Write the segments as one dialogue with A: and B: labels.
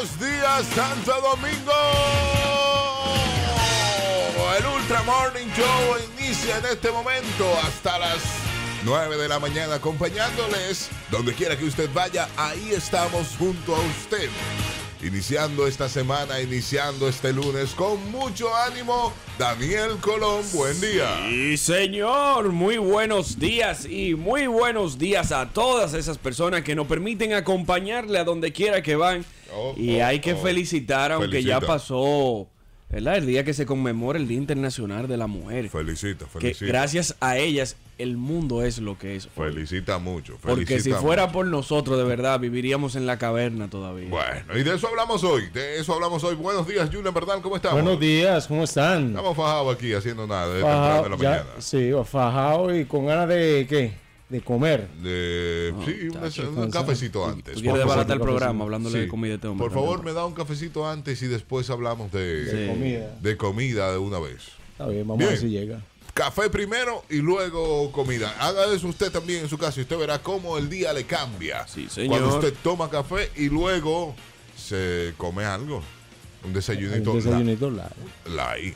A: Buenos días, Santo Domingo. El Ultra Morning Show inicia en este momento hasta las 9 de la mañana acompañándoles. Donde quiera que usted vaya, ahí estamos junto a usted. Iniciando esta semana, iniciando este lunes con mucho ánimo, Daniel Colón, buen día.
B: Sí, señor, muy buenos días y muy buenos días a todas esas personas que nos permiten acompañarle a donde quiera que van.
A: Oh,
B: y
A: oh,
B: hay que
A: oh.
B: felicitar, aunque
A: Felicita.
B: ya pasó, ¿verdad? El día que se conmemora el Día Internacional de la Mujer.
A: Felicita,
B: que
A: felicita.
B: gracias a ellas el mundo es lo que es. hoy.
A: Felicita mucho.
B: Porque si
A: felicita
B: fuera por nosotros, de verdad, viviríamos en la caverna todavía.
A: Bueno, y de eso hablamos hoy, de eso hablamos hoy. Buenos días, Julian Verdal, ¿cómo estamos?
C: Buenos días, ¿cómo están?
A: Estamos fajados aquí haciendo nada desde temprano de la
C: Fajao, ya-
A: mañana.
C: sí, fajao y con ganas de qué? De comer.
A: De- Eh, sí, un-
B: tacho,
A: un,
C: cansado.
A: cafecito antes.
B: Tú quieres
A: por favor.
B: desbaratar el programa hablándole
A: Sí.
B: de comida de este hombre
A: Por
B: tan
A: favor,
B: temprano.
A: me da un cafecito antes y después hablamos de,
C: De
B: Sí.
C: comida.
A: de comida de una vez.
C: Está bien, vamos a
A: Bien.
C: ver si llega.
A: Café primero y luego comida. Haga eso usted también en su casa y usted verá cómo el día le cambia.
B: Sí, señor.
A: Cuando usted toma café y luego se come algo. Un
C: Un
A: desayunito.
C: desayunito light.
A: La, la I.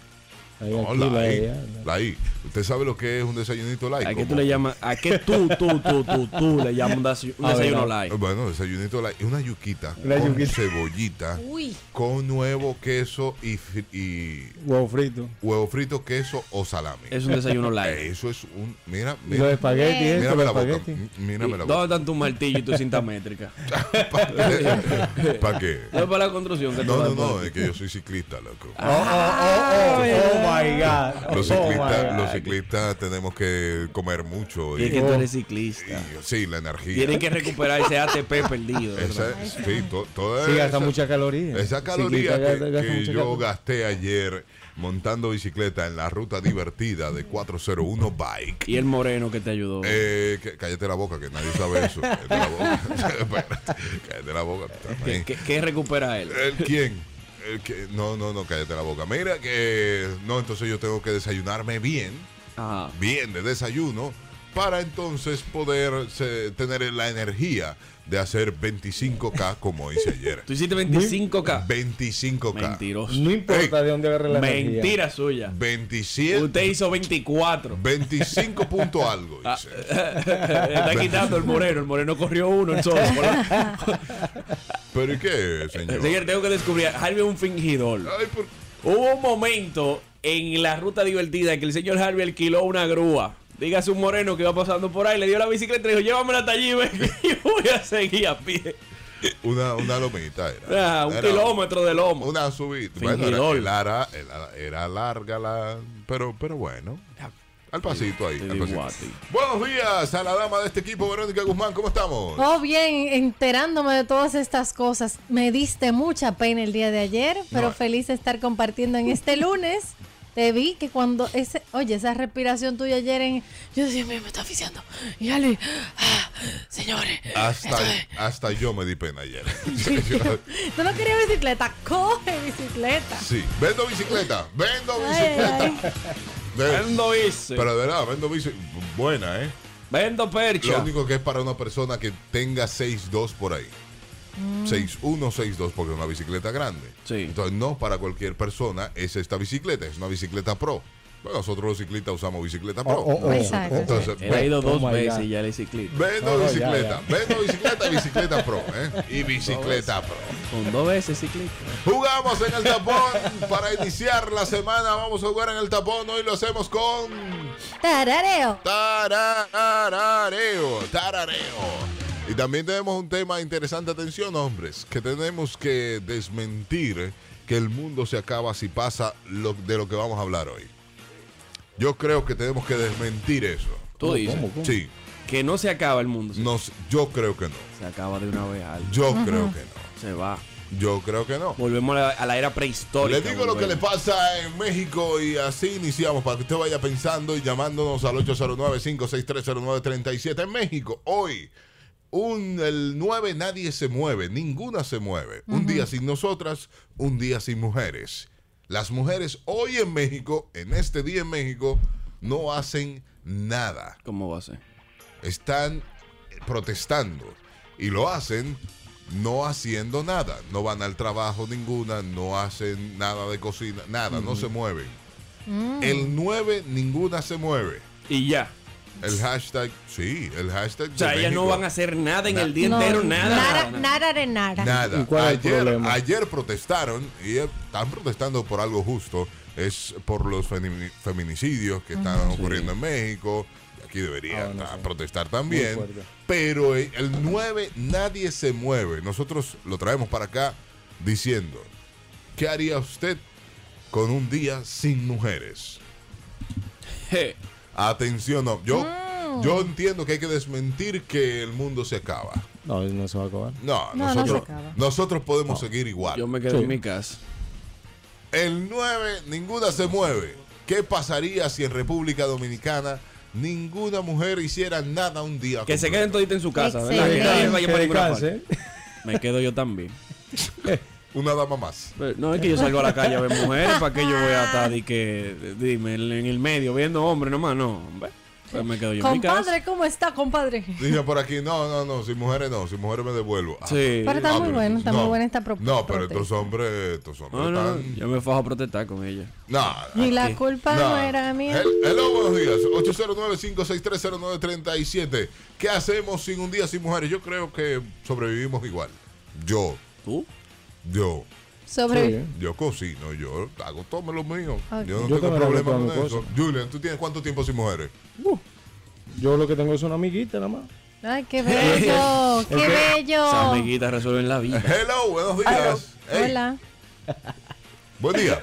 C: Ahí,
A: No,
C: aquí,
A: la,
C: la
A: I.
C: allá, la-
A: La I. ¿Usted sabe lo que es un desayunito light?
B: ¿A qué tú
A: Como-
B: le llamas? ¿A qué tú, tú, tú, tú, tú le llamas un desay- un
C: A ver,
B: desayuno
C: a-
B: light?
A: Bueno, desayunito light. Una yuquita.
C: Una
A: con
C: yuquita.
A: cebollita.
D: Uy,
A: Con nuevo queso y, fri- y
C: Huevo frito.
A: huevo frito, queso o salami.
B: Es un desayuno
A: Eh,
B: light.
A: Eso es un. Mira,
C: Y los
A: mira.
C: espaguetis,
D: Bien.
C: esto,
A: Mírame
C: los
A: la boca.
C: espaguetis.
A: Mírame la
B: ¿Dónde
A: boca.
B: están tu martillo y tu cinta métrica?
A: ¿Para ¿Para qué?
B: No es para la construcción que tú
A: No,
B: vas
A: no,
B: a
A: no,
B: poner.
A: es que yo soy ciclista, loco.
C: Oh, oh, oh, oh, oh, my God.
A: Los
C: Oh, my
A: ciclistas, los
C: God.
A: ciclistas tenemos que comer mucho.
B: Y es
A: Y,
B: que tú eres ciclista.
A: y- sí, la energía.
B: Tienes que recuperar ese ATP perdido.
A: Esa-
B: ¿verdad?
A: sí, to- toda
C: Sí,
A: esa-
C: gasta muchas calorías.
A: Esa
C: Ciclista
A: caloría que,
C: gasta- gasta
A: que
C: mucha
A: yo
C: caloría.
A: gasté ayer montando bicicleta en la ruta divertida de 401 Bike.
B: Y el moreno que te ayudó.
A: Eh, que- cállate la boca, que nadie sabe eso. Cállate la boca. Espérate, cállate la boca.
B: ¿Qué, qué- qué recupera él?
A: ¿El quién? El que- no, no, no, cállate la boca. Mira que... No, entonces yo tengo que desayunarme bien,
B: Ajá.
A: bien de desayuno, para entonces poder se- tener la energía de hacer 25K como hice ayer.
B: Tú hiciste 25K.
A: 25K.
B: Mentiroso.
C: No importa de dónde agarre la energía.
B: Mentira suya.
A: 27.
B: Usted hizo 24.
A: 25 punto algo, dice.
B: Ah. Está quitando el moreno. El moreno corrió uno en solo. Por-
A: ¿Pero y qué, señor?
B: Señor, tengo que descubrir. Harvey es un fingidor.
A: Ay, por-
B: Hubo un momento en la ruta divertida que el señor Harvey alquiló una grúa. Dígase un moreno que iba pasando por ahí, le dio la bicicleta y dijo, llévamela hasta allí, ven, que yo voy a seguir a pie.
A: una, una lomita era.
B: Ah, un
A: Era
B: kilómetro de lomo.
A: Una subida. Bueno,
B: Fingidor.
A: era, era- era- era larga la... Pero, pero bueno. Al pasito ahí. al
B: Te digo
A: pasito.
B: a ti.
A: Buenos días a la dama de este equipo, Verónica Guzmán. ¿Cómo estamos?
D: oh bien, enterándome de todas estas cosas. Me diste mucha pena el día de ayer, pero
A: No.
D: feliz de estar compartiendo en este lunes. Te vi que cuando ese, oye, esa respiración tuya ayer en, yo Dios mío, me está asfixiando. Y Ale, ah, señores.
A: Hasta,
D: esto es-
A: hasta yo me di pena ayer.
D: Tú no querías bicicleta, coge bicicleta.
A: sí. Vendo bicicleta. Vendo
D: Ay,
A: bicicleta.
D: ay, ay.
A: De-
B: Vendo bici,
A: pero de verdad, vendo bicicleta. Buena, ¿eh?
B: vendo
A: Lo
B: percha.
A: único que es para una persona que tenga 6'2 por ahí. 6'1, 6'2 porque es una bicicleta grande.
B: Sí.
A: Entonces no para cualquier persona es esta bicicleta, es una bicicleta pro. Bueno, nosotros los ciclistas usamos bicicleta pro.
C: Oh, oh, oh,
D: Exacto.
C: oh, oh.
A: Entonces,
B: Él ha ido
C: Oh
B: dos
C: my
B: veces
C: God.
B: ya el ciclista.
A: vendo
C: No, no, ya,
A: bicicleta,
C: ya.
A: vendo bicicleta, bicicleta pro, ¿eh? Y bicicleta pro.
B: Con dos veces ciclista.
A: Jugamos en el tapón para iniciar la semana, vamos a jugar en el tapón, hoy lo hacemos con
D: Tarareo.
A: Tararareo, tarareo. Y también tenemos un tema interesante, atención hombres, que tenemos que desmentir que el mundo se acaba si pasa lo, de lo que vamos a hablar hoy. Yo creo que tenemos que desmentir eso.
B: Tú dices
C: ¿Cómo, cómo?
A: Sí,
B: que no se acaba el mundo.
A: nos, yo creo que no.
B: Se acaba de una vez algo.
A: Yo creo que no.
B: Se va.
A: Yo creo que no.
B: Volvemos a la, a la era prehistórica.
A: Le digo lo que le
B: volvemos.
A: pasa en México y así iniciamos para que usted vaya pensando y llamándonos al 809-56309-37 en México. Hoy, un, el 9 nadie se mueve, ninguna se mueve. Un día sin nosotras, un día sin mujeres. Las mujeres hoy en México, en este día en México, no hacen nada.
B: ¿Cómo va a ser?
A: Están protestando y lo hacen no haciendo nada. No van al trabajo ninguna, no hacen nada de cocina, nada, no se mueven.
E: Mm.
A: El 9, ninguna se mueve.
B: Y ya.
A: El hashtag, sí, el hashtag.
B: O sea,
A: de
B: ellas no
A: México.
B: van a hacer nada en
A: Na-
B: el día
D: No,
B: entero, nada.
D: Nada, nada de nada.
A: Nada.
C: ¿Y cuál es el
A: ayer,
C: problema?
A: ayer protestaron y eh, están protestando por algo justo. Es por los femi- feminicidios que están ocurriendo en México. Y Aquí deberían
C: Ah, no
A: ta-
C: sé.
A: protestar también.
C: Muy fuerte.
A: Pero eh, el 9 nadie se mueve. Nosotros lo traemos para acá diciendo, ¿qué haría usted con un día sin mujeres?
B: Je.
A: Atención, no. Yo,
E: Mm.
A: yo entiendo que hay que desmentir que el mundo se acaba.
C: No, no se va a acabar.
A: No,
D: No, no se
A: nosotros,
D: acaba.
A: nosotros podemos seguir igual.
B: Yo me quedo
C: Sí.
B: en mi casa.
A: El 9, ninguna se mueve. ¿Qué pasaría si en República Dominicana ninguna mujer hiciera nada un día?
B: Que se
A: completo?
B: queden toditos en su casa, ¿verdad?
D: Excelente.
B: Que nadie
D: no
C: Que
B: vaya para ninguna parte.
C: descanse.
B: Me quedo yo también.
A: Una dama más.
B: Pero No es que yo salgo a la calle a ver mujeres, ¿para qué yo voy a estar y que, dime, en el medio viendo hombres nomás? No, hombre. Pues me quedo yo en mi casa.
D: Compadre, ¿cómo está, compadre?
A: Dije por aquí, no, no, no, sin mujeres no, sin mujeres me devuelvo. Ah,
B: Sí.
D: Pero está muy bueno, está
A: no,
D: muy buena esta propuesta.
A: No, pero estos hombres, estos hombres
B: No, no,
A: están...
B: yo me fajo a protestar con ella.
A: Nah,
D: Ni
B: Sí.
D: la culpa no
A: nah.
D: era mía.
A: Hel- Hello, buenos días. 809-5630937. ¿Qué hacemos sin un día sin mujeres? Yo creo que sobrevivimos igual. Yo,
B: ¿Tú?
A: yo.
D: Sobre.
C: Sí.
A: Yo cocino, yo hago todo lo mío.
D: Ok.
A: Yo no
C: Yo
A: tengo
C: también hago
A: problema
C: todas
A: con
C: mis
A: eso.
C: cosas.
A: Julian, ¿tú tienes cuánto tiempo sin mujeres?
C: Uh, yo lo que tengo es una amiguita nada más.
D: Ay, qué bello, qué
B: Esas
D: bello.
B: amiguitas resuelven la vida.
A: Hello, buenos días. Hey,
D: Hola.
A: Buen día.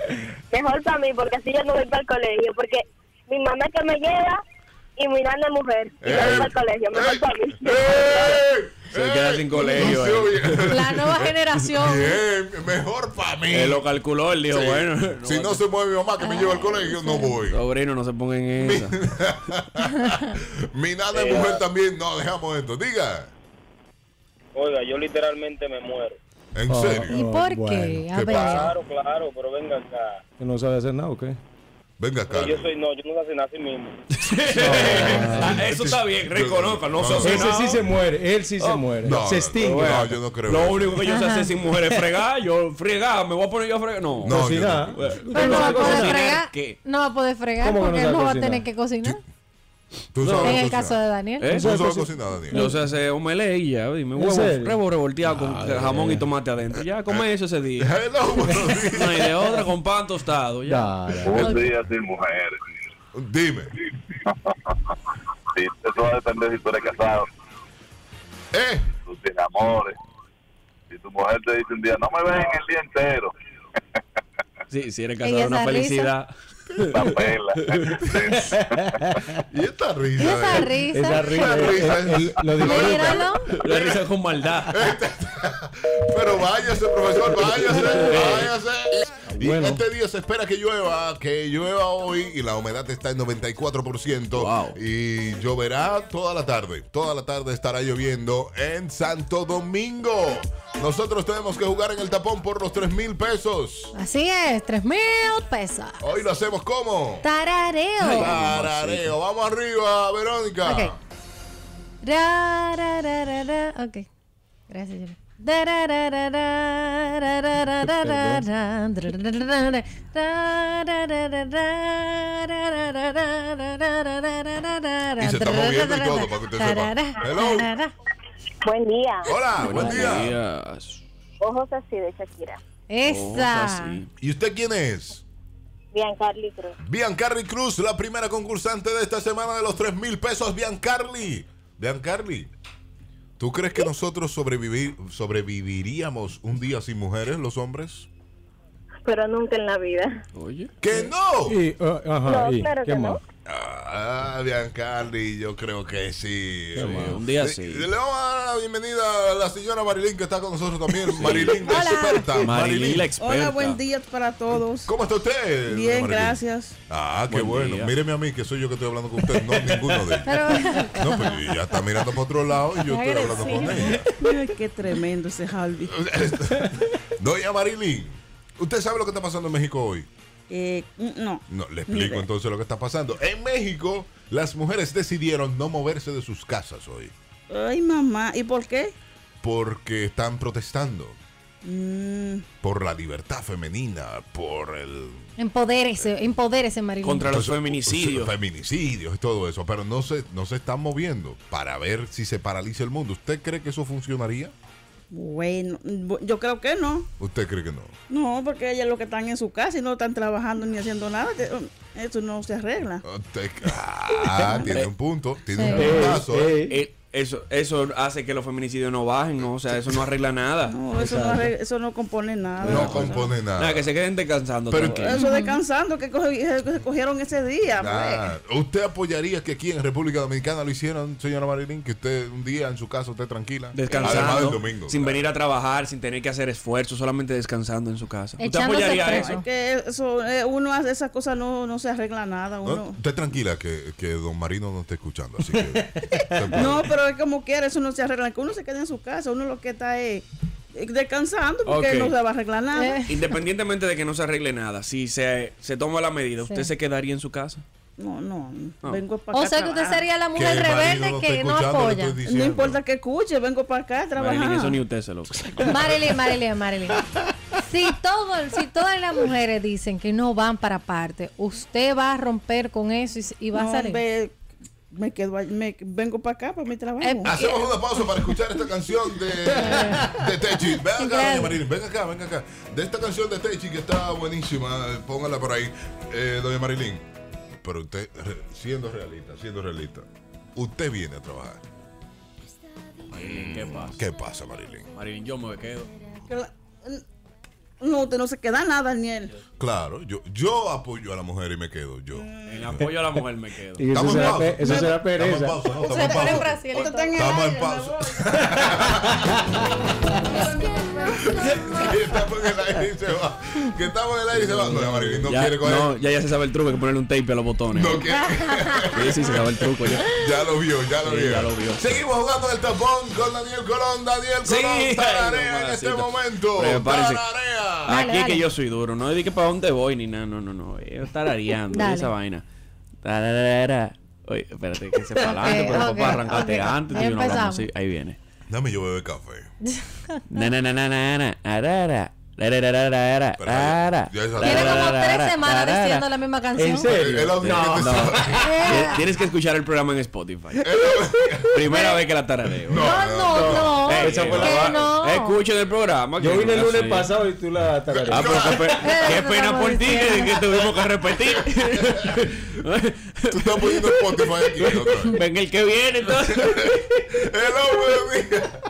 F: Mejor para mí, porque así yo no voy para el colegio. Porque mi mamá es que me lleva y mi nana es mujer. Y yo voy
A: Ey.
F: para el colegio, mejor
A: Ey.
F: para mí.
A: Ey.
B: Se
A: Ey.
B: queda sin colegio, eh.
A: Lució bien.
D: La nueva generación.
A: Bien, mejor para mí.
B: Él lo calculó, él dijo,
A: Sí.
B: bueno, no
A: si
B: va
A: no
B: a-
A: se mueve mi mamá que me lleva al colegio, no voy.
B: sobrino, no se ponga en esa.
A: Mi nada de mujer también, no dejamos esto. Diga,
E: Oiga, yo literalmente me muero.
A: en
C: Oh.
A: serio.
D: ¿Y por
C: Bueno,
D: qué? A
A: ¿qué pasa?
D: ver.
E: Claro, claro, pero venga acá.
C: Que no sabe hacer nada, ¿o qué?
A: Venga,
E: Pero
A: Carlos.
E: Yo soy, no, yo no sé nada así mismo.
B: Ah, Eso está bien, reconozca, no se hace
C: Ese
B: nada.
C: sí se muere, él sí se muere.
A: No,
C: se extingue.
A: No, yo no creo.
B: Lo
A: eso.
B: único que yo sé hacer sin mujeres es fregar, yo fregar, me voy a poner yo a fregar. No.
A: No, yo
C: Cocinar.
A: no.
C: Usted
D: Pero no va
C: sabe
D: a
C: cocinar.
D: poder
B: cocinar,
D: fregar.
B: ¿qué?
D: No va a poder fregar
C: ¿Cómo que no
D: porque
C: sabe
D: él no va a
C: cocinar?
D: tener que cocinar.
A: Tú sabes
D: En el
A: cocinar.
D: caso de Daniel.
B: ¿Eh?
A: Tú sabes cocinar, Daniel.
B: Yo sé hacer omelette y ya, dime,
C: ¿En
B: huevo,
C: serio?
B: huevo revolteado con jamón y tomate adentro. Ya,
A: Eh.
B: come eso ese día.
A: Hello, buenos días.
B: No, y de otra con pan tostado. Ya.
C: Ya, ya.
G: Un día sin mujeres.
A: Dime.
G: Sí, eso va a depender si tú eres casado,
A: Eh,
G: tú tienes amores. Si tu mujer te dice un día, no me ven el día entero,
B: Sí, si eres
D: Ella
B: casado, una
D: esa risa.
B: felicidad.
G: la pela. Sí,
A: y esta
D: Y
A: risa.
D: esa
A: eh.
D: risa.
C: Esa
A: Esa
C: risa.
A: risa.
C: el- el- lo disfruta.
D: Míralo.
B: La risa con maldad.
A: Pero váyase, profesor, váyase, váyase. Y
C: Bueno.
A: este día se espera que llueva, que llueva hoy y la humedad está en 94%.
B: Wow.
A: Y lloverá toda la tarde. Toda la tarde estará lloviendo en Santo Domingo. Nosotros tenemos que jugar en el tapón por los 3 mil pesos.
D: Así es, tres mil pesos.
A: Hoy lo hacemos como.
D: Tarareo.
A: Tarareo. Vamos arriba, Verónica.
D: Ok. Ra, ra, ra, ra, ra. Ok. Gracias, Yuri. Da, ra, ra, ra, ra, ra, ra, ra, ra, ra, ra, ra, ra, ra, ra, ra, ra, ra, ra, ra, ra, ra, ra, ra, ra, ra, ra, ra,
A: Y se está
D: ra, ra,
A: moviendo y
D: ra,
A: todo,
D: ra,
A: para que usted
D: ra,
A: sepa.
D: ra, ra,
A: Hello.
D: ra, ra.
F: Buen día.
A: Hola, buen
B: Buenos
A: día.
B: días.
F: Ojos así de Shakira.
D: Esa.
B: Cosas así.
A: ¿Y usted quién es?
F: Bien, Carly Cruz.
A: Biancarly Cruz, la primera concursante de esta semana de los 3 mil pesos. Biancarly. Biancarly, ¿tú crees que nosotros sobrevivir, sobreviviríamos un día sin mujeres, los hombres?
F: Pero nunca en la vida.
B: Oye.
A: ¡Que no!
C: Y, ah, ajá,
F: No,
C: y,
F: claro
C: ¿qué
F: que
C: más?
F: no.
A: Ah, Biancarly, yo creo que sí.
B: mal. Un día sí.
A: Le vamos a dar la bienvenida a la señora Marilyn que está con nosotros también. Marilín, Marilyn, la experta.
B: Marilyn la experta.
H: Hola, buen día para todos.
A: ¿Cómo está usted?
H: Bien,
A: Marilyn?
H: gracias.
A: Ah, qué
B: Buen
A: bueno.
B: día.
A: Míreme a mí, que soy yo que estoy hablando con usted, no ninguno de ellos.
D: Pero,
A: No, pero ya está mirando para otro lado y yo estoy hablando con ella.
H: Ay, qué tremendo ese Harvey.
A: Doña Marilyn, ¿usted sabe lo que está pasando en México hoy?
H: Eh, no.
A: No, le
H: Ni
A: explico
H: idea.
A: entonces lo que está pasando. En México, las mujeres decidieron no moverse de sus casas hoy.
H: Ay, mamá. ¿Y por qué?
A: porque están protestando
H: Mm,
A: por la libertad femenina, por el...
D: Empodérese, empodérese, Marilyn.
B: Contra los
A: Entonces,
B: feminicidios.
A: Feminicidios y todo eso, pero no se, no se están moviendo para ver si se paraliza el mundo. ¿Usted cree que eso funcionaría?
H: bueno, bu- yo creo que no.
A: ¿Usted cree que no?
H: No, porque ellas lo que están en su casa y no están trabajando ni haciendo nada, que, um, eso no se arregla.
A: Usted- Este, ah, tiene un punto, tiene un
D: Sí.
A: puntazo. ¿eh?
B: Eh, eso, eso hace que los feminicidios no bajen, ¿no? O sea, eso no arregla nada.
H: No, eso no, arregla- eso no compone nada.
A: No compone
B: Nada,
A: nada.
B: que se queden descansando.
A: Pero-
B: tranquilo.
H: Eso descansando que, cogi- eh, que se cogieron ese día. pues.
A: Ah, ¿Usted apoyaría que aquí en República Dominicana lo hicieran, señora Marilyn? Que usted un día en su casa esté tranquila. Además
B: Descansando,
A: del domingo.
B: sin
A: claro.
B: venir a trabajar, sin tener que hacer esfuerzo, solamente descansando en su casa. ¿Usted
D: Echándose
B: apoyaría
D: freno.
B: eso?
H: Que eso, eh, uno hace esas cosas, no, no se arregla nada.
A: No,
H: Uno.
A: Usted tranquila que, que don Marino no está escuchando, así que... usted puede.
H: No, pero es como quiera, eso no se arregla. Que uno se quede en su casa, uno lo que está es eh, descansando porque
B: Ok.
H: no se va a arreglar nada.
D: Eh,
B: Independientemente de que no se arregle nada, si se, se toma la medida, ¿usted
D: Sí.
B: se quedaría en su casa?
H: No, no,
B: No.
H: vengo para acá.
D: o sea
H: a
D: que usted
H: trabajar.
D: sería la mujer
A: Marino
D: rebelde
A: no está
D: que no
A: escuchando, le
D: apoya.
A: estoy
H: No
A: diciendo.
H: importa que escuche, vengo para acá a trabajar.
B: Marilyn, eso ni usted se lo...
D: Marilyn, Marilyn, Marilyn. Si, todo, si todas las mujeres dicen que no van para parte, usted va a romper con eso y, s- y va
H: No,
D: a salir.
H: ve, me quedo ahí, me, vengo para acá para mi trabajo.
D: Eh,
A: Hacemos una pausa para escuchar esta canción de, de Techi. Ven acá, doña
D: Claro.
A: Marilyn, ven acá, ven acá. De esta canción de Techi que está buenísima, eh, póngala por ahí, eh, doña Marilyn. Pero usted, re- siendo realista, siendo realista, usted viene a trabajar.
B: Marilyn, ¿qué pasa?
A: ¿Qué pasa, Marilyn?
B: Marilyn, yo me quedo.
H: que la- no, usted no se queda nada, Daniel.
A: Claro, yo, yo apoyo a la mujer y me quedo yo.
B: En apoyo a la mujer me quedo.
C: Y eso
A: Estamos en
C: será,
A: pausa.
C: pe- eso será
A: Estamos en
C: pereza.
A: pausa, ¿no?
D: Eso
A: Estamos en
D: era en
A: pausa.
D: Brasil y todo.
A: Estamos en pausa. Que estamos en el aire y se va. Que estamos en el aire y se va. No, Marilyn no
B: ya,
A: quiere coger.
B: no, ya, ya se sabe el truco, hay que ponerle un tape a los botones.
A: No quiere.
B: Sí, sí, se sabe el truco ya.
A: Ya lo vio, ya lo,
B: Sí,
A: vio.
B: ya lo vio.
A: Seguimos jugando en el tapón con Daniel Colón. Daniel Colón
B: Sí, ay,
A: tararea en
B: mamacita.
A: este momento.
B: Prepárese.
A: Tararea.
D: Dale,
B: Aquí es
D: dale.
B: que yo soy duro, no dije que para dónde voy ni nada, no, no, no. eh, Yo tarareando
D: Dale.
B: esa vaina. Tararara. Oye, espérate, que se palante,
D: Ok,
B: pero
D: Eh, ok,
B: papá, arrancate
D: ok.
B: antes. tú y yo no
D: Empezamos.
B: hablamos, sí, ahí viene.
A: Dame yo beber café.
B: Na, na, na, na, na, na, arara, ararararara,
A: Pero ya-
B: ara,
A: ya esa-
D: Tiene como
B: arararara,
D: tres semanas
B: arara.
D: diciendo la misma canción.
C: ¿En serio?
A: Es la única
B: No,
A: que te
B: no.
A: sabe.
B: Tien- Tienes que escuchar el programa en Spotify. Primera vez que la tarareo.
D: No, no, no.
B: Eh,
D: ¿Por
B: eh,
D: qué no?
B: Escuchen el programa.
C: Yo
B: que
C: vine el
B: no
C: lunes
B: sé.
C: pasado y tú la
B: Ah,
C: tarareas.
B: pero qué, pe-
D: Era
B: qué
D: lo que
B: pena
D: estamos
B: por ti que,
D: diciendo.
B: que tuvimos que repetir.
A: Tú estás poniendo Spotify aquí. doctor.
B: Ven el que viene, entonces.
A: El hombre mía.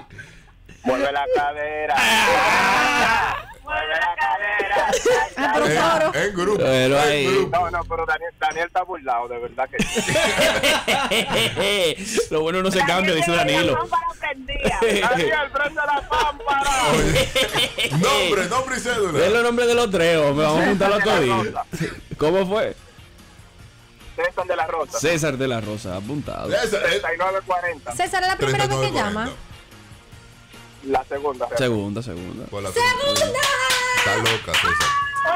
E: Mueve la cadera.
B: Ah.
E: Mueve la cadera.
D: Ah, pero claro.
A: En, en grupo.
B: Pero
A: en
B: ahí-
A: eh, grupo.
E: No, no, pero Daniel, Daniel está burlado, de verdad que sí.
B: Lo bueno no se cambia, dice Danilo.
E: Daniel, prende la pámpara.
A: Oye. Nombre, nombre y cédula.
B: Es los nombres de los tres, hombre. Vamos a juntarlos todos. ¿Cómo fue?
E: Ustedes son de la rosa.
B: César de la Rosa, apuntado.
A: Esa es
E: 39-40.
D: César, es la primera vez que
A: 39.40.
D: llama.
E: La segunda.
B: Segunda, segunda.
A: Por la Está loca, César.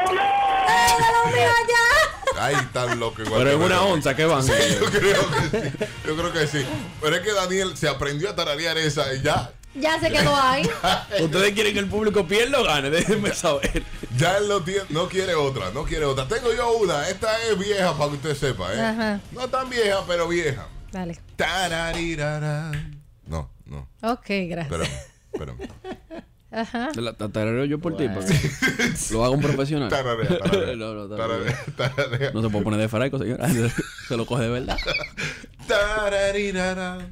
D: ¡Eh, de los míos ya!
A: Ahí está loca igual.
B: Pero es
A: que
B: una
A: Verónica.
B: onza, ¿qué van?
A: Yo creo que sí. Yo creo que sí. Pero es que Daniel se aprendió a tararear esa y ya.
D: Ya se quedó ahí.
B: ¿Ustedes quieren que el público pierda o gane? Déjenme saber.
A: Ya él no, tiene- no quiere otra, no quiere otra. Tengo yo una, esta es vieja para que usted sepa, ¿eh?
E: Ah.
D: Ajá.
A: No tan vieja, pero vieja.
D: Dale.
A: Tararirara. No, no,
D: Ok, gracias.
A: espérame, espérame.
D: Ajá.
B: La tatareo yo por ti, para que lo haga un profesional.
A: Tararea, tararea.
B: No, no, tararea.
A: Tararea, tararea.
B: No se puede poner de faraico, señora. Se lo coge de verdad.
A: Tararirara.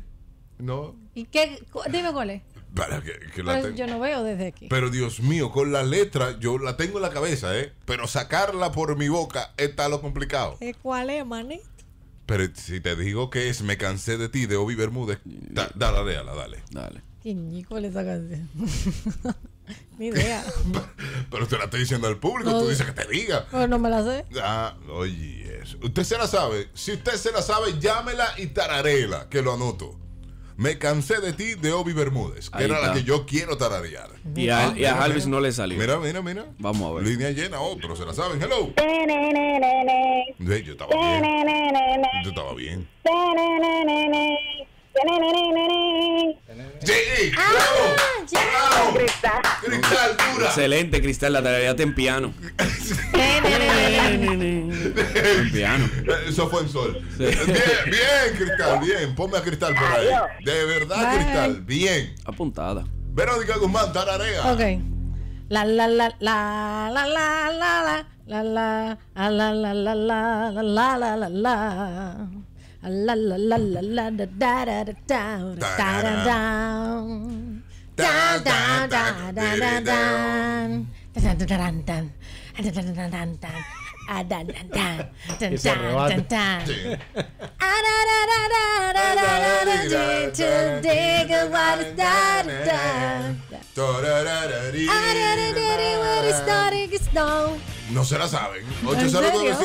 A: No,
D: ¿Y qué? cu- Dime cuál es.
A: para que, que la
D: Pero
A: tengo.
D: yo no veo desde aquí.
A: Pero Dios mío, con la letra, yo la tengo en la cabeza, ¿eh? Pero sacarla por mi boca está lo complicado.
D: Eh, ¿Cuál es, maní?
A: Pero si te digo que es Me cansé de ti de Obi Bermúdez, da- tarareala, dale.
B: Mm. Dale.
D: ¿Quién es esa canción? Ni idea.
A: Pero te la estoy diciendo al público,
D: No.
A: tú dices que te diga.
D: Pero no me la sé.
A: Ah, oye, eso. Usted se la sabe. Si usted se la sabe, llámela y tararela, que lo anoto. Me cansé de ti de Obi Bermúdez, que
B: Ahí
A: era la
B: está.
A: que yo quiero tararear.
B: Y a, y a Alvis no le salió.
A: Ah, Mira, mira, mira.
B: Vamos a ver.
A: Línea llena, otro, se la saben. Hello. Sí, yo estaba bien. Yo estaba bien. Sí, bravo,
D: Ah, ya.
A: bravo.
F: Cristal.
A: Cristal dura.
B: Excelente, Cristal, la tarea en piano. en piano.
A: Eh, Eso fue en sol. Eh, Bien, bien, Cristal, bien. Ponme a Cristal por ahí. De verdad,
D: Bye.
A: Cristal, bien.
B: Apuntada.
A: Verónica Guzmán, tararea.
D: Ok. La la la la la la la la la la la la la la la la la la la A la la la la la da da da da da da da da down. Da da da da da dan. Da da da dan dan. Da da da dan dan dan. Ah, dan dan dan. Dan
C: Y se
D: dan dan dan.
A: Sí.
D: Ah, da da da da da da da da da. Till dig a lot of da da da da.
A: Eh, Tarararari. No se la saben.
D: serio?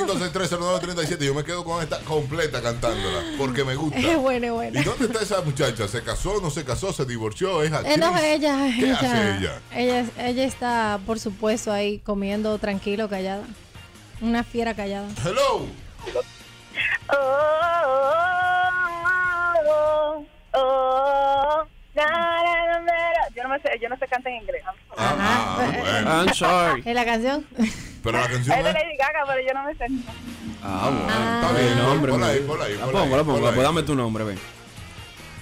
A: 809-56309-37. Yo me quedo con esta completa cantándola porque me gusta.
D: Es bueno, es
A: ¿Y
D: bueno.
A: dónde está esa muchacha? ¿Se casó? ¿No se casó? ¿Se divorció? ¿Es actriz?
D: Eh, no, ella,
A: ¿Qué
D: ella,
A: hace ella?
D: ella- ella está, por supuesto, ahí comiendo tranquilo, callada. Una fiera callada.
A: Hello.
F: Oh, oh, oh, oh, na, na, na, na. Yo no me sé, yo no sé cantar en inglés.
A: Ah,
D: Ajá.
A: bueno.
B: I'm sorry.
D: ¿Es la canción?
A: Pero la
F: Es
A: canción
F: de
A: es.
F: Lady Gaga, pero yo no me sé.
B: Ah, bueno.
D: Ah.
A: Está bien,
B: No, hombre,
A: ponla ahí,
B: me-
A: ponla ahí,
B: La
A: ponla
B: pongo,
A: ahí,
B: la pongo.
A: ponla
B: Pues
A: ahí.
B: dame tu nombre, ven.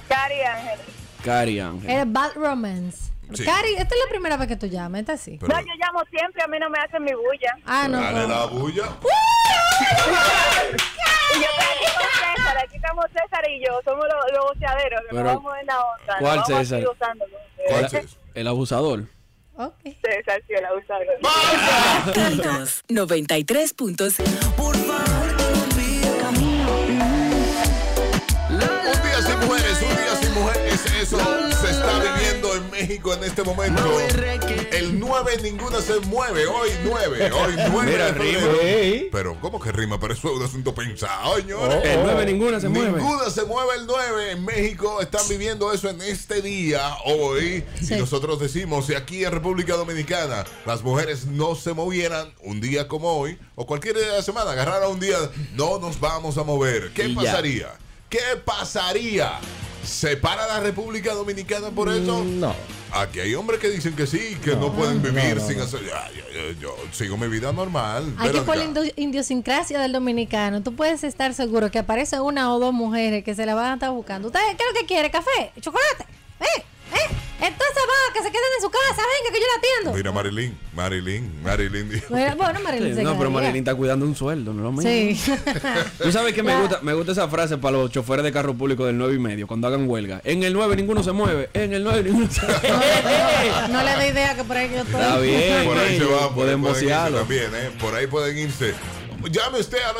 F: Cari Ángel.
B: Cari Ángel.
D: Era Bad Romance.
A: Sí.
D: Cari, esta es la primera vez que tú llamas, esta sí.
A: Pero-
F: No, yo llamo siempre, a mí no me hacen mi bulla.
D: Ah, no.
A: Dale
D: no.
A: la bulla.
F: Y yo estoy aquí con César, aquí estamos César y yo, somos los, los boceaderos, que
B: Pero,
F: nos vamos en la onda. nos
B: ¿cuál
F: vamos aquí
B: César?
F: usándolo.
A: ¿Cuál
F: Eh,
A: es?
B: El abusador.
D: Ok.
F: César, sí, el abusador.
I: Cantos 93 puntos.
A: Un día sin mujeres, un día sin mujeres, eso se está viviendo en México en este momento. El 9 ninguna se mueve, hoy 9, hoy 9
B: Mira,
A: de
B: ¿eh? rima.
A: febrero.
C: Ey.
A: Pero, ¿cómo que rima? Pero eso es un asunto pensado, señores.
B: El
C: Oh.
B: 9 ninguna se mueve.
A: Ninguna se mueve el 9 en México. Están viviendo eso en este día, hoy.
D: Sí.
A: Y nosotros decimos, si aquí en República Dominicana las mujeres no se movieran un día como hoy, o cualquier día de la semana, agarrara un día, no nos vamos a mover. ¿Qué
B: Y ya.
A: pasaría? ¿Qué pasaría? ¿Se para la República Dominicana por eso?
C: No.
A: Aquí hay hombres que dicen que sí, que no, pueden vivir sin hacer... Ay, ay, ay, yo sigo mi vida normal.
D: Aquí
A: Verónica.
D: por la indo- idiosincrasia del dominicano, tú puedes estar seguro que aparecen una o dos mujeres que se la van a estar buscando. ¿Usted qué es lo que quiere? ¿Café? ¿Chocolate? ¿Eh? ¿Eh? Entonces va, que se queden en su casa, venga, que yo la atiendo.
A: Mira, Marilyn, Marilyn, Marilyn. dijo-
D: Bueno, bueno, Marilyn se
B: No, pero
D: quedaría.
B: Marilyn está cuidando un sueldo, no es lo mismo.
D: Sí.
B: Tú sabes que me gusta, me gusta esa frase para los choferes de carro público del 9 y medio cuando hagan huelga. En el 9 ninguno se mueve, en el 9 ninguno se mueve.
D: no le dé idea que por ahí yo estoy.
B: Está bien.
A: Por ahí se va, por ahí
B: Pueden
A: pueden irse
B: vocearlo.
A: también, ¿eh? Por ahí pueden irse. Llame usted al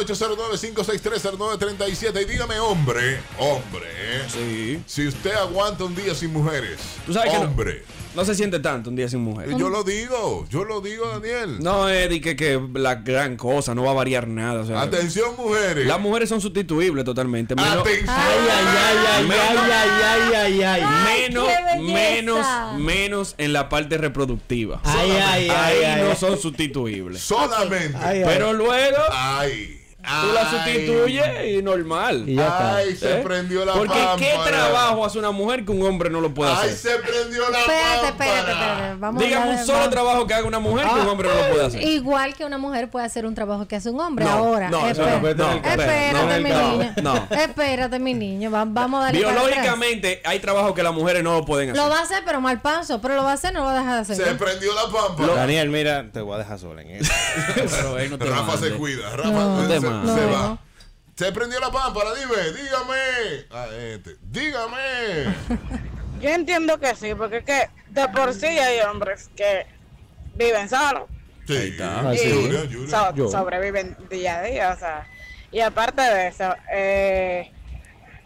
A: 809-563-0937 y dígame, hombre, hombre, ¿eh?
B: Sí.
A: Si usted aguanta un día sin mujeres,
B: Tú sabes que no-
A: hombre.
B: No se siente tanto un día sin mujer.
A: Yo lo digo, yo lo digo, Daniel.
B: No, Eddie, que, que la gran cosa, no va a variar nada. o sea,
A: Atención, mujeres.
B: las mujeres son sustituibles totalmente. Menos,
A: Atención.
C: Ay, ay, ay, ay, ay, ay, ay, ay, ay.
D: Ay,
B: menos,
D: qué belleza.
B: menos, menos en la parte reproductiva.
C: Ay, ay, ay,
B: Ahí
C: ay.
B: no son sustituibles.
A: Solamente.
C: Ay, ay.
B: Pero luego
A: Ay.
B: tú
A: ay.
B: la sustituyes y normal.
C: Y ya está.
A: Ay, se
B: ¿Eh?
A: prendió la
B: Porque qué
A: pámpara.
B: trabajo hace una mujer que un hombre no lo puede
A: Ay,
B: hacer.
A: se prendió la
D: Espérate, espérate,
A: pámpara.
D: espérate. Vamos a
B: Dígame
D: hablar
B: un
D: de-
B: solo
D: vamos-
B: trabajo que haga una mujer que un hombre no lo puede hacer.
D: Igual que una mujer puede hacer un trabajo que hace un hombre
B: No,
D: ahora.
B: no, eso
D: Espera-
C: no, vete al café.
D: espérate,
C: No,
D: mi
C: no,
D: niño.
B: no.
D: Espérate, mi niño. Va- vamos a darle para atrás.
B: Biológicamente hay trabajos que las mujeres no lo pueden
D: Lo
B: hacer.
D: va a hacer, pero mal paso. Pero lo va a hacer, no lo va a dejar de hacer.
A: Se prendió la pámpara.
C: Daniel, mira, te voy a dejar sola en eso.
B: Pero, eh, no te
A: Rafa se
B: mandes.
A: cuida, Rafa
D: No,
A: se,
B: te
A: se
B: mandes.
D: No.
A: va. Se prendió la pámpara, dime, dígame. Ah, este, dígame.
J: Yo entiendo que sí, porque es que de por sí hay hombres que viven solos
A: Sí,
B: Ahí está.
A: Julia,
C: Ah, sí.
A: Julia.
J: so-
C: Yo.
J: sobreviven día a día, o sea. Y aparte de eso, eh,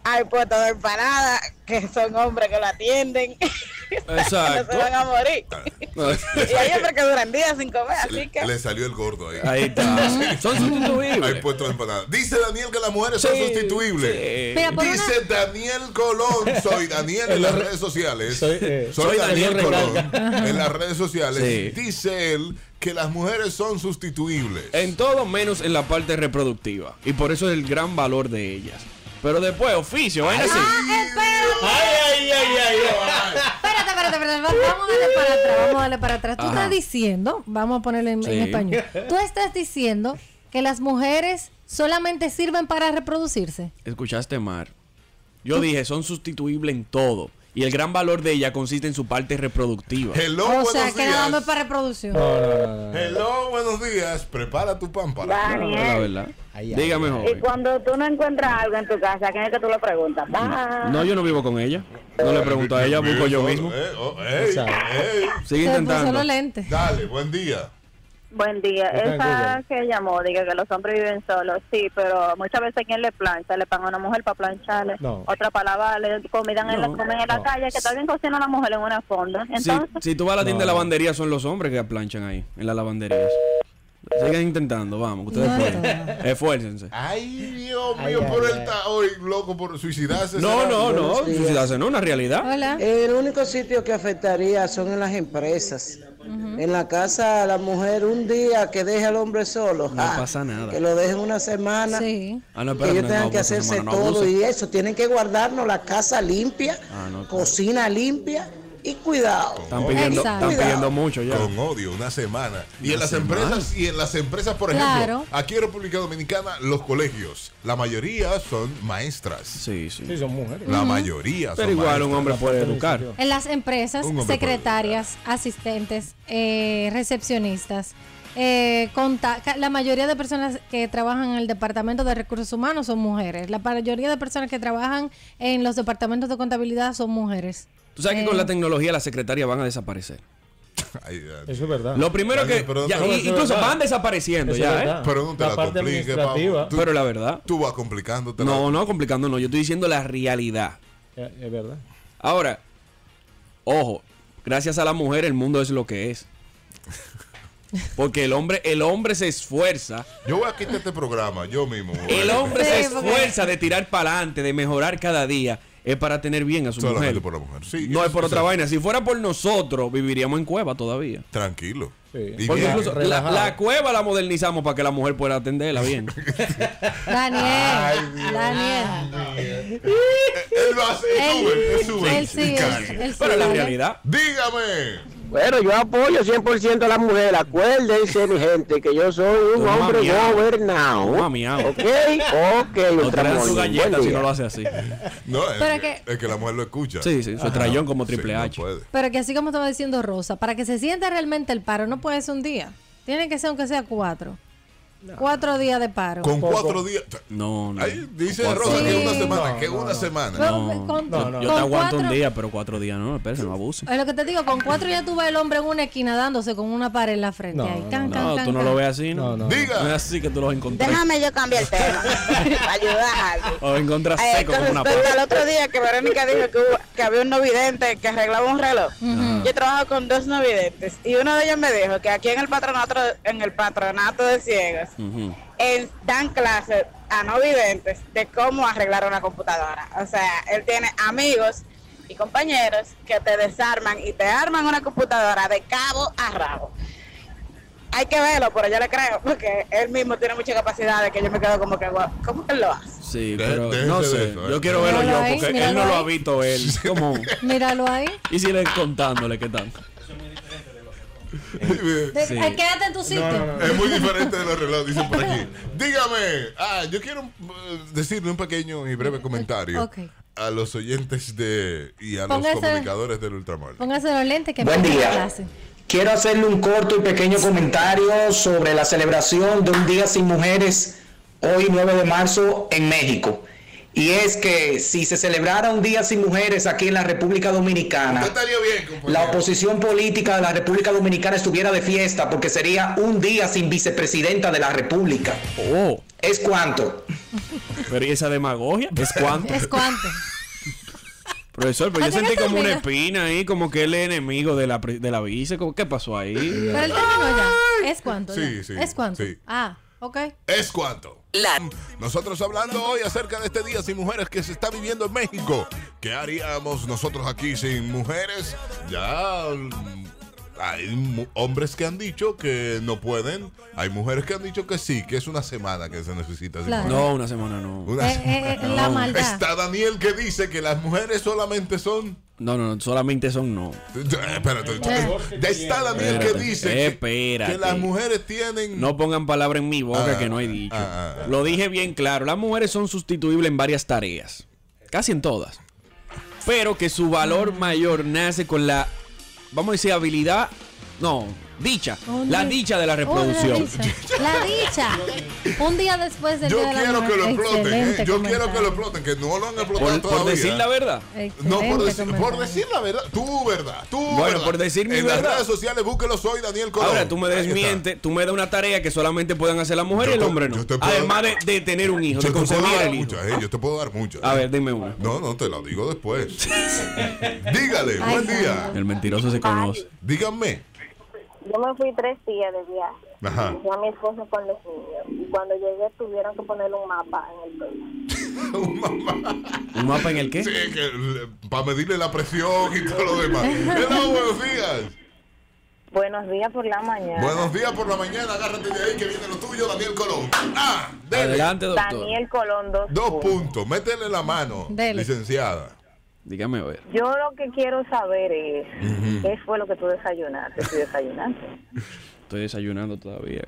J: hay puestos de empanada que son hombres que lo atienden, que no se
B: Exacto.
J: van a morir. Y hay hombres que duran días sin comer, así
A: Le,
J: que
A: le salió el gordo ahí.
B: Ahí está. Son
A: Ahí
B: sustituibles.
A: puesto de empanada. Dice Daniel que las mujeres son
B: Sí,
A: sustituibles.
B: sí.
D: Mira, por una-
A: Dice Daniel Colón, soy Daniel en las redes sociales.
C: Soy, eh,
A: Soy
B: soy
A: Daniel
B: Daniel
A: Colón en las redes sociales.
B: Sí.
A: Dice él que las mujeres son sustituibles.
B: En todo menos en la parte reproductiva. Y por eso es el gran valor de ellas. Pero después, oficio, vaina así.
D: Ah, espérate, pero va- vamos a darle para atrás, vamos a darle para atrás. Tú
B: Ajá.
D: estás diciendo, vamos a ponerlo en, en
B: Sí.
D: español. Tú estás diciendo que las mujeres solamente sirven para reproducirse.
B: Escuchaste, Mar. Yo dije, son sustituibles en todo. Y el gran valor de ella consiste en su parte reproductiva.
A: Hello,
D: o
A: buenos
D: sea, que nada más
A: días.
D: para reproducción.
C: Ah.
A: Hello, buenos días. Prepara tu pámpara.
B: La
K: Daniel,
B: verdad. Dígame,
K: y
B: joven.
K: cuando tú no encuentras algo en tu casa, ¿a quién es que tú lo preguntas? Ah,
B: No, yo no vivo con ella. No le pregunto a ella, busco yo mismo.
A: Eh, oh, ey, ey.
F: Pues,
B: Sigue intentando.
A: Dale, buen día.
K: Buen día.
A: Está en
K: Esa que llamó, diga que los hombres viven solos. Sí, pero muchas veces quien le plancha, le pagan a una mujer para plancharle.
B: No.
K: Otra para lavarle, comida en la, comen en la calle, que también cocina una mujer en una fonda.
B: Si,
K: Entonces,
B: si tú vas a la tienda de lavandería, son los hombres que planchan ahí, en las lavanderías. Sigan intentando, vamos, que ustedes
A: No,
B: pueden. Esfuércense.
A: Ah, Ay, Dios
B: Ay,
A: mío,
B: ay,
A: pero él
B: ay.
A: está hoy loco por suicidarse.
B: No,
A: ¿será?
B: no, no, suicidarse no, una realidad.
L: El único sitio que afectaría son en las empresas. En la casa, la mujer un día que deje al hombre solo,
B: No
L: ja,
B: pasa nada.
L: que lo dejen una semana,
B: Ah, no,
L: que
B: espérate,
L: ellos
B: no,
L: tengan
B: no,
L: que
B: pues,
L: hacerse
B: hermano, no
L: todo
B: abuses.
L: y eso. Tienen que guardarnos la casa limpia,
B: Ah, no,
L: cocina limpia y cuidado.
B: Están pidiendo,
L: Exacto.
B: están pidiendo mucho ya.
A: Con odio, una semana. Y
B: Una
A: en las
B: semana.
A: empresas, y en las empresas, por ejemplo,
D: Claro.
A: aquí en República Dominicana, los colegios, la mayoría son maestras.
B: Sí, sí.
C: Sí, son mujeres.
A: La
D: Ujú.
A: mayoría son
B: Pero igual un
A: maestras.
B: hombre puede educar.
D: En las empresas,
B: Un hombre
D: secretarias, asistentes, eh, recepcionistas, eh, conta- ca- la mayoría de personas que trabajan en el Departamento de Recursos Humanos son mujeres. La mayoría de personas que trabajan en los departamentos de contabilidad son mujeres.
B: Tú sabes que
D: Eh,
B: con la tecnología las secretarias van a desaparecer.
C: Eso es verdad. Ah,
B: Lo primero que.
A: pero no
B: ya,
A: te-
B: y-
A: Eso es
B: incluso
A: verdad.
B: van desapareciendo
A: Eso es
B: ya,
A: verdad.
B: ¿eh?
A: Pero no te La la parte compliques, Pablo. administrativa. Tú-
B: Pero la verdad.
A: Tú vas complicándote. la-
B: No, no, complicando no. Yo estoy diciendo la realidad.
C: Es es verdad.
B: Ahora, ojo, gracias a la mujer el mundo es lo que es. Porque el hombre, el hombre se esfuerza.
A: Yo voy a quitar este programa, yo mismo.
B: El hombre se
A: Sí, porque-
B: esfuerza de tirar para adelante, de mejorar cada día. Es para tener bien a su
A: Solamente
B: mujer.
A: por la mujer. Sí,
B: no
A: eso-
B: es por otra
A: eso-
B: vaina. Si fuera por nosotros, viviríamos en cueva todavía.
A: Tranquilo. Y
B: Porque
A: bien.
B: incluso la, la cueva la modernizamos para que la mujer pueda atenderla bien.
D: Daniel,
B: Ay,
D: Daniel.
A: Él lo hace,
D: Él-
A: sube, él sube.
D: él sí,
A: Y
D: él-
A: cae.
D: él sí
A: Pero
D: lo
A: la
D: hace.
A: realidad. Dígame.
M: Bueno, yo apoyo 100% a la mujer. Acuérdense, mi gente, que yo soy un
B: Toma
M: hombre
B: miau.
M: gobernado.
B: Toma miau.
M: ¿Ok? Ok,
B: No te le dan
M: Ultramolín.
B: su
M: Buen
B: galleta si
M: día.
B: no lo hace así.
A: No, es,
D: Pero
A: que,
D: que-
A: es que la mujer lo escucha.
B: Sí, sí, su
A: Ajá.
B: trayón como Triple
A: Sí, no
B: H.
A: puede.
D: Pero que así como estaba diciendo Rosa, para que se sienta realmente el paro, no puede ser un día. Tiene que ser aunque sea cuatro. Cuatro días de paro.
A: Con cuatro días.
B: No, no.
A: Ahí dice
B: Con
A: Rosa
B: cuatro
A: que
B: días.
A: una semana,
B: No,
A: que
B: no,
A: una semana.
D: Pero,
B: No,
D: con-
B: yo- yo
D: con
B: te aguanto un
D: cuatro-
B: día, pero cuatro días no, espérate, no abuse.
D: Es lo que te digo, con cuatro ya tú ves el hombre en una esquina dándose con una pared en la frente. ahí, can, can,
B: No,
D: can,
B: tú no
D: can.
B: lo ves así, ¿no?
A: Diga.
B: No es así que tú los encontrás.
J: Déjame yo cambiar el tema. para ayudar.
B: O encontrás
J: Eh,
B: seco
J: con
B: como una
J: respecto
B: papa.
J: al otro día que Verónica dijo que, hubo- que había un novidente que arreglaba un reloj.
B: Ujú.
J: Yo trabajo con dos novidentes y uno de ellos me dijo que aquí en el patronato, en el patronato de ciegos, en- dan clases a no videntes de cómo arreglar una computadora. O sea, él tiene amigos y compañeros que te desarman y te arman una computadora de cabo a rabo. Hay que verlo, pero yo le creo, porque él mismo tiene mucha capacidad de que yo me quedo como que, "Guau, ¿cómo que él lo hace?
B: Sí, pero
A: déjese
B: no
A: de
B: sé.
A: eso, eh.
B: Yo quiero verlo yo
D: Míralo ahí,
B: porque él
D: míralo
B: no lo
D: ahí.
B: ha visto él. ¿Cómo?
D: Míralo ahí.
B: Y si le contándole qué tal.
D: De-
B: Sí.
D: ay, quédate en tu sitio.
A: Es muy diferente de los relojes, dicen por aquí. Dígame. Ah, yo quiero eh, decirle un pequeño y breve comentario
D: Ok.
A: a los oyentes de y a
D: Póngase-
A: los comunicadores del Ultramar.
D: Póngase los lentes que
M: Buen
D: me
M: día.
D: clase.
M: Quiero hacerle un corto y pequeño comentario sobre la celebración de un Día Sin Mujeres hoy 9 de marzo en México. Y es que si se celebrara un Día Sin Mujeres aquí en la República Dominicana, la oposición política de la República Dominicana estuviera de fiesta porque sería un día sin vicepresidenta de la República. ¿Es cuánto?
B: Pero ¿y esa demagogia? ¿Es cuánto?
D: Es cuánto.
B: Profesor, pero yo
D: Hasta que
B: sentí
D: se
B: como una
D: olvida.
B: espina ahí, como que él es enemigo de la, pre- de la vice. como, ¿Qué pasó ahí?
D: Pero él terminó ya. ¿Es cuánto? ya?
A: Sí, sí,
D: ¿Es cuánto?
A: sí.
D: Ah, ok.
A: ¿Es cuánto? Nosotros hablando hoy acerca de este día sin mujeres que se está viviendo en México. ¿Qué haríamos nosotros aquí sin mujeres? Ya mm, hay mu- hombres que han dicho que no pueden, hay mujeres que han dicho que sí, que es una semana que se necesita.
B: Claro. No, una semana no.
A: Una
B: Eh, eh, eh,
A: semana.
B: la maldad.
A: Está Daniel que dice que las mujeres solamente son... Eh,
B: No, no, no, solamente son no.
A: Espérate, está Daniel que
B: Espérate,
A: dice que-
B: espérate.
A: que las mujeres tienen...
B: No pongan palabra en mi boca
A: Ah,
B: que no he dicho. Lo dije bien claro. Las mujeres son sustituibles en varias tareas. Casi en todas. Pero que su valor mayor nace con la, vamos a decir, habilidad. No, dicha. la
D: día-
B: Oh, dicha de la reproducción.
D: Oh, la dicha. La dicha. Un día después del
A: Yo
D: día de la
A: quiero
D: mujer.
A: que lo exploten,
D: Excelente
A: eh. yo
D: comentario.
A: quiero que lo exploten, que no lo han explotado
B: Por- por
A: todavía.
B: decir la verdad.
A: No, por,
D: Excelente
A: decir- por
D: comentario.
A: decir la verdad, tu verdad, tu
B: Bueno,
A: verdad.
B: por decir mi
A: en
B: verdad.
A: las redes sociales búsquelo soy Daniel Colón.
B: Ahora tú me desmientes, tú me das una tarea que solamente puedan hacer la mujer y el hombre no. Además de, de tener un hijo,
A: Yo
B: de
A: te puedo
B: concebir
A: dar
B: el hijo.
A: muchas, eh, yo te puedo dar muchas.
B: A ver, dime una.
A: No, no, te la digo después. Dígale, buen día.
B: El mentiroso se conoce.
A: Díganme.
F: Yo me fui tres días de viaje.
A: Ajá.
F: Yo a mi esposo con los niños. Y cuando llegué tuvieron que ponerle un mapa en el pecho.
B: ¿Un mapa en el qué?
A: Sí, para medirle la presión y todo lo demás. Hello, buenos días.
F: Buenos días por la mañana.
A: Buenos días por la mañana, agárrate de ahí que viene lo tuyo, Daniel Colón. Ah, dele.
B: Adelante,
F: Daniel Colón, dos
A: Dos puntos, métele la mano,
F: Dele.
A: licenciada.
B: Dígame a ver.
F: Yo lo que quiero saber es, ¿qué fue lo que tú desayunaste? ¿Tú desayunaste?
B: Estoy desayunando todavía.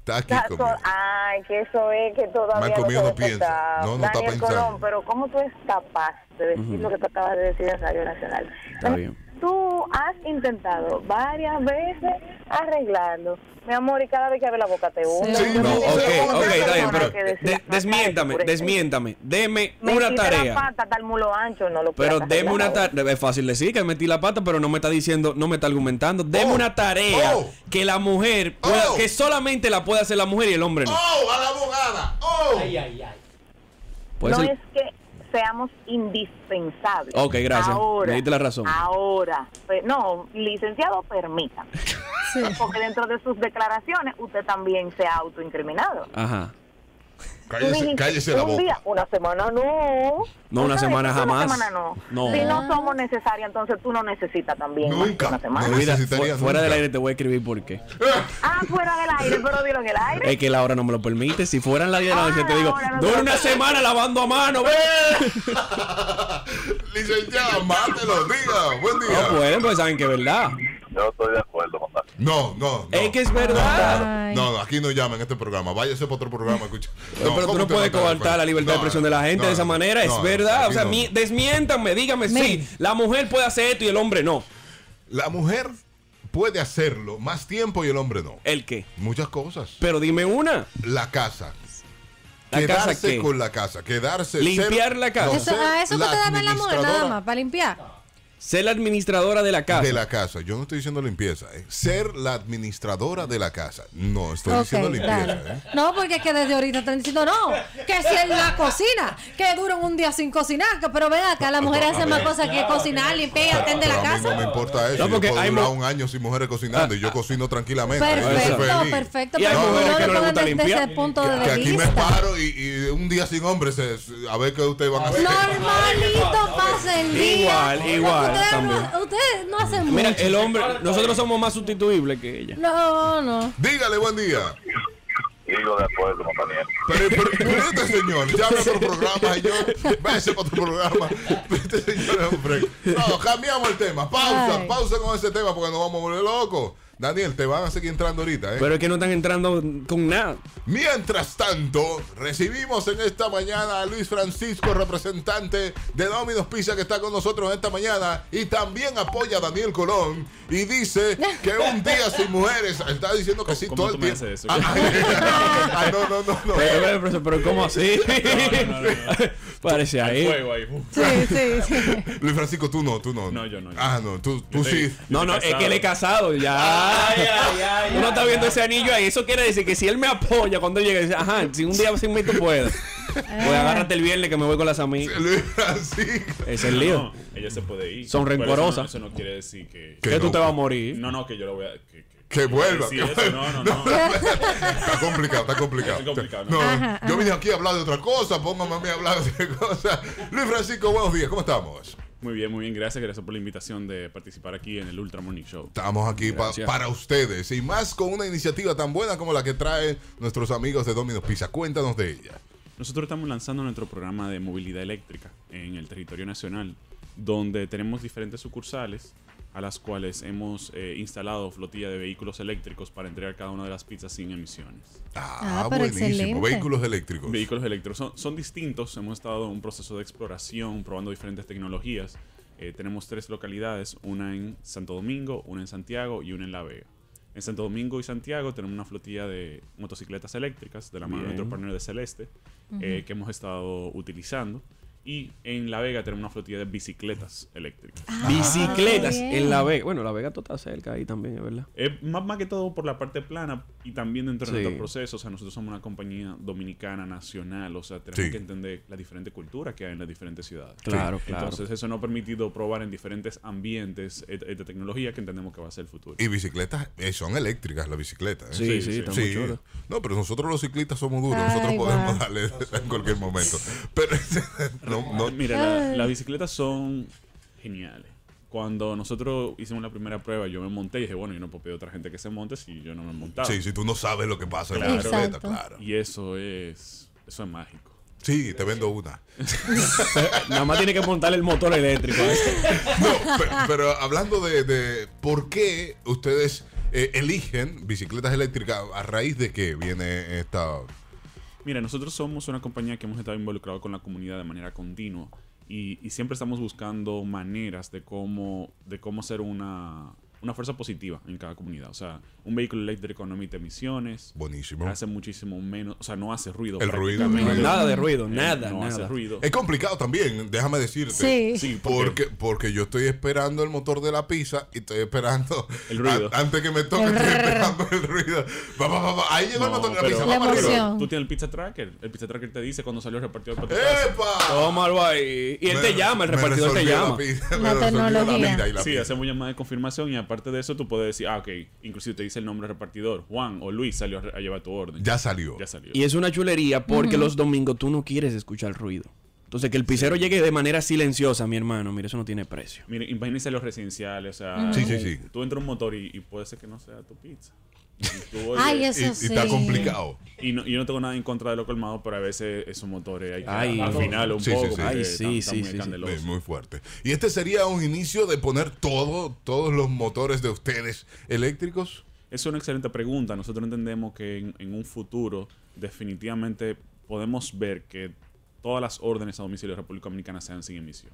A: Está aquí
F: Ah, so- Ay, que eso es que todavía
B: Mal comido
F: se
B: no piensa.
F: despertaba.
B: No, no está
F: Daniel
B: pensando.
F: Colón, pero ¿cómo tú eres capaz de decir
B: Ujú.
F: lo que tú acabas de decir en Radio Nacional?
B: Está bien.
F: Tú has intentado varias veces arreglarlo. Mi amor, y cada vez que abre la boca te hunde. Yo
B: No,
F: no
B: ok,
F: sé cómo
B: ok,
F: una
B: está bien,
F: persona
B: pero
F: que decía,
B: de- desmiéntame, desmiéntame. Deme una
F: "Metiste
B: tarea.
F: la pata tal mulo ancho, no lo
B: Pero
F: puedes
B: deme una
F: arreglar".
B: tarea. Es fácil decir que metí la pata, pero no me está diciendo, no me está argumentando. Deme una tarea que la mujer pueda, que solamente la puede hacer la mujer y el hombre no.
A: ¡Oh, a la abogada! ¡Oh! Ay, ay, ay.
B: Puede
F: no
B: ser-
F: es que seamos indispensables.
B: Pues Ok, gracias.
F: Ahora,
B: Me diste la razón.
F: Ahora, pe- no, licenciado, permítame. Porque dentro de sus declaraciones usted también se ha autoincriminado.
B: Ajá.
F: Tú dijiste, un día, una semana no.
B: No, una
F: Tú sabes,
B: semana
F: Una
B: jamás.
F: semana no.
B: No.
F: Si no somos necesarias, entonces tú no necesitas también. más que Una semana.
B: Mira, fu- fuera del aire te voy a escribir por qué.
F: Ah, fuera del aire, pero dilo en el aire.
B: Es que la hora no me lo permite. Si fuera en la 10 de la noche, te digo,
F: ahora no
B: dura
F: te-
B: una semana lavando a mano. ve".
A: Licenciada, mátelo, diga. Buen día.
B: No pueden, pues saben que es verdad.
A: Yo estoy de acuerdo con No, no, no.
B: Es que es verdad.
A: No, no, aquí no llaman en este programa. Váyase para otro programa, escucha.
B: pero tú
A: ¿cómo
B: no
A: te
B: puedes
A: vas a estar
B: coartar la libertad de expresión de la gente
A: no,
B: de esa manera.
A: no,
B: es verdad.
A: aquí
B: O sea,
A: no.
B: mi- desmiéntanme, díganme sí. La mujer puede hacer esto y el hombre no.
A: La mujer puede hacerlo más tiempo y el hombre no.
B: ¿El qué?
A: Muchas cosas.
B: Pero dime una.
A: La casa.
B: ¿La casa
A: quedarse
B: qué?
A: con la casa, quedarse.
B: Limpiar la casa.
D: Eso,
A: ser
D: a eso que
A: la
D: te dame la mujer nada
A: administradora
D: más, para limpiar.
B: Ser la administradora de la casa.
A: De la casa. Yo no estoy diciendo limpieza. eh. Ser la administradora de la casa. No, estoy
D: Ok,
A: diciendo limpieza.
D: dale.
A: eh.
D: No, porque es que desde ahorita están diciendo no, que si en la cocina, que duran un día sin cocinar, que- pero ven acá, las mujeres hacen más cosas que cocinar, limpiar y atender
A: A
D: la
A: mí no
D: casa.
A: me importa eso.
B: No, porque
A: yo puedo
B: hay
A: durar
B: mo- Ah,
A: un año sin mujeres cocinando y yo cocino tranquilamente. Yo
D: Perfecto,
A: soy feliz.
D: perfecto,
A: Y hay
D: pero
A: mujeres
D: no
A: que no
D: lo
A: les
D: pongan
A: gusta
D: desde
A: limpiar.
D: ese punto
A: Que,
D: de
A: aquí me
D: vista.
A: paro y, y un día sin hombres se- se- a ver qué ustedes van a hacer.
D: Normalito pasa el día.
B: Igual, igual,
D: Ustedes,
B: también.
D: No, ustedes no hacen
B: Mira,
D: mucho.
B: el hombre, nosotros somos más sustituibles que ella.
D: No, no.
A: Dígale buen día.
G: Digo de acuerdo, compañero.
A: Pero, pero- pero este señor, llame a otro programa, señor. Váyase para otro programa. Este señor es un freak. No, cambiamos el tema. Pausa,
B: Ay.
A: pausa con ese tema porque nos vamos a volver locos. Daniel, te van a seguir entrando ahorita, ¿eh?
B: Pero es que no están entrando con nada.
A: Mientras tanto, recibimos en esta mañana a Luis Francisco, representante de Domino's Pizza, que está con nosotros en esta mañana y también apoya a Daniel Colón y dice que un día sin mujeres está diciendo que sí todo el tiempo. Ah, ah, no, no, no, no.
B: Pero, pero, pero, pero, ¿cómo así? Parece ahí.
D: Sí, sí, sí.
A: Luis Francisco, tú no, tú no. No, yo no. Ah, no, tú, tú sí.
B: No, no, es que él es casado ya. Uno está viendo ese anillo ahí. Eso quiere decir que si él me apoya cuando llegue, dice, ajá, si un día sin mí tú puedes.
D: Eh.
B: Pues agárrate el viernes que me voy con las amigas. Es el lío.
N: No, ella se puede ir.
B: Son
N: Pero eso no-
B: rencorosas.
N: Eso no, quiere decir que.
B: Que tú te vas a morir.
N: No, no, que yo lo voy a. Que,
A: Que vuelva.
N: Sí,
A: que
N: eso,
A: vuelva.
N: no, no, no.
A: está complicado, está complicado. No,
N: Ajá,
A: yo vine aquí a hablar de otra cosa, póngame a mí a hablar de otra cosa. Luis Francisco, buenos días, ¿cómo estamos?
N: Muy bien, muy bien. Gracias, gracias por la invitación de participar aquí en el Ultra Morning Show.
A: Estamos aquí pa-
N: Gracias.
A: para ustedes y más con una iniciativa tan buena como la que traen nuestros amigos de Domino's Pizza. Cuéntanos de ella.
N: Nosotros estamos lanzando nuestro programa de movilidad eléctrica en el territorio nacional, donde tenemos diferentes sucursales a las cuales hemos eh, instalado flotilla de vehículos eléctricos para entregar cada una de las pizzas sin emisiones.
A: Ah, Ah, pero buenísimo. excelente. Vehículos eléctricos.
N: Vehículos eléctricos. Son, son distintos. Hemos estado en un proceso de exploración, probando diferentes tecnologías. Eh, tenemos tres localidades, una en Santo Domingo, una en Santiago y una en La Vega. En Santo Domingo y Santiago tenemos una flotilla de motocicletas eléctricas de la mano de
B: Bien.
N: nuestro partner de Celeste
B: Ujú.
N: eh, que hemos estado utilizando. Y en La Vega tenemos una flotilla de bicicletas eléctricas.
B: Ah,
D: Ah,
B: Bicicletas en La Vega. Bueno, La Vega todo está cerca ahí también, es verdad.
N: Eh, más, más que todo por la parte plana y también dentro de
B: Sí.
N: nuestro proceso. O sea, nosotros somos una compañía dominicana, nacional. O sea, tenemos
B: Sí.
N: que entender la diferente cultura que hay en las diferentes ciudades.
B: Claro, claro.
N: Entonces, eso nos ha permitido probar en diferentes ambientes eh, eh, de tecnología que entendemos que va a ser el futuro.
A: Y bicicletas eh, son eléctricas las bicicletas. ¿eh?
N: Sí, sí, están muy chulas.
A: No, pero nosotros los ciclistas somos duros. Nosotros
N: Ay,
A: podemos
N: guau.
A: darle en cualquier momento. Pero no, no-
N: Ah, Mira, la- las bicicletas son geniales. Cuando nosotros hicimos la primera prueba, yo me monté y dije, bueno, yo no puedo pedir a otra gente que se monte si yo no me he montado.
A: Sí, si tú no sabes lo que pasa en la bicicleta, Exacto. claro.
N: Y eso es, eso es mágico.
A: Sí, te vendo una.
B: Nada más tiene que montar el motor eléctrico. ¿eh?
A: No, pe- pero, hablando de, de por qué ustedes eh, eligen bicicletas eléctricas, ¿a raíz de qué viene esta...?
N: Mira, nosotros somos una compañía que hemos estado involucrado con la comunidad de manera continua y, y siempre estamos buscando maneras de cómo, de cómo ser una, una fuerza positiva en cada comunidad. O sea, un vehículo eléctrico no emite emisiones.
A: Buenísimo.
N: Hace muchísimo menos, o sea, no hace ruido.
A: El ruido, el
N: prácticamente.
A: ruido. Nada de
B: ruido,
N: Eh,
B: nada,
N: No hace
B: nada.
N: ruido.
A: Es complicado también, déjame decirte.
B: Sí. Sí, ¿por
A: porque, porque yo estoy esperando el motor de la pizza y estoy esperando... El
N: ruido.
A: antes que me toque, estoy esperando el ruido. Va, va, va, va. Ahí llegó el
N: No,
A: motor de la
N: pero-
A: pizza. va para arriba.
N: Tú tienes el pizza tracker. El pizza tracker te dice cuando salió el repartidor para tu
B: Tómalo ahí. Y él te llama, el repartidor te llama.
N: Sí, hacemos llamada de confirmación y aparte de eso tú puedes decir, ah, ok, inclusive te dice el nombre del repartidor. Juan o Luis salió a, re- a llevar tu orden.
A: Ya salió.
N: Ya salió.
B: Y es una chulería porque
N: Ujú.
B: los domingos tú no quieres escuchar ruido. Entonces, que el pisero llegue de manera silenciosa, mi hermano. Mira, eso no tiene precio.
N: Miren, imagínense los residenciales, o sea,
B: Ujú. Sí, sí,
N: un-
B: sí.
N: tú entras a un motor y, y puede ser que no sea tu pizza. Y tú,
D: Ay, eso Y- y está sí. complicado.
N: Y no, yo no tengo nada en contra de lo colmado, pero a veces esos motores hay que
B: Ay.
N: al final un
A: Sí, sí,
N: poco.
A: sí.
N: porque
A: Ay,
N: están-
A: sí,
N: están
A: sí,
N: muy
A: sí, sí.
N: escandalosos.
A: Sí, muy fuerte. Y este sería un inicio de poner todo, todos los motores de ustedes eléctricos.
N: Es una excelente pregunta. Nosotros entendemos que en, en un futuro definitivamente podemos ver que todas las órdenes a domicilio de la República Dominicana sean sin emisión.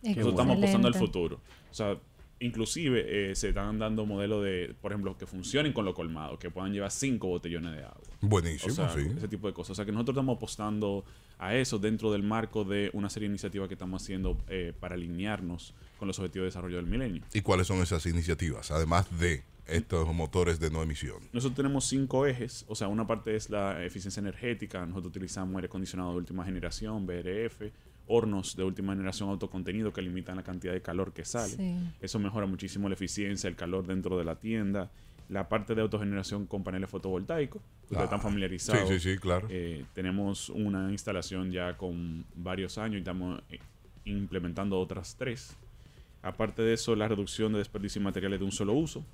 B: Qué
N: Nosotros estamos
B: bueno.
N: apostando al
B: Excelente.
N: futuro. O sea, inclusive eh, se están dando modelos de, por ejemplo, que funcionen con lo colmado, que puedan llevar cinco botellones de agua.
A: Buenísimo,
N: O sea,
A: sí.
N: Ese tipo de cosas. O sea, que nosotros estamos apostando a eso dentro del marco de una serie de iniciativas que estamos haciendo eh, para alinearnos con los objetivos de desarrollo del milenio.
A: ¿Y cuáles son esas iniciativas? Además de estos motores de no emisión.
N: Nosotros tenemos cinco ejes, o sea, una parte es la eficiencia energética, nosotros utilizamos aire acondicionado de última generación, BRF, hornos de última generación autocontenido que limitan la cantidad de calor que sale.
B: Sí.
N: Eso mejora muchísimo la eficiencia, el calor dentro de la tienda, la parte de autogeneración con paneles fotovoltaicos, que ustedes
A: Ah,
N: están familiarizados.
A: sí, sí, sí, claro.
N: Eh, tenemos una instalación ya con varios años y estamos eh, implementando otras tres. Aparte de eso, la reducción de desperdicio de materiales de un solo uso.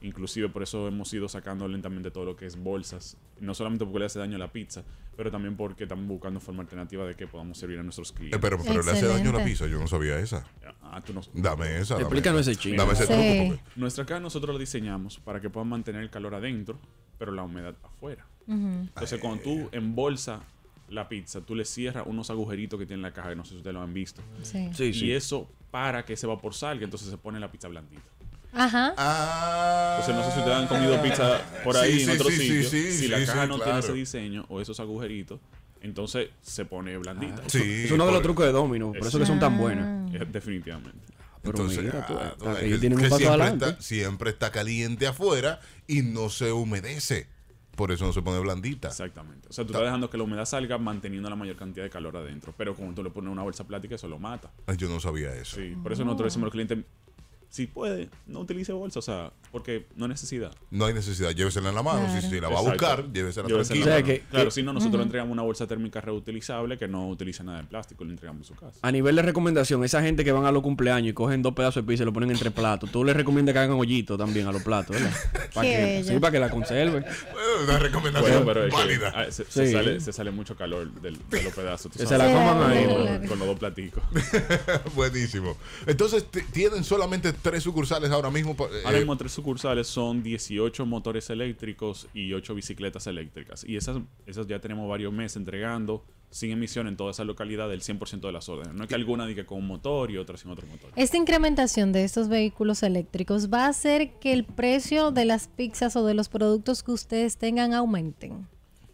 N: Inclusive por eso hemos ido sacando lentamente todo lo que es bolsas. No solamente porque le hace daño a la pizza, pero también porque estamos buscando forma alternativa de que podamos servir a nuestros clientes.
A: Eh, pero pero le hace daño a la pizza, yo no sabía esa.
N: Ah, tú no-
A: Dame esa. dame
B: Explícanos
A: esa.
B: ese chisme.
A: Dame ese
B: Sí.
A: truco. porque-
N: Nuestra casa nosotros la diseñamos para que puedan mantener el calor adentro, pero la humedad afuera.
B: Ujú.
N: Entonces, cuando tú embolsas la pizza, tú le cierras unos agujeritos que tiene la caja, que no sé si ustedes lo han visto.
D: Sí.
B: Sí,
N: y
B: sí.
N: eso para que ese vapor salga, entonces se pone la pizza blandita.
D: Ajá.
N: Entonces, no sé si ustedes han comido pizza por ahí
A: Ah, Sí,
N: en
A: sí,
N: otro
A: sí,
N: sitio.
A: sí, sí,
N: si la
A: sí,
N: caja
A: sí,
N: no
A: claro.
N: tiene ese diseño o esos agujeritos, entonces se pone
A: Ah,
N: blandita.
B: sí, Es uno de los por- trucos de Domino, por eso que son tan buenos.
N: Eh, Definitivamente.
B: Pero mira tú,
A: ah,
B: está-
A: es
B: ahí
A: que-
B: tienen un
A: que
B: paso
A: siempre
B: adelante.
A: Está, siempre está caliente afuera y no se humedece. Por eso no se pone blandita.
N: Exactamente. O sea, tú estás dejando que la humedad salga manteniendo la mayor cantidad de calor adentro. Pero cuando tú le pones una bolsa plástica, eso lo mata.
A: Yo no sabía eso.
N: Sí, por eso nosotros decimos al cliente, si puede, no utilice bolsa, o sea, porque no hay necesidad.
A: No hay necesidad, llévesela en la mano. Si, si la va a
N: Exacto.
A: buscar, llévesela
N: Llévesela en
A: tranquila.
N: la mano. claro, si no, nosotros
B: Ujú.
N: le entregamos una bolsa térmica reutilizable que no utiliza nada de plástico, le entregamos en su casa.
B: A nivel de recomendación, esa gente que van a los cumpleaños y cogen dos pedazos de pizza y lo ponen entre platos, tú les recomiendas que hagan hoyito también a los platos, ¿verdad? Para
D: Qué
B: que,
D: bello.
B: sí, para que la conserven.
A: Una recomendación
N: pero es que,
A: válida.
N: ah, se, se
B: Sí.
N: sale, se sale mucho calor del- de los pedazos. tú
B: Que se
N: sabes.
B: la coman ahí.
N: Con, con los dos platicos.
A: Buenísimo. Entonces, t- tienen solamente tres sucursales ahora mismo. pa- eh,
N: Ahora mismo tres sucursales son 18 motores eléctricos y 8 bicicletas eléctricas. Y esas, esas ya tenemos varios meses entregando sin emisión en toda esa localidad del 100% de las órdenes. No es que alguna diga con un motor y otra sin otro motor.
D: Esta incrementación de estos vehículos eléctricos va a hacer que el precio de las pizzas o de los productos que ustedes tengan aumenten.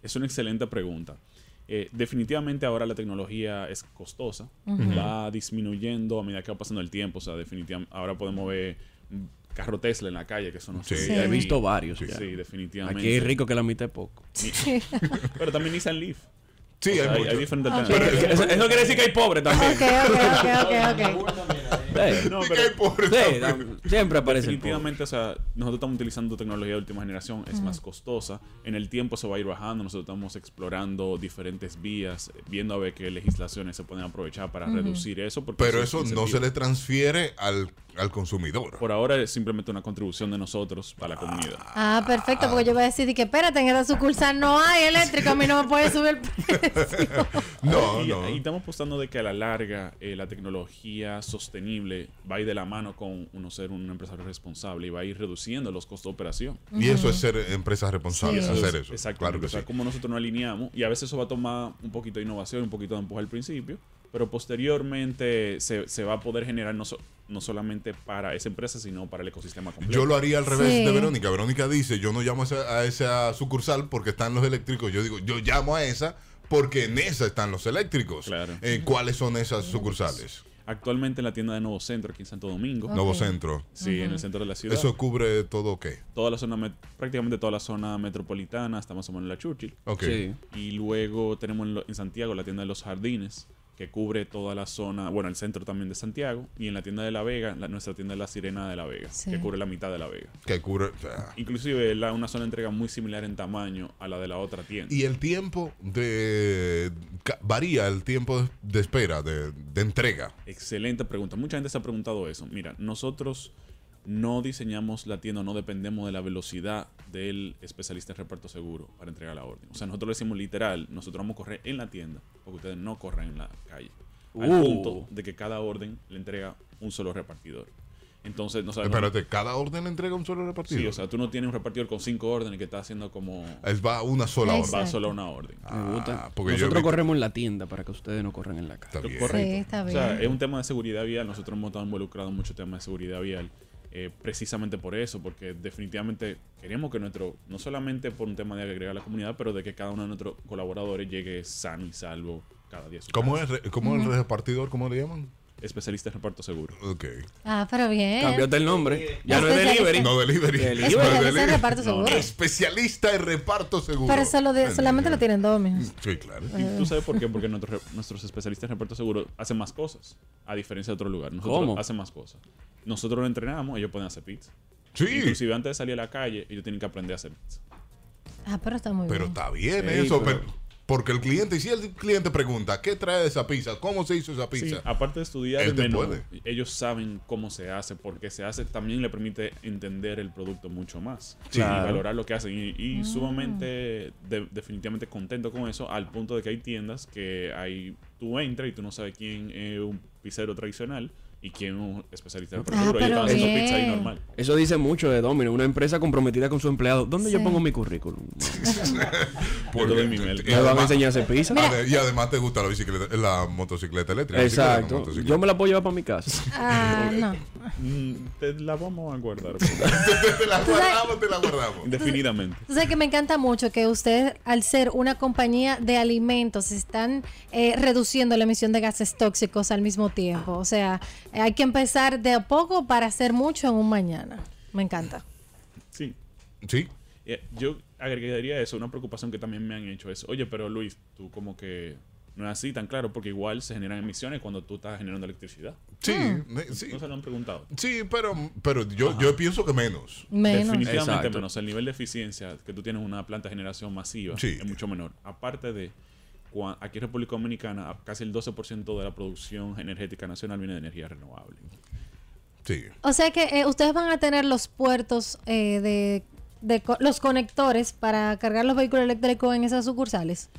N: Es una excelente pregunta. Eh, definitivamente ahora la tecnología es costosa,
D: Ujú.
N: va disminuyendo a medida que va pasando el tiempo. O sea, definitivamente ahora podemos ver mm, carro Tesla en la calle, que eso no
B: Sí,
N: se
B: Sí.
N: veía
B: he
N: ni-
B: visto varios
N: Sí,
B: ya.
N: sí, definitivamente.
B: Aquí es rico que la mitad es poco.
N: Ni- Pero también Nissan Leaf.
A: Sí,
N: O sea,
A: hay
N: hay,
A: mucho.
N: diferentes
A: Ah, Ok.
N: alternativas.
A: Pero-
B: Eso, eso quiere decir que hay pobre también. Sí.
N: No, pero-
A: Sí, que hay pobres
N: Sí,
A: también.
N: da-
B: siempre aparece el
N: Definitivamente, o sea, nosotros estamos utilizando tecnología de última generación, es más costosa. En el tiempo se va a ir bajando, nosotros estamos explorando diferentes vías, eh, viendo a ver qué legislaciones se pueden aprovechar para
A: Ujú.
N: reducir eso. Porque
A: Pero
N: es
A: eso no
N: incentivo.
A: se le transfiere al, al consumidor.
N: Por ahora es simplemente una contribución de nosotros para la comunidad.
D: Ah, perfecto, porque yo voy a decir de que espérate, en esta sucursal no hay eléctrico, a mí no me puede subir el precio.
A: No,
N: y,
A: no.
N: y estamos apostando de que a la larga eh, la tecnología sostenible va a ir de la mano con uno ser un empresario responsable y va a ir reduciendo los costos de operación.
A: Y eso es ser empresas responsables,
N: Sí.
A: hacer eso.
N: Exactamente.
A: Claro que
N: o sea,
A: sí.
N: como nosotros no alineamos, y a veces eso va a tomar un poquito de innovación, un poquito de empuje al principio, pero posteriormente se, se va a poder generar no, so- no solamente para esa empresa, sino para el ecosistema completo.
A: Yo lo haría al revés
D: Sí.
A: de Verónica. Verónica dice, yo no llamo a esa, a esa sucursal porque están los eléctricos. Yo digo, yo llamo a esa porque en esa están los eléctricos. Eh, ¿Cuáles son esas sucursales?
N: Actualmente en la tienda de Nuevo Centro, aquí en Santo Domingo.
A: Ok. Nuevo Centro.
N: Sí, en el centro de la ciudad.
A: ¿Eso cubre todo qué?
N: toda la zona met- prácticamente toda la zona metropolitana hasta más o menos la Churchill.
A: Ok. Sí.
N: Y luego tenemos en, lo- en Santiago la tienda de los jardines que cubre toda la zona, bueno, el centro también de Santiago y en la tienda de La Vega, la- nuestra tienda de La Sirena de La Vega,
A: Sí.
N: que cubre la mitad de La Vega.
A: Que cubre... o sea,
N: Inclusive la, una zona de entrega muy similar en tamaño a la de la otra tienda.
A: y el tiempo de... ca- Varía el tiempo de- de espera, de, de entrega.
N: Excelente pregunta. Mucha gente se ha preguntado eso. Mira, nosotros no diseñamos la tienda, no dependemos de la velocidad del especialista en reparto seguro para entregar la orden. O sea, nosotros lo decimos literal, nosotros vamos a correr en la tienda, porque ustedes no corren en la calle. Al
A: Uh.
N: punto de que cada orden le entrega un solo repartidor. Entonces, no sabemos...
A: Espérate, ¿cada orden le entrega un solo repartidor?
N: Sí, o sea, tú no tienes un repartidor con cinco órdenes que está haciendo como...
A: Es va una sola orden. Ah,
N: Va solo una orden.
B: Me gusta.
N: porque yo vi-
B: Nosotros corremos en la tienda para que ustedes no corran en la casa.
N: Correcto.
D: Sí, está
N: O sea,
D: bien.
N: es un tema de seguridad vial. Nosotros hemos estado involucrados en muchos temas de seguridad vial. eh, precisamente por eso, porque definitivamente queremos que nuestro, no solamente por un tema de agregar a la comunidad, pero de que cada uno de nuestros colaboradores llegue sano y salvo cada día. a su
A: ¿Cómo
N: casa.
A: es, re- cómo el repartidor? ¿Cómo le llaman?
N: Especialista en reparto seguro.
A: Ok.
D: Ah, pero bien.
B: Cámbiate el nombre. Ya no es
D: Especialista.
B: delivery.
A: No delivery.
B: Delivery.
A: No,
D: Especialista en
A: delivery.
D: reparto seguro.
A: Especialista en reparto seguro. Mm.
D: Pero solo de- solamente lo tienen dos, mijo.
A: Sí, claro.
N: ¿Y tú sabes por qué? Porque nuestros re- nuestros especialistas en reparto seguro hacen más cosas, a diferencia de otro lugar. Nosotros
B: ¿Cómo?
N: hacen más cosas. Nosotros lo entrenamos, ellos pueden hacer pizza.
A: Sí.
N: Inclusive antes de salir a la calle, ellos tienen que aprender a hacer pizza.
D: Ah, pero está muy
A: Pero
D: bien.
A: está bien
N: Sí,
A: eso.
N: pero-
A: pero- porque el cliente, y si el cliente pregunta, ¿qué trae esa pizza? ¿Cómo se hizo esa pizza?
N: Sí, ah, aparte de estudiar
A: Él
N: el
A: te
N: menú,
A: puede.
N: ellos saben cómo se hace, por qué se hace. También le permite entender el producto mucho más
B: Sí.
N: y
B: Claro.
N: valorar lo que hacen. Y,
D: Mm.
N: y sumamente, de- definitivamente contento con eso, al punto de que hay tiendas que hay, tú entras y tú no sabes quién es un pizzero tradicional y quién es un especialista en
D: Ah,
N: producto. Ellos
D: pero
N: están haciendo
D: bien.
N: pizza ahí normal.
B: Eso dice mucho de Domino, una empresa comprometida con su empleado. ¿Dónde yo
D: Sí.
B: pongo mi currículum?
A: Porque-
N: Yo doy mi mail.
A: y
B: Me van a
A: además-
B: enseñar a hacer pizza.
A: Ade- y además te gusta la bicicleta, la motocicleta eléctrica. bicicleta, no,
B: Exacto.
A: motocicleta.
B: Yo me la puedo llevar para mi casa.
D: Ah, no.
N: Mm, Te la vamos a guardar.
A: te la guardamos, te la guardamos.
N: Indefinidamente.
D: O sea que me encanta mucho que ustedes, al ser una compañía de alimentos, están eh, reduciendo la emisión de gases tóxicos al mismo tiempo. O sea, eh, hay que empezar de a poco para hacer mucho en un mañana. Me encanta.
N: Sí.
A: Sí.
N: Eh, yo agregaría eso, una preocupación que también me han hecho es, oye, pero Luis, tú como que No es así tan claro, porque igual se generan emisiones cuando tú estás generando electricidad.
A: Sí, eh, sí.
N: No se lo han preguntado.
A: Sí, pero, pero yo, yo pienso que menos.
N: Definitivamente
A: Exacto.
N: menos. El nivel de eficiencia que tú tienes en una planta de generación masiva
A: Sí.
N: es mucho menor. Aparte de, cua- aquí en República Dominicana, a- casi el 12% de la producción energética nacional viene de energía renovable.
A: Sí.
D: O sea que eh, ustedes van a tener los puertos eh, de, de co- los conectores para cargar los vehículos eléctricos en esas sucursales.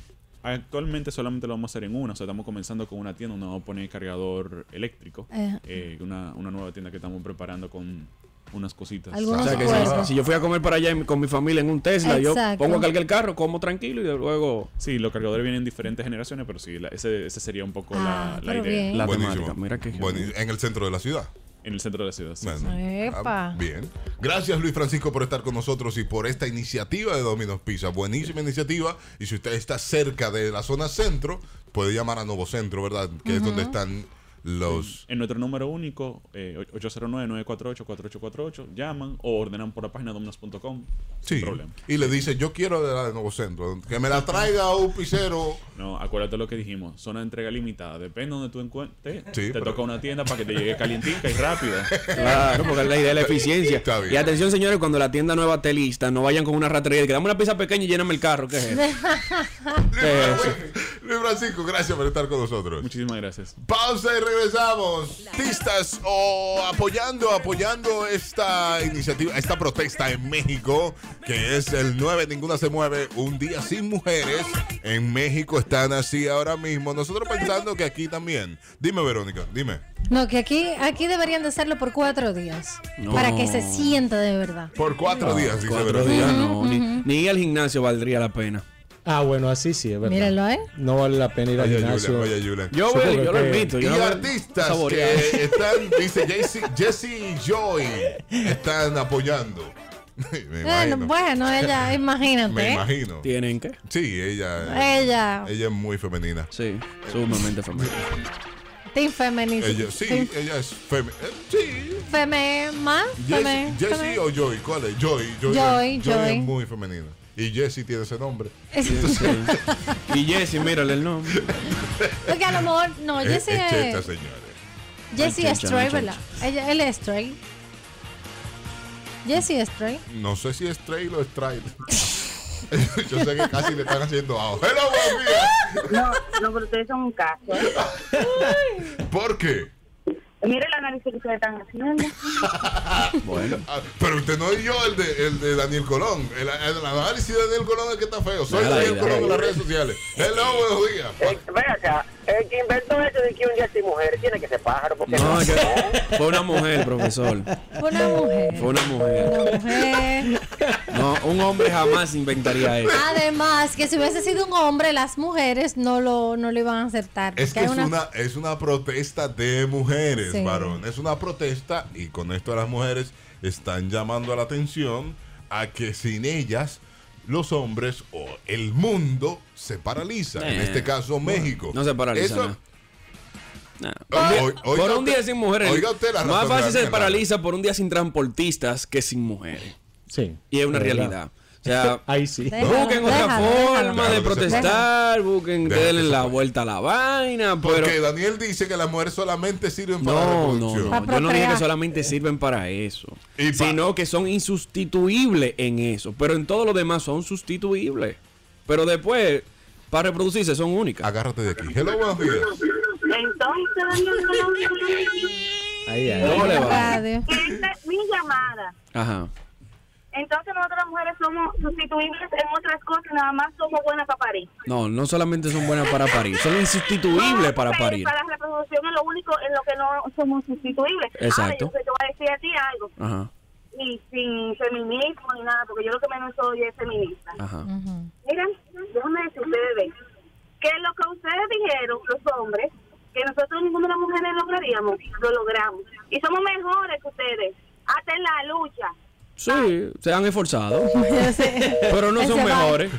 N: Actualmente solamente lo vamos a hacer en una, o sea, estamos comenzando con una tienda donde vamos a poner cargador eléctrico.
D: Ajá.
N: Eh, una, una nueva tienda que estamos preparando con unas cositas.
B: O sea, que si, si yo fui a comer para allá en- con mi familia en un Tesla, yo
N: Exacto.
B: pongo a cargar el carro, como tranquilo y luego...
N: Sí, los cargadores vienen en diferentes generaciones, pero sí, la- ese, ese sería un poco la- la,
D: pero
N: idea.
D: bien.
B: La
A: Buenísimo.
B: temática, mira que...
A: Buenísimo. En el centro de la ciudad.
N: En el centro de la ciudad, sí.
A: Bueno.
D: Epa.
A: Ah, Bien. Gracias Luis Francisco por estar con nosotros y por esta iniciativa de Domino's Pizza. Buenísima iniciativa. Y si usted está cerca de la zona centro, puede llamar a Novo Centro, ¿verdad? Que es donde están los...
N: En nuestro número único, eh, 809-948-4848, llaman o ordenan por la página dominos.com.
A: Sí. Y le dice, yo quiero de la de Novo Centro. Que me la traiga un pisero.
N: No, acuérdate lo que dijimos, zona de entrega limitada. Depende de donde tú encuentres,
A: Sí,
N: te toca una tienda para que te llegue calientica y rápida.
B: Claro, porque es la idea de la eficiencia.
A: Está bien.
B: Y atención, señores, cuando la tienda nueva esté lista, no vayan con una ratería. Que dame una pieza pequeña y lléname el carro. ¿Qué es eso? ¿Qué es eso?
A: Luis Francisco, gracias por estar con nosotros.
N: Muchísimas gracias.
A: Pausa y regresamos. Artistas o apoyando, apoyando esta iniciativa, esta protesta en México, que es el 9, ninguna se mueve, un día sin mujeres. En México están así ahora mismo. Nosotros pensando que aquí también. Dime, Verónica, dime.
D: No, que aquí, aquí deberían de hacerlo por cuatro días.
B: No.
D: Para que se sienta de verdad.
A: Por cuatro
B: No,
A: días, dice
B: cuatro
A: Verónica.
B: días no, ni, ni ir al gimnasio valdría la pena.
C: Ah, bueno, así sí, es verdad.
D: Mírenlo, ¿eh?
C: No vale la pena ir al
A: Oye,
C: gimnasio.
A: Julian, oye, Julian.
B: Yo voy,
C: Supongo
B: yo lo
C: que-
B: invito.
A: Y
B: Yo no-
A: artistas
B: saborear.
A: que están, dice Jesse, Jesse y Joy, están apoyando. Me
D: Bueno,
A: imagino.
D: bueno, ella, imagínate.
A: Me
D: ¿eh?
A: imagino.
B: ¿Tienen qué?
A: Sí, ella.
D: Ella,
A: Ella es muy femenina.
B: Sí, sumamente femenina.
D: team feminista.
A: Ella, sí,
D: Team
A: ella es feme. eh, Sí.
D: Femema, feme,
A: Jessie, Jessie
D: feme.
A: o Joy, ¿cuál es? Joy, Joy.
D: Joy, Joy.
A: es muy femenina. Y Jessie tiene ese nombre.
B: Y Jesse, mírale el nombre.
D: Porque a lo mejor, no,
A: es,
D: Jessie
A: es cheta,
D: es.
A: señores.
D: Jessie es
B: Muchacha,
D: Trey,
B: muchacha.
D: ¿verdad? Ella, él es Trey. Jessie es Trey.
A: No sé si es trail o es trail. Yo sé que casi le están haciendo a Hello, buen día.
F: No, no, pero ustedes son un caso. ¿eh?
A: ¿Por qué?
F: Mire el análisis que ustedes están haciendo.
B: Bueno.
A: Ah, Pero usted no es yo el de, el de Daniel Colón. El, el análisis de Daniel Colón es que está feo. Soy
B: Nada,
A: Daniel
B: ya.
A: Colón en las redes sociales. Hello, buenos días.
E: Eh, ven acá, el que inventó esto de que un día sin mujeres tiene que ser pájaro. Porque
B: No, es que fue una mujer, profesor.
D: Una mujer.
B: Fue una mujer.
D: Una mujer.
B: No, un hombre jamás inventaría eso.
D: Además, que si hubiese sido un hombre, las mujeres no lo, no lo iban a aceptar.
A: Eh, Es
D: porque
A: que
D: hay
A: es
D: una-
A: una, es una protesta de mujeres,
D: Sí.
A: varón. Es una protesta y con esto las mujeres están llamando la atención a que sin ellas los hombres o el mundo se paraliza. En
B: Eh,
A: este caso, México.
B: No se paraliza.
A: Eso- Ah,
B: nada. Nada.
A: Oiga-
B: Por-
A: oiga
B: por un
A: usted-
B: día sin mujeres.
A: oiga usted la
B: más
A: razón
B: fácil
A: de
B: se
A: Daniel.
B: paraliza por un día sin transportistas que sin mujeres.
C: Sí.
B: Y es una
C: de verdad.
B: realidad. O sea,
C: Ahí sí.
D: Déjalo,
B: busquen otra
D: déjalo,
B: forma
A: déjalo.
B: de protestar, busquen que
A: Déjalo que
B: denle
A: se
B: la
A: puede.
B: vuelta a la vaina, pero...
A: Porque Daniel dice que las mujeres solamente sirven para la
B: No, no,
A: reproducción.
B: no.
D: Para
B: Yo no dije que
D: procrear.
B: solamente sirven para eso.
A: Y pa-
B: Sino que son insustituibles en eso. Pero en todo lo demás son sustituibles. Pero después, para reproducirse, son únicas.
A: Agárrate de aquí. Hello, buenos días.
F: Entonces, Daniel Colón,
C: Ahí, ahí.
B: ¿Cómo le va?
D: Radio.
F: esta es mi llamada.
B: Ajá.
F: Entonces, nosotros las mujeres somos sustituibles en otras cosas, nada más somos buenas para parir.
B: No, no solamente son buenas para parir, son insustituibles para
F: Pero
B: parir.
F: Para la reproducción es lo único en lo que no somos sustituibles.
B: Exacto.
F: Ahora, yo te voy a decir a ti algo.
B: Ajá,
F: Y sin feminismo ni nada, porque yo lo que menos soy es feminista.
B: ajá.
F: Miren, déjame decir ustedes que lo que ustedes dijeron, los hombres, que nosotros ninguna de las mujeres lograríamos, lo logramos. Y somos mejores que ustedes, hasta en la lucha.
B: Sí, se han esforzado, pero no
D: Él
B: son
D: se va.
B: mejores.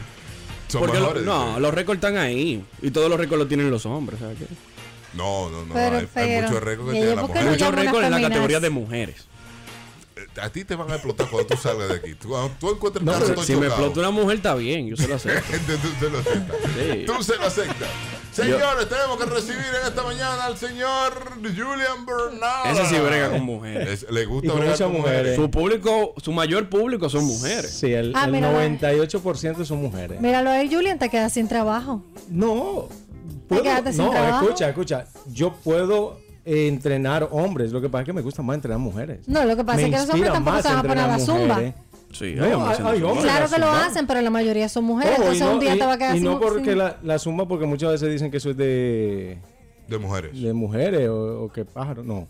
A: Son
B: porque lo-
A: mejores.
B: no, los récords están ahí y todos los récords los tienen los hombres. ¿sabes qué?
A: no, no, no.
D: Pero,
A: hay, hay
D: pero,
A: muchos récords
D: ¿y
A: que
D: ellos
A: tienen las
D: por qué
A: mujeres.
D: no
B: Muchos
D: llaman a
B: récords en la
D: feminas.
B: categoría de mujeres.
A: Eh, A ti te van a explotar cuando tú salgas de aquí. Tú, cuando tú encuentres
B: No,
A: tanto
B: si me
A: chocado.
B: explota una mujer está bien, yo se lo acepto.
A: Gente, tú se lo aceptas.
B: Sí.
A: Tú se lo aceptas. Señores, tenemos que recibir en esta mañana al señor Julian Bernal.
B: Ese sí brega con mujeres.
A: le gusta
C: Y con bregar muchas con mujeres. mujeres.
B: Su público, su mayor público son mujeres.
C: Sí, el,
D: Ah,
C: el
D: mira,
C: 98% son mujeres.
D: Míralo ahí, Julian, te quedas sin trabajo.
C: No.
D: Te
C: Puedo-
D: quedaste sin
C: no,
D: trabajo.
C: escucha, escucha. Yo puedo eh, entrenar hombres. Lo que pasa es que me gusta más entrenar mujeres.
D: No, lo que pasa
C: Me
D: es que los hombres
C: inspira
D: tampoco
C: más
D: se van a poner
C: entrenar
D: a la zumba.
C: mujeres.
B: Sí,
C: No, hay hombres haciendo hay hombres
D: Claro que lo
C: zumba.
D: hacen, pero la mayoría son mujeres.
C: Ojo, y
D: Entonces
C: no-
D: un día
C: y-
D: te va a quedar
C: Y
D: sin
C: no porque
D: sin-
C: la, la zumba, porque muchas veces dicen que eso es de.
A: De mujeres.
C: De mujeres o, o que pájaro. No.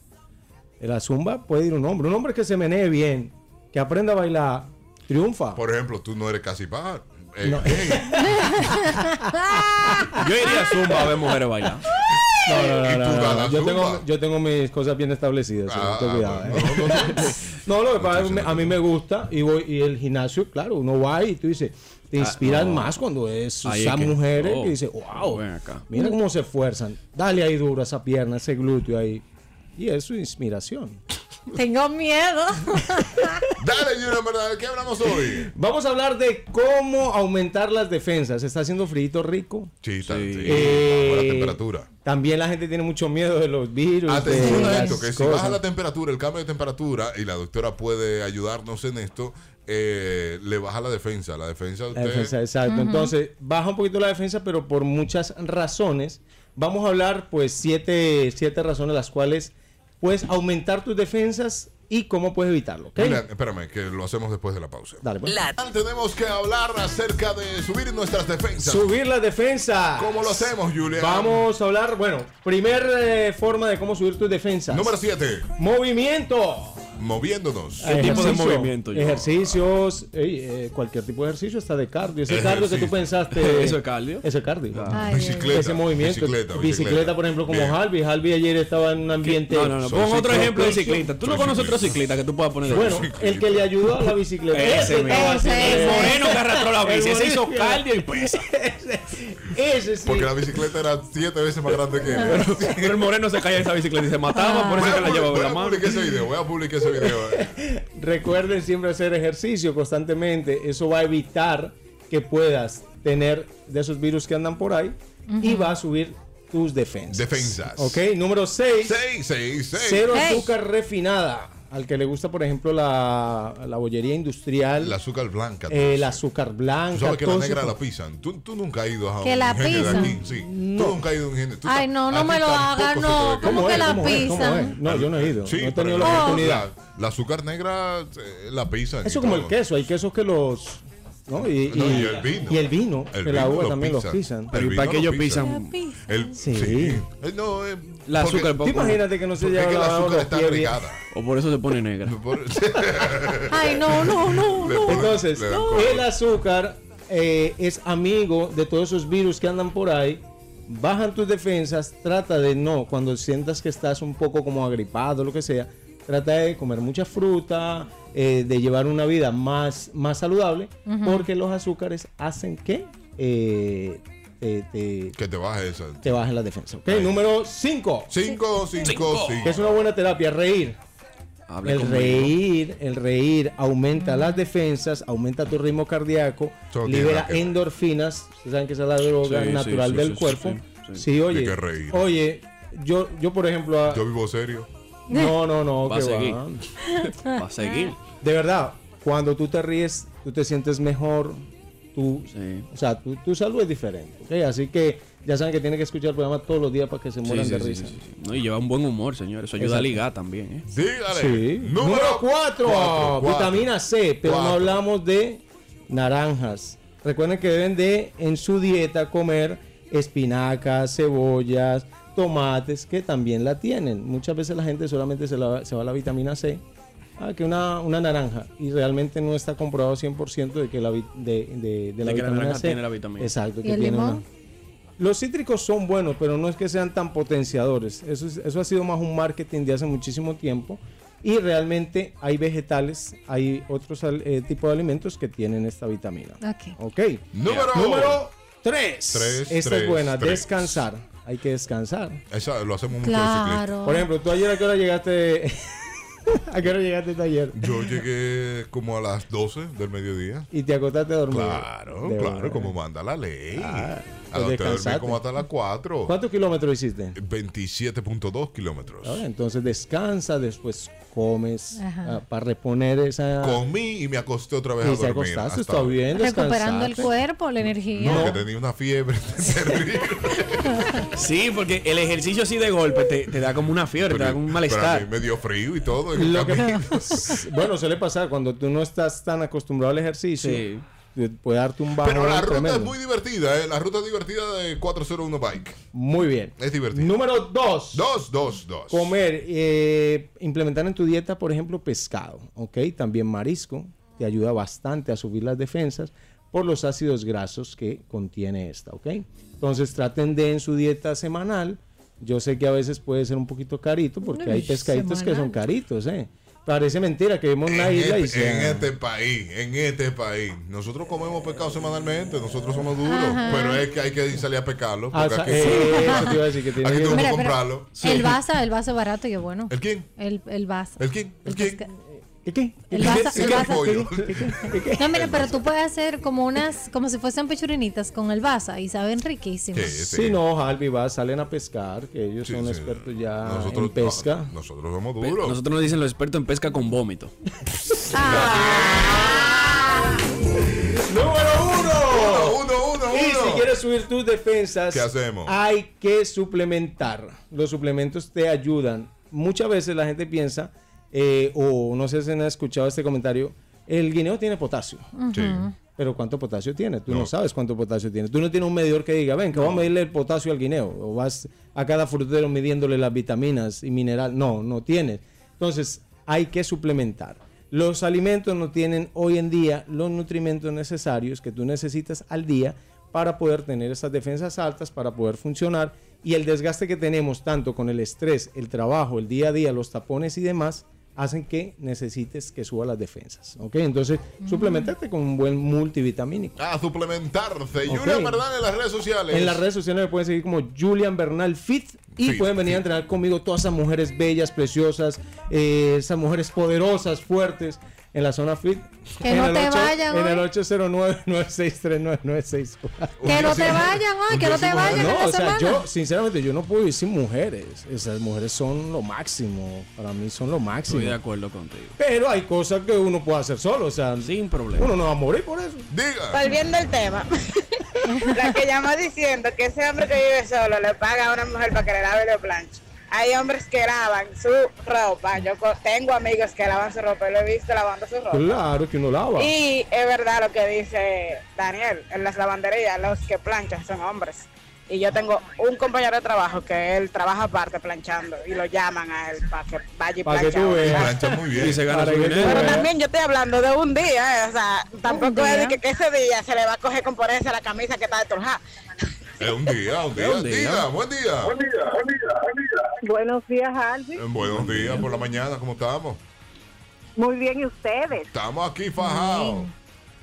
C: La zumba puede ir un hombre. Un hombre que se menee bien, que aprenda a bailar, triunfa.
A: Por ejemplo, tú no eres casi par.
C: No.
B: Yo iría a Zumba a ver mujeres bailar.
C: No, no, no,
B: Y tú
C: no, no,
B: ganas
C: no. Yo,
B: zumba.
C: tengo, yo tengo mis cosas bien establecidas. sí, ten cuidado, ¿eh? No, lo que pasa es que me- a mí me gusta y voy y el gimnasio, claro, uno va y tú dices, te inspiran
B: Ah, no.
C: más cuando es
B: Ahí
C: esas
B: es que-
C: mujeres
B: oh,
C: que dice, wow,
B: ven acá".
C: mira cómo se esfuerzan, dale ahí duro a esa pierna, ese glúteo ahí. Y es su inspiración.
D: Tengo miedo.
A: Dale, Julian Bernal, ¿de qué hablamos hoy?
C: Vamos a hablar de cómo aumentar las defensas. Está haciendo frío rico.
A: Sí, está- sí.
C: Eh,
A: Bajo la temperatura.
C: También la gente tiene mucho miedo de los virus.
B: Pues
A: Atención
C: de
A: a
C: las
A: esto, que si
C: cosas.
A: baja la temperatura, el cambio de temperatura, y la doctora puede ayudarnos en esto, eh, le baja la defensa. La defensa de
C: La
A: usted.
C: defensa, exacto.
A: Ujú.
C: Entonces, baja un poquito la defensa, pero por muchas razones. Vamos a hablar, pues, siete, siete razones las cuales puedes aumentar tus defensas y cómo puedes evitarlo. ¿ok?
A: Mira, espérame, que lo hacemos después de la pausa.
C: Dale, pues.
A: Tenemos que hablar acerca de subir nuestras defensas.
C: Subir la defensa.
A: ¿Cómo lo hacemos, Julián?
C: Vamos a hablar, bueno, primer eh, forma de cómo subir tus defensas.
A: Número 7.
C: Movimiento.
A: Moviéndonos.
C: Ejercicio, Ejercicios, ey, eh, cualquier tipo de ejercicio, hasta de cardio. Ese cardio que tú
B: Ejercicio.
C: pensaste.
B: ¿Eso es cardio?
C: Eso es cardio.
B: Ay, Bicicleta,
C: Ese movimiento.
B: bicicleta,
C: Bicicleta,
B: bicicleta.
C: por ejemplo, como
B: Bien.
C: Harvey. Harvey ayer estaba en un ambiente.
B: No, no, no. Pon otro ejemplo de ciclista. Tú no conoces otro ciclista que tú puedas poner. de
C: Bueno,
B: ejemplo.
C: el que le ayudó a la bicicleta.
B: Ese mismo.
C: ese.
B: El moreno que arrastró la
C: El
B: bici. Ese hizo
C: moreno.
B: cardio y pues, pesa.
C: Ese sí.
A: Porque la bicicleta era siete veces más grande que él.
B: Pero, pero el moreno se caía en esa bicicleta y se mataba. Por eso es que la llevaba en la mano.
A: Publiqué ese video, voy a publicar ese video. eh.
C: Recuerden siempre hacer ejercicio constantemente. Eso va a evitar que puedas tener de esos virus que andan por ahí y va a subir tus defensas.
A: Defensas.
C: Ok, número 6.
A: Seis, seis, seis.
C: Cero
A: Seis.
C: azúcar refinada. Al que le gusta, por ejemplo, la, la bollería industrial.
A: El azúcar blanca.
C: eh, el azúcar blanca.
A: Tú sabes que la
C: todo
A: negra
C: ese-
A: la pisan. Tú, tú nunca has ido a
D: ¿Que
A: un
D: la
A: ingenio de
D: pisan?
A: aquí. Sí. Tú nunca has ido a un ingenio. Tú
D: Ay,
A: ta-
D: no, no
A: a ti
D: me lo
A: tampoco
D: hagas,
A: se te
D: no.
A: ve que-
D: ¿Cómo que la
C: ¿Cómo es? ¿Cómo
D: pisan?
C: es? No, yo no he ido.
A: Sí,
C: no he
A: pero
C: tenido la oportunidad.
A: La, la azúcar negra eh, la pisan.
C: Eso
A: y
C: como
A: todo.
C: el queso. Hay quesos que los... ¿no? Y,
A: No, y el vino.
C: Y el vino.
A: El
C: que la
A: vino
C: uva
A: lo
C: también los pisan.
A: pisan. Pero El ¿y para vino qué lo ellos pisan? El-
C: Sí.
A: Eh, no, eh,
B: La
A: porque-
B: azúcar,
C: ¿Tú imagínate que no se
A: porque
C: lleva
A: es que la
C: lavado
A: azúcar
C: los
A: está
C: pies bien?
A: regada.
B: O por eso se pone negra.
D: Ay, no, no, no,
A: Le
D: no.
A: ponen-
C: Entonces,
A: le dan color.
C: el azúcar eh, es amigo de todos esos virus que andan por ahí. Bajan tus defensas, trata de no, cuando sientas que estás un poco como agripado, lo que sea, trata de comer mucha fruta, eh, de llevar una vida más, más saludable,
O: Ujú.
C: porque los azúcares hacen que eh, te- te,
A: Que te baje esa.
C: te bajen las defensas. Ok, número 5.
A: 5, 5, 5.
C: Es una buena terapia, reír.
A: Hable
C: el
A: conmigo.
C: reír, el reír aumenta las defensas, aumenta tu ritmo cardíaco,
A: Eso tiene
C: libera
A: nada que ver.
C: endorfinas, ustedes saben que esa es la droga
A: Sí, sí,
C: natural
A: sí,
C: del
A: sí,
C: cuerpo.
A: sí,
C: Sí,
A: sí. Hay
C: oye,
A: que reír.
C: oye, yo, yo por ejemplo, a-
A: Yo vivo serio.
C: no, no, no,
B: Va a
C: que va.
B: seguir. Va a seguir.
C: De verdad, cuando tú te ríes, tú te sientes mejor. Tú, O sea, tu, tu salud es diferente. ¿ok? Así que ya saben que tienen que escuchar el programa todos los días para que se mueran
B: Sí, sí,
C: de
B: sí,
C: risa.
B: sí, sí. No, y lleva un buen humor, señor. Eso ayuda a
C: Exacto.
B: ligar también, ¿eh?
A: Dígale.
C: Sí. Número 4, vitamina C, pero no
B: Cuatro.
C: hablamos de naranjas. Recuerden que deben de en su dieta comer espinacas, cebollas, tomates, que también la tienen. Muchas veces la gente solamente se, la- se va a la vitamina C, ah, que una, una naranja, y realmente no está comprobado 100% de que la, vi- de, de- de la
B: De que la
C: vitamina
B: naranja
C: C.
B: tiene la vitamina.
C: Exacto,
B: ¿Y
C: que
B: el
C: tiene
B: limón?
C: una- los cítricos son buenos, pero no es que sean tan potenciadores. Eso, es- eso ha sido más un marketing de hace muchísimo tiempo. Y realmente hay vegetales, hay otros al- eh, tipos de alimentos que tienen esta vitamina.
D: Ok.
C: Ok.
A: Número-
C: 3.
A: Tres,
C: Esta
A: tres,
C: es buena,
A: tres.
C: descansar. Hay que descansar.
A: Esa lo hacemos mucho los
C: Por ejemplo, tú ayer a qué hora llegaste ¿A qué hora llegaste al taller?
A: Yo llegué como a las 12 del mediodía.
C: Y te acostaste a dormir.
A: Claro,
C: De
A: claro,
C: una.
A: como manda la ley.
C: Ah,
A: a
C: pues
A: dormir
C: descansaste.
A: como hasta las 4.
C: ¿Cuántos kilómetros hiciste?
A: 27.2 kilómetros.
C: Ah, entonces descansa, después comes
D: Ajá.
C: ah, para reponer esa.
A: Comí y me acosté otra vez
C: Ah. Y
A: a
C: te
A: dormir.
C: acostaste,
A: hasta
C: está
A: ahora.
C: bien,
D: Recuperando el cuerpo, la energía.
A: No, que tenía una fiebre.
B: Sí, porque el ejercicio así de golpe te, te da como una fiebre, te da como un
A: Para mí
B: malestar.
A: me dio frío y todo. en el
C: Lo que-
A: camino.
C: bueno, suele pasar cuando tú no estás tan acostumbrado al ejercicio.
A: Sí.
C: te Puede darte un bajón
A: Pero la ruta
C: Ah, tremendo.
A: es muy divertida, ¿eh? La ruta es divertida de 401 Bike.
C: Muy bien.
A: Es divertido.
C: Número dos.
A: Dos, dos, dos.
C: Comer, eh, implementar en tu dieta, por ejemplo, pescado, ¿ok? También marisco, te ayuda bastante a subir las defensas por los ácidos grasos que contiene esta, ¿ok? Entonces traten de en su dieta semanal, yo sé que a veces puede ser un poquito carito, porque
A: Uy,
C: hay pescaditos que son
A: semanal.
C: caritos, ¿eh? Parece mentira que vemos una
A: En
C: isla y
A: este, en
C: se...
A: este país, en este país. Nosotros comemos pescado semanalmente, nosotros somos duros.
D: Ajá.
A: Pero es que hay que salir a pescarlo.
C: Ah,
A: Porque
C: sa-
A: aquí,
C: eh, eso te iba a decir, que tiene
A: aquí
C: que-
A: tenemos
D: Mira,
A: que
D: pero
A: comprarlo.
D: El Baza, el Baza barato, qué bueno.
A: ¿El quién?
D: El, el Baza.
A: ¿El quién? ¿El quién?
C: ¿Qué qué?
D: El Baza. El Baza. No, mira, pero tú puedes hacer como unas, como si fuesen pechurinitas con el Baza y saben riquísimas.
C: Sí, no, Halby, va, salen a pescar, que ellos son expertos ya
A: Nosotros-
C: en pesca.
A: nosotros somos
B: Pe-
A: duros.
B: Nosotros nos dicen los expertos en pesca con vómito.
C: Número
A: uno. Uno, uno,
C: Y
A: uno.
C: si quieres subir tus defensas,
A: ¿Qué hacemos?
C: hay que suplementar. Los suplementos te ayudan. Muchas veces la gente piensa, eh, o no sé si han escuchado este comentario, el guineo tiene potasio.
A: Sí.
C: Pero ¿cuánto potasio tiene? Tú no. sabes cuánto potasio tiene. Tú no tienes un medidor que diga, ven, que vamos a medirle el potasio al guineo. O vas a cada frutero midiéndole las vitaminas y mineral. No, no tienes. Entonces, hay que suplementar. Los alimentos no tienen hoy en día los nutrimentos necesarios que tú necesitas al día para poder tener esas defensas altas, para poder funcionar. Y el desgaste que tenemos tanto con el estrés, el trabajo, el día a día, los tapones y demás, hacen que necesites que suba las defensas. ¿ok? Entonces, suplementarte con un buen multivitamínico.
A: A suplementarse. Julian Verdad en las redes sociales.
C: En las redes sociales me pueden seguir como Julian Bernal Fit y
A: Fit,
C: pueden venir a entrenar conmigo todas esas mujeres bellas, preciosas, eh, esas mujeres poderosas, fuertes en la zona Fit.
D: Que
C: En
D: no
C: el
D: te
C: ocho-
D: vayan,
C: En
D: ¿eh?
C: el 809-963-9964.
D: Que no te vayan, ay, que no te vayan
C: No,
D: esta
C: o sea,
D: semana.
C: yo, sinceramente, yo no puedo vivir sin mujeres. Esas mujeres son lo máximo. Para mí son lo máximo.
B: Estoy de acuerdo contigo.
C: Pero hay cosas que uno puede hacer solo, o sea,
B: sin problema.
C: Uno no va a morir por eso.
J: Volviendo al tema, la que llamó diciendo que ese hombre que vive solo le paga a una mujer para que le lave los planchos. Hay hombres que lavan su ropa. Yo co- tengo amigos que lavan su ropa y lo he visto lavando su ropa.
C: Claro que uno lava.
J: Y es verdad lo que dice Daniel, en las lavanderías los que planchan son hombres. Y yo tengo un compañero de trabajo que él trabaja aparte planchando y lo llaman a él para que vaya y
C: Para que
J: planche.
C: tú veas.
A: muy bien.
B: Y se gana
C: Para
B: su
C: que
B: dinero.
C: tú
J: Pero
C: veas.
J: Pues también yo estoy hablando de un día, eh, o sea, tampoco es
D: día.
J: de que, que ese día se le va a coger con ponerse la camisa que está de torja.
A: Es Eh, un día, un día.
B: Es un día.
A: Diga, buen día. Buen día.
K: Buenos días, Albi.
A: Buenos días por la mañana, ¿cómo estamos?
K: Muy bien, ¿y ustedes?
A: Estamos aquí fajados.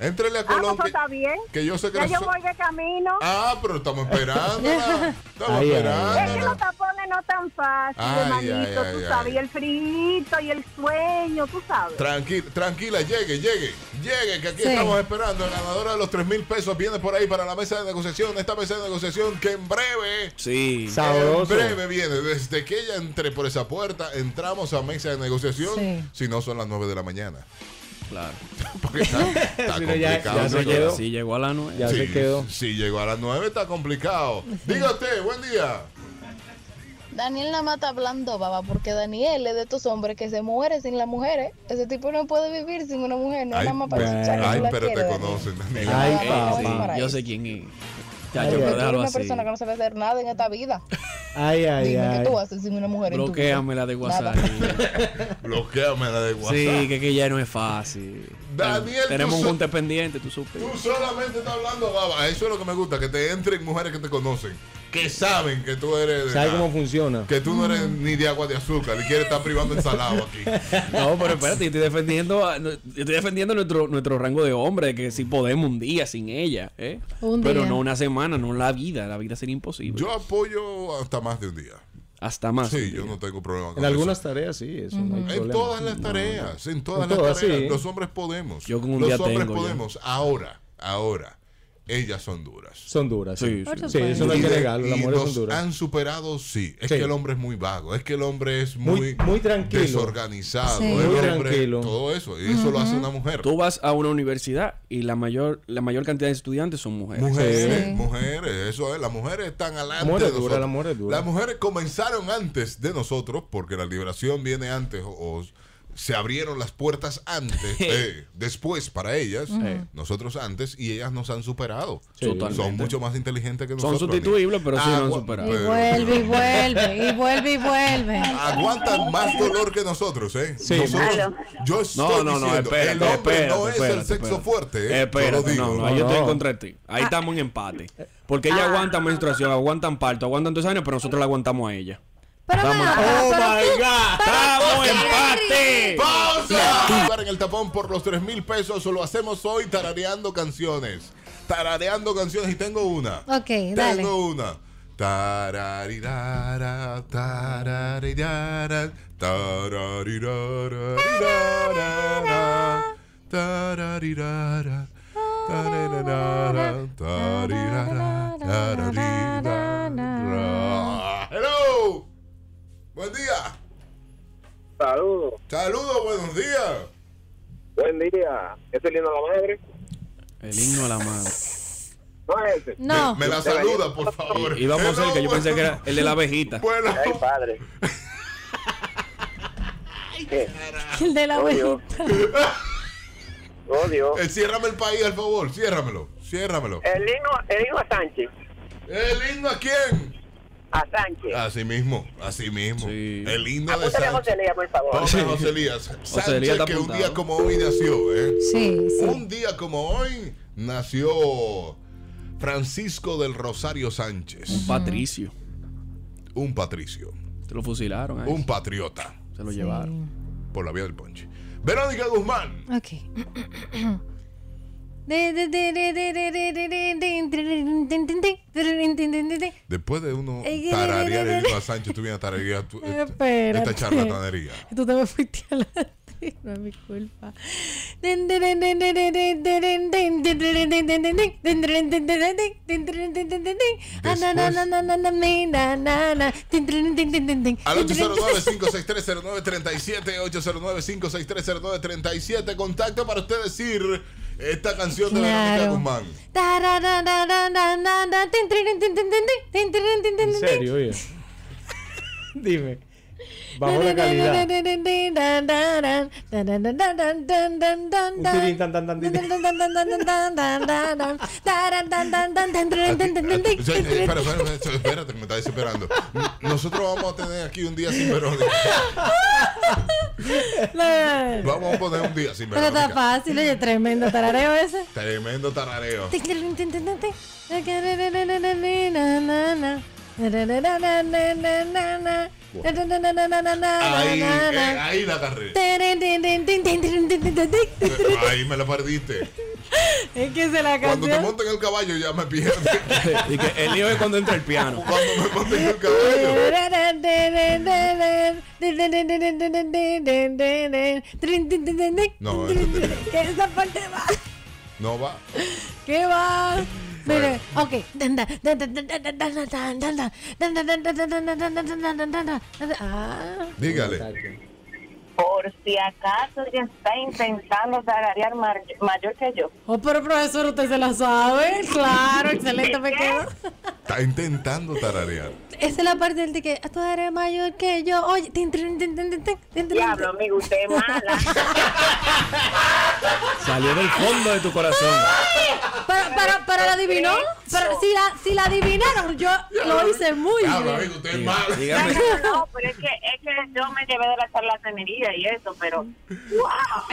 A: Éntrele a
K: Ah,
A: Colón,
K: pues
A: que,
K: está bien.
A: que yo sé que
K: Ya
A: no
K: yo
A: so-
K: voy de camino.
A: Ah, pero estamos esperando. estamos
K: Es
C: Ay, ay,
K: que
A: esperando.
K: los tapones no tan fácil,
A: Ay,
K: hermanito,
A: ay,
K: tú
A: ay,
K: sabes.
A: ay.
K: Y el frío y el sueño, tú sabes.
A: Tranquila, tranquila, llegue, llegue, llegue, que aquí
K: Sí.
A: estamos esperando. La ganadora de los 3 mil pesos viene por ahí para la mesa de negociación. Esta mesa de negociación que en breve,
B: Sí.
C: Sabroso.
A: en breve viene. Desde que ella entre por esa puerta, entramos a mesa de negociación.
D: Sí.
A: Si no son las 9 de la mañana.
B: Claro.
A: Porque está, está
C: Si no, ya-
A: complicado.
C: ya
A: eso,
C: se quedó.
A: ¿verdad?
B: Sí, llegó a la nueve.
C: Ya
A: Sí,
C: se quedó.
A: Si llegó a las 9 está complicado. Diga usted, buen día.
O: Daniel nada más está hablando baba porque Daniel es de estos hombres que se muere sin las mujeres. Ese tipo no puede vivir sin una mujer, no es nada más para
A: pues,
O: escuchar que tú
A: ay,
O: la
A: pero
O: quieres,
A: te
O: Daniel.
A: conocen. Daniel.
C: Ay,
O: Ay,
C: papá.
B: Yo sé quién es.
O: Ay,
B: Chacho, pero
O: Daniel, tú eres
B: déjalo
O: una
B: así.
O: persona que no sabe hacer nada en esta vida.
C: Ay, ay,
O: Dime
C: ay.
O: qué tú haces sin una mujer. en tu vida?
B: Bloquéame la de WhatsApp.
A: Bloqueame la de WhatsApp.
B: Sí, que, que ya no es fácil.
A: Daniel,
B: Tenemos
A: tú
B: un
A: so-
B: junte pendiente, tú supiste.
A: Tú solamente estás hablando baba. Eso es lo que me gusta, que te entren mujeres que te conocen, que saben que tú eres de
C: ¿Sabes
A: nada,
C: cómo funciona? Mm,
A: que tú no eres ni de agua de azúcar, le quieres estar privando el salado aquí.
B: No, pero espérate, yo estoy defendiendo, a- yo estoy defendiendo nuestro, nuestro rango de hombre, que si podemos un día sin ella, ¿eh?
D: Un
B: pero
D: día.
B: no una semana, no la vida, la vida sería imposible.
A: Yo apoyo hasta más de un día.
B: Hasta más.
A: Sí, yo no tengo problema con
C: En algunas tareas sí, eso no hay
A: En
C: problema.
A: todas las tareas, en todas
C: En
A: las
C: todas,
A: tareas.
C: sí.
A: Los hombres podemos.
B: Yo con un
A: Los
B: día
A: hombres
B: tengo ya.
A: podemos. Ahora, ahora. Ellas son duras.
C: Son duras. Sí,
A: Por
C: sí. Sí, eso no hay
A: Y
C: que
A: de-
C: negarlo. Las
A: y
C: mujeres son
A: los
C: duras.
A: han superado, sí. Es
C: Sí.
A: que el hombre es muy vago. Es que el hombre es muy,
C: Muy- muy tranquilo.
A: desorganizado.
C: Sí.
A: el
C: Muy
A: hombre-
C: tranquilo.
A: Todo eso. Y eso lo hace una mujer.
B: Tú vas a una universidad y la mayor, la mayor cantidad de estudiantes son mujeres.
A: Mujeres, mujeres, eh, eso es. Las mujeres están adelante.
B: Mujeres
A: de
B: duras,
A: nosotros.
B: las mujeres duras.
A: Las mujeres comenzaron antes de nosotros, porque la liberación viene antes o, o se abrieron las puertas antes, eh, después para ellas,
B: Ujú.
A: nosotros antes, y ellas nos han superado.
B: Sí.
A: Son
B: Totalmente.
A: mucho más inteligentes que
B: Son
A: nosotros.
B: sustituibles, pero sí nos han
A: Agua-
B: superado.
D: Y
A: pero-
D: vuelve, y vuelve, y vuelve, y vuelve.
A: Aguantan más dolor que nosotros, ¿eh? Nosotros-
D: Aló.
A: yo estoy
B: No, no, no,
A: diciendo,
B: espérate,
A: el hombre
B: espérate,
A: no es el
B: espérate,
A: sexo
B: espérate.
A: fuerte, ¿eh?
B: Espérate,
A: Yo lo digo.
B: no, Ah. no, ahí yo estoy en contra de ti. Ahí estamos en empate. Porque ella aguanta menstruación, aguantan parto, aguantan todos años, pero nosotros la aguantamos a ella. Estamos en- ¡Oh, my God! ¡Estamos en empate!
A: ¡Pausa! Jugar en el tapón por los 3 mil pesos lo hacemos hoy tarareando canciones. Tarareando canciones y tengo una.
D: Ok, dale.
A: Tengo una. Tararirara, tararirara, tararirararara, tararirara, tararirara, tararirara, tararirara. Hello. Buen día.
E: Saludos.
A: Saludos, buenos días.
E: Buen día. ¿Es el lindo de la madre?
B: El himno a la madre.
E: No es ese.
D: No.
A: Me la saluda, por favor.
B: Y vamos a hacer que yo pensé que era el de la abejita.
A: Bueno.
E: Ay, padre.
D: El de la
E: Odio.
D: abejita.
E: Odio.
A: Eh, ciérrame el país, al favor. Ciérramelo. Ciérramelo.
E: El himno, el himno a Sánchez.
A: ¿El himno a quién?
E: A Sánchez.
A: Así mismo, así mismo. El himno de
E: Apúntale a José
A: Sánchez.
E: Lía, por favor.
A: Tome a Ah, José Elías. Sánchez,
B: Elías está
A: que un
B: apuntado.
A: día como hoy nació, ¿eh?
D: Sí, sí.
A: Un día como hoy nació Francisco del Rosario Sánchez. Un
B: patricio.
A: Un patricio.
B: Te lo fusilaron. ahí.
A: Un patriota.
B: Se lo llevaron.
A: Por la vía del ponche. Verónica Guzmán.
D: Ok.
A: Después de uno
D: Ey, ey,
A: tararear
D: ey, ey,
A: el himno
D: ey.
A: a Sánchez, tú vienes a tararear tu- este,
D: Espérate.
A: esta charlatanería.
D: Tú te me fuiste adelante. No es mi culpa.
A: Al 809-56309-37, 809-56309-37, contacto para usted decir esta canción de Verónica
D: Claro.
A: Guzmán.
C: En serio, oye. Dime. Bajo la calidad. Un tirín, tan, tan, tan, tirín.
A: O sea, eh, espera, espera, espera, espérate, que me está desesperando. Nosotros vamos a tener aquí un día sin Verónica. Vamos a poner un día sin
D: Pero está
A: Verónica.
D: fácil, oye, tremendo tarareo ese.
A: Tremendo tarareo. Ahí, eh, ahí la agarré. Ahí me la perdiste.
D: Es que se la
A: Cuando te
D: canción.
A: montan el caballo ya me pierdes.
B: Y que el lío es cuando entra el piano.
A: Cuando me montan el caballo. No, eso te digo.
D: Que esa parte va.
A: no va.
D: ¿Qué va? Mire, ok. Ah.
A: Dígale.
F: Por si acaso ya está intentando tararear mar- mayor que yo.
D: Oh, pero profesor, usted se la sabe. Claro, excelente, me quedo.
A: Está intentando tararear.
D: Esa es la parte del que tú eres mayor que yo. Oye, tin, tin, tin, tin, tin, tin, tin, tin.
F: Diablo, amigo, usted es mala.
B: Salió del fondo de tu
A: Ah,
B: corazón.
D: Pero, pero, pero la adivinó. Pero si la, si la adivinaron, yo lo hice muy bien.
A: Ah, usted
B: Dígame.
F: No, pero es que, es que yo me llevé de la charlatanería y eso, pero. ¡Wow!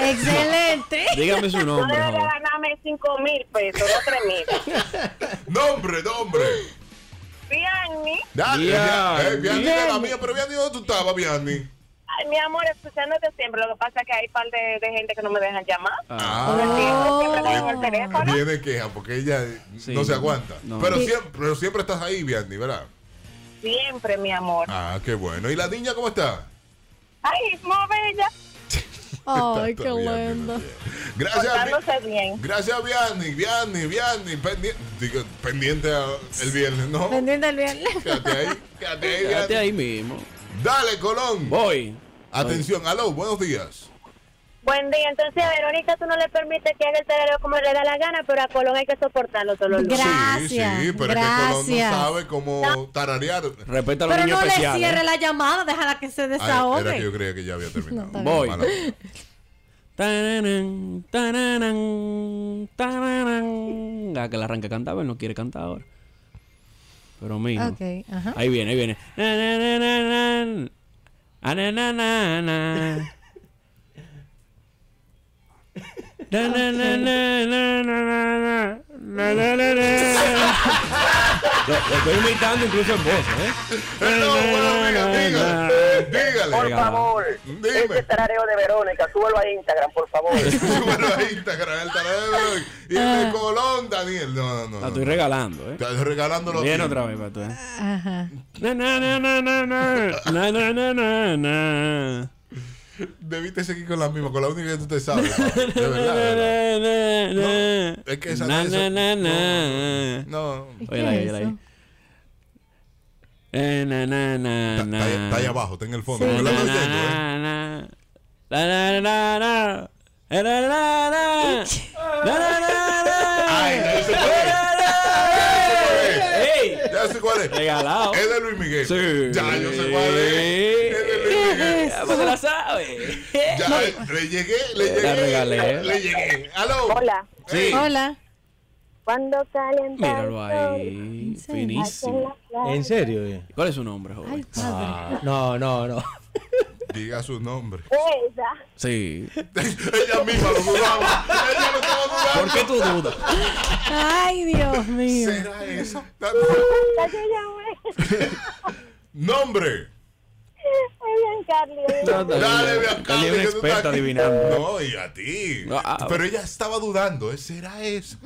D: Excelente.
B: Dígame su
F: Yo
B: nombre,
F: debería
B: joven.
F: ganarme 5 mil pesos, no 3 mil.
A: Nombre, nombre.
F: Bianni,
A: Dale,
B: Bianni.
A: eh, Bianni era la mía, pero Bianni, ¿dónde tú estabas, Bianni?
F: ay, mi amor, escuchándote siempre. Lo que pasa es que hay un par de, de gente que no me dejan llamar.
A: Ah.
F: Siempre tengo el teléfono.
A: Viene queja porque ella eh,
B: Sí,
A: no se
B: no,
A: aguanta.
B: no.
A: Pero,
B: Sí.
A: siempre, pero siempre estás ahí, Bianni, ¿verdad?
F: siempre, mi amor.
A: Ah, qué bueno. ¿Y la niña cómo está?
F: Ay, es muy bella.
A: Ay, qué lindo. Gracias, Vi-
F: Portándose bien.
A: gracias Vianney, Vianney, Vianney. Pendiente, digo, pendiente a- el viernes, ¿no?
D: Pendiente el viernes.
A: Quédate ahí, quédate ahí.
B: Quédate ahí mismo.
A: Dale, Colón.
B: Voy.
A: Atención, aló, buenos días.
P: Buen día, entonces a Verónica tú no le permites que haga el salario como le da la gana, pero a Colón hay que soportarlo todos los días.
A: Sí, sí, pero es que Colón
D: gracias.
A: no sabe cómo tararear.
B: Respeta
D: Pero no le cierre la llamada, déjala que se
A: ¿eh? Ay, era que yo
D: desahogue.
A: creía que ya había terminado.
D: está
B: Voy.
A: Mala.
B: Tararán, tararán, tararán. La que la arranca cantaba, él no quiere cantar ahora. Pero mío.
D: Ok, ajá.
B: Ahí viene, ahí viene. Na, na, na, na, na. Ah, na, na, na, na. Na, na, na, na, na, na, na, na, na, na, na. Lo, lo estoy imitando incluso en voz, ¿eh?
A: No, bueno,
B: dígale,
A: dígale.
E: Por favor, ese tarareo de Verónica, súbelo a Instagram, por favor.
A: Instagram, el tarareo de Verónica. Y
D: Ah.
B: Ah.
A: el de Colón, Daniel. No, no, no.
B: La estoy regalando, ¿eh?
A: Estoy regalándolo.
B: Viene otra vez para tú, ¿eh?
D: Ajá.
B: Na, na, na, na, na, na. Na, na, na, na, na.
A: Debiste seguir con la misma, con la única que tú te sabes. pa. De verdad, de verdad.
B: No,
A: es que esa
B: Na,
A: no es-
B: na, na,
A: no,
B: na.
A: no. ¿Y
B: Oye, la
A: qué
B: ahí,
A: es
B: la
A: eso?
B: ahí. Eh, na, na, na, na.
A: Está ahí abajo, está en el fondo.
B: Na,
A: Yo la
B: na,
A: estoy
B: na,
A: oyendo, ¿eh?
B: na. Na, na, na, na. Na, na, na, na. Na, na, na, na.
A: Ay, ya sé cuál es.
B: Ey.
A: Ya sé cuál es.
B: Regalado.
A: Es de Luis Miguel.
B: Sí.
A: Ya, yo sé cuál es. Es de Luis Miguel.
B: Ya, pues, se la sabe.
A: Ya, eh, le llegué, le llegué.
B: La regalé.
A: Le llegué. Aló.
P: Hola.
B: Sí.
D: Hola.
P: Cuando calienta
B: Míralo ahí. Finísimo.
C: ¿En serio? eh?
B: ¿Cuál es su nombre, joven?
C: Ah, no, no, no.
A: Diga su nombre.
P: esa,
B: Sí.
A: Ella misma lo dudaba. Ella lo estaba dudando.
B: ¿Por qué tú dudas?
D: Ay, Dios mío.
A: ¿Será esa?
P: ya yo llamé.
A: Nombre.
P: Ella Carly.
A: Dale, ve a
B: Carly
A: que
B: es una
A: tú
B: experta
A: estás aquí.
B: adivinando.
A: No, y a ti.
B: No, ah,
A: Pero ella estaba dudando. ¿eh? ¿Será esa?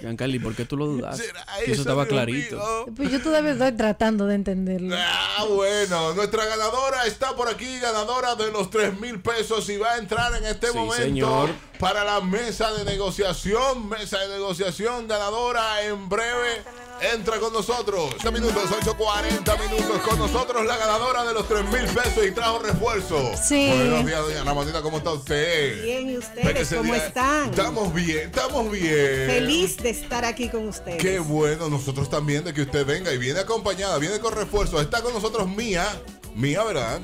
B: Giancarli, ¿por qué tú lo dudaste?
A: ¿Será
B: Si Eso
A: esa,
B: estaba
A: Dios
B: clarito.
A: mío?
D: Pues yo todavía estoy tratando de entenderlo.
A: Ah, bueno, nuestra ganadora está por aquí, ganadora de los 3 mil pesos y va a entrar en este
B: Sí,
A: momento
B: señor.
A: para la mesa de negociación. Mesa de negociación, ganadora, en
Q: Ah,
A: breve entra con nosotros. 8 minutos, 8.40 minutos con nosotros, la ganadora de los 3 mil pesos y trajo refuerzo.
Q: Sí.
A: Buenos días, doña Ana Matita, ¿cómo está usted?
Q: Bien, ¿y
A: Espérese,
Q: ustedes cómo
A: día-
Q: están?
A: Estamos bien, estamos bien.
Q: Feliz de estar aquí con ustedes.
A: eh, Qué bueno, nosotros también de que usted venga y viene acompañada, viene con refuerzos. Está con nosotros Mía. Mía, ¿verdad?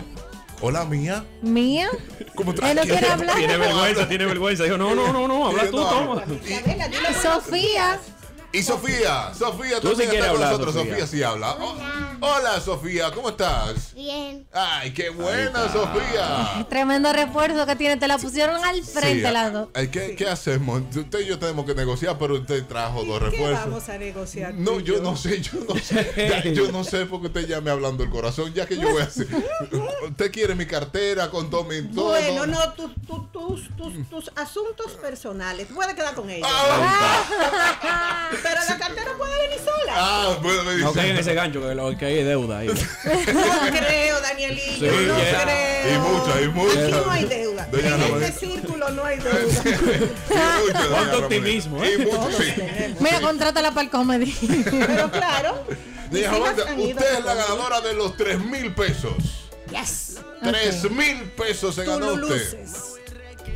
A: Hola, Mía.
D: ¿Mía? Él no quiere hablar.
B: Tiene vergüenza, tiene vergüenza. Dijo, no, no, no, no, habla tú,
A: No.
B: toma.
D: Sofía.
A: Y Sofía, Sofía
B: Tú sí
A: también
B: quieres
A: está con
B: hablar,
A: nosotros. Sofía.
B: Sofía.
A: sí habla. Oh, Hola. Sofía, ¿cómo estás?
R: Bien.
A: Ay, qué buena, Sofía.
D: Tremendo refuerzo que tiene. Te la pusieron al frente
A: Sí,
D: las dos.
A: ay, ¿qué, qué hacemos? Usted y yo tenemos que negociar, pero usted trajo dos
Q: ¿Qué
A: refuerzos.
Q: vamos a negociar?
A: pues, No, yo no sé, yo no sé. Ya, yo no sé porque usted ya me hablando el corazón, ya que yo voy a hacer. Usted quiere mi cartera con todo mi todo,
Q: Bueno,
A: todo.
Q: no, tu- tu- tus, tus, tus asuntos personales. Puede quedar con ellos. Pero la cartera puede venir sola.
A: Ah, bueno, me dice.
B: No caigan en ese gancho, que lo que hay es deuda ahí.
Q: No creo, Danielillo.
B: Sí,
Q: no
B: ya.
Q: creo.
A: Y mucha, y mucha.
Q: Aquí no hay deuda.
A: Doña
Q: en
A: Ana
Q: este
A: María.
Q: círculo no hay deuda.
A: Cuánto optimismo, ¿eh? Y mucho, sí.
D: Mira, contrátala para el comedy.
Q: Pero claro.
A: Doña
Q: mis hijas
A: Amanda,
Q: han ido
A: usted es
Q: con
A: la
Q: conmigo.
A: ganadora de los 3 mil pesos.
Q: Yes.
A: 3 mil pesos se ganó usted.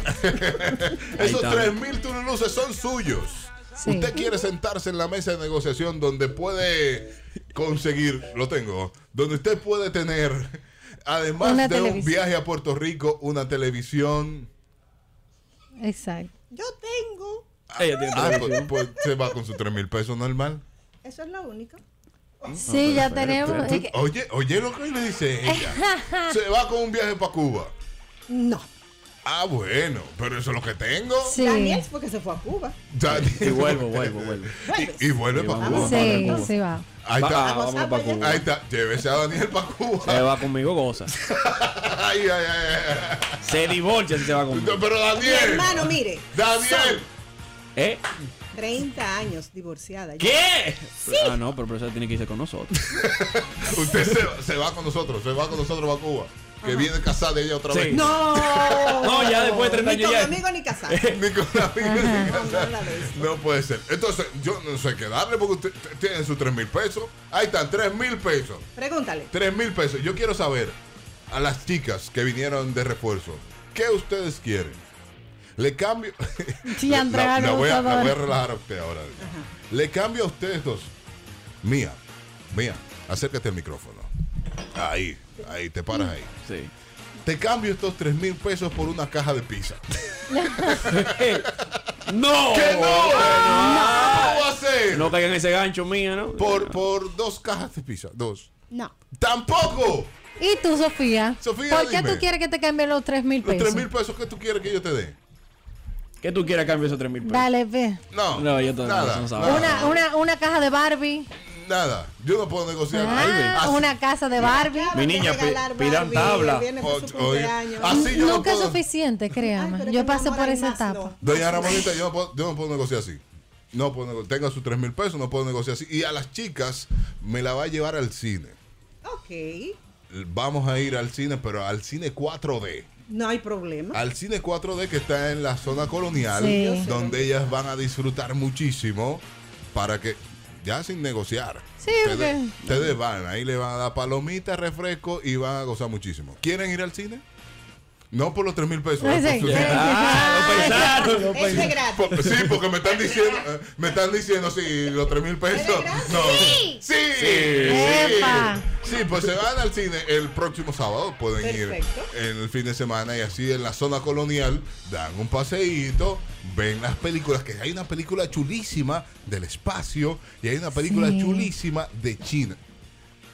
B: Ahí
A: Esos
B: está.
A: 3 mil turuluces son suyos. Usted quiere sentarse en la mesa de negociación donde puede conseguir, lo tengo, donde usted puede tener, además
D: Una
A: de un
D: televisión.
A: viaje a Puerto Rico, una televisión.
D: Exacto.
Q: Yo tengo.
A: Ah, pues, pues, se va con sus 3 mil pesos normal.
Q: Eso es lo único.
D: Sí, ya tenemos.
A: Tú- Oye, oye lo que le dice ella. Se va con un viaje para Cuba.
Q: No.
A: Ah, bueno, pero eso es lo que tengo.
Q: Daniel es porque se fue a Cuba.
A: Ya-
B: Y vuelvo, vuelvo, vuelvo.
A: Y vuelve para Cuba.
D: Sí, sí va.
A: Ahí está.
B: Va- ah, vámonos pa' Cuba.
A: Ahí está. Llévese a Daniel para Cuba.
B: Se va conmigo, goza.
A: Ay, ay, ay, ay.
B: Se divorcia si se va conmigo.
A: Pero
Q: Mi
A: Daniel.
Q: hermano, mire.
A: Daniel.
B: ¿Eh?
Q: 30 años divorciada.
B: ¿Qué?
Q: Sí.
B: Ah, no, pero profesor tiene que irse con nosotros.
A: Usted se, se va con nosotros, se va con nosotros para Cuba. Que viene casada ella otra
B: Sí.
A: vez.
Q: No.
B: No, ya después de 30
A: años
Q: Ni con
A: ya-
Q: amigo ni casado.
A: Ni con amigos ni casada.
Q: la vez.
A: No puede ser. Entonces, yo no sé qué darle porque usted t- tiene sus 3 mil pesos. Ahí están, 3 mil pesos.
Q: Pregúntale.
A: 3 mil pesos. Yo quiero saber a las chicas que vinieron de refuerzo, ¿qué ustedes quieren? Le cambio.
D: Sí,
A: La-
D: Andrea,
A: la, la
D: algo
A: voy a, la
D: usaba.
A: voy a relajar a usted ahora. Le cambio a ustedes dos. Mía, mía, acércate al micrófono. Ahí, ahí, te paras ahí.
B: Sí.
A: Te cambio estos 3 mil pesos por una caja de pizza.
B: ¡No!
A: ¡Que no!
B: Ah,
A: ¿Cómo va a ser?
B: No caigan en ese gancho mío, ¿no?
A: Por, por dos cajas de pizza. Dos.
D: No.
A: ¡Tampoco!
D: ¿Y tú, Sofía?
A: Sofía,
D: ¿Por qué
A: dime.
D: tú quieres que te cambien los 3 mil
A: Los 3
D: pesos?
A: mil pesos que tú quieres que yo te dé.
B: ¿Qué tú quieres a cambio de esos 3 mil pesos?
D: Dale, ve.
A: No.
B: No, yo todavía
A: Nada,
B: no
A: nada.
B: sabía.
D: Una, una, una caja de Barbie.
A: Nada. Yo no puedo negociar.
D: Ah, una casa de Barbie.
A: Mi niña, pidan
B: tabla.
A: Así Ah, yo no
D: Nunca es
A: puedo.
D: suficiente, créame. yo pasé por esa etapa.
A: Doña Ramonita, yo no puedo, yo no puedo negociar así. No puedo nego- Tenga sus 3 mil pesos, no puedo negociar así. Y a las chicas me la va a llevar al cine.
Q: Ok.
A: Vamos a ir al cine, pero al cine 4D.
Q: No hay problema.
A: Al cine 4D que está en la zona colonial,
Q: Sí. Yo sé.
A: donde ellas van a disfrutar muchísimo para que, ya sin negociar,
D: Sí,
A: ustedes,
D: porque-
A: ustedes van, ahí le van a dar palomitas, refresco y van a gozar muchísimo. ¿Quieren ir al cine? No por los 3 mil pesos.
D: Sí,
A: eh,
D: sí.
A: por su-
D: Ah, lo
Q: pensaron, lo pensaron. Ese gratis.
A: Por- Sí, porque me están diciendo, eh, me están diciendo, sí, los 3 mil pesos. No. Sí, sí,
D: Epa.
A: Sí, pues se van al cine el próximo sábado. Pueden
Q: Perfecto.
A: ir en el fin de semana y así en la zona colonial dan un paseíto, ven las películas, que hay una película chulísima del espacio y hay una película
D: Sí.
A: chulísima de China.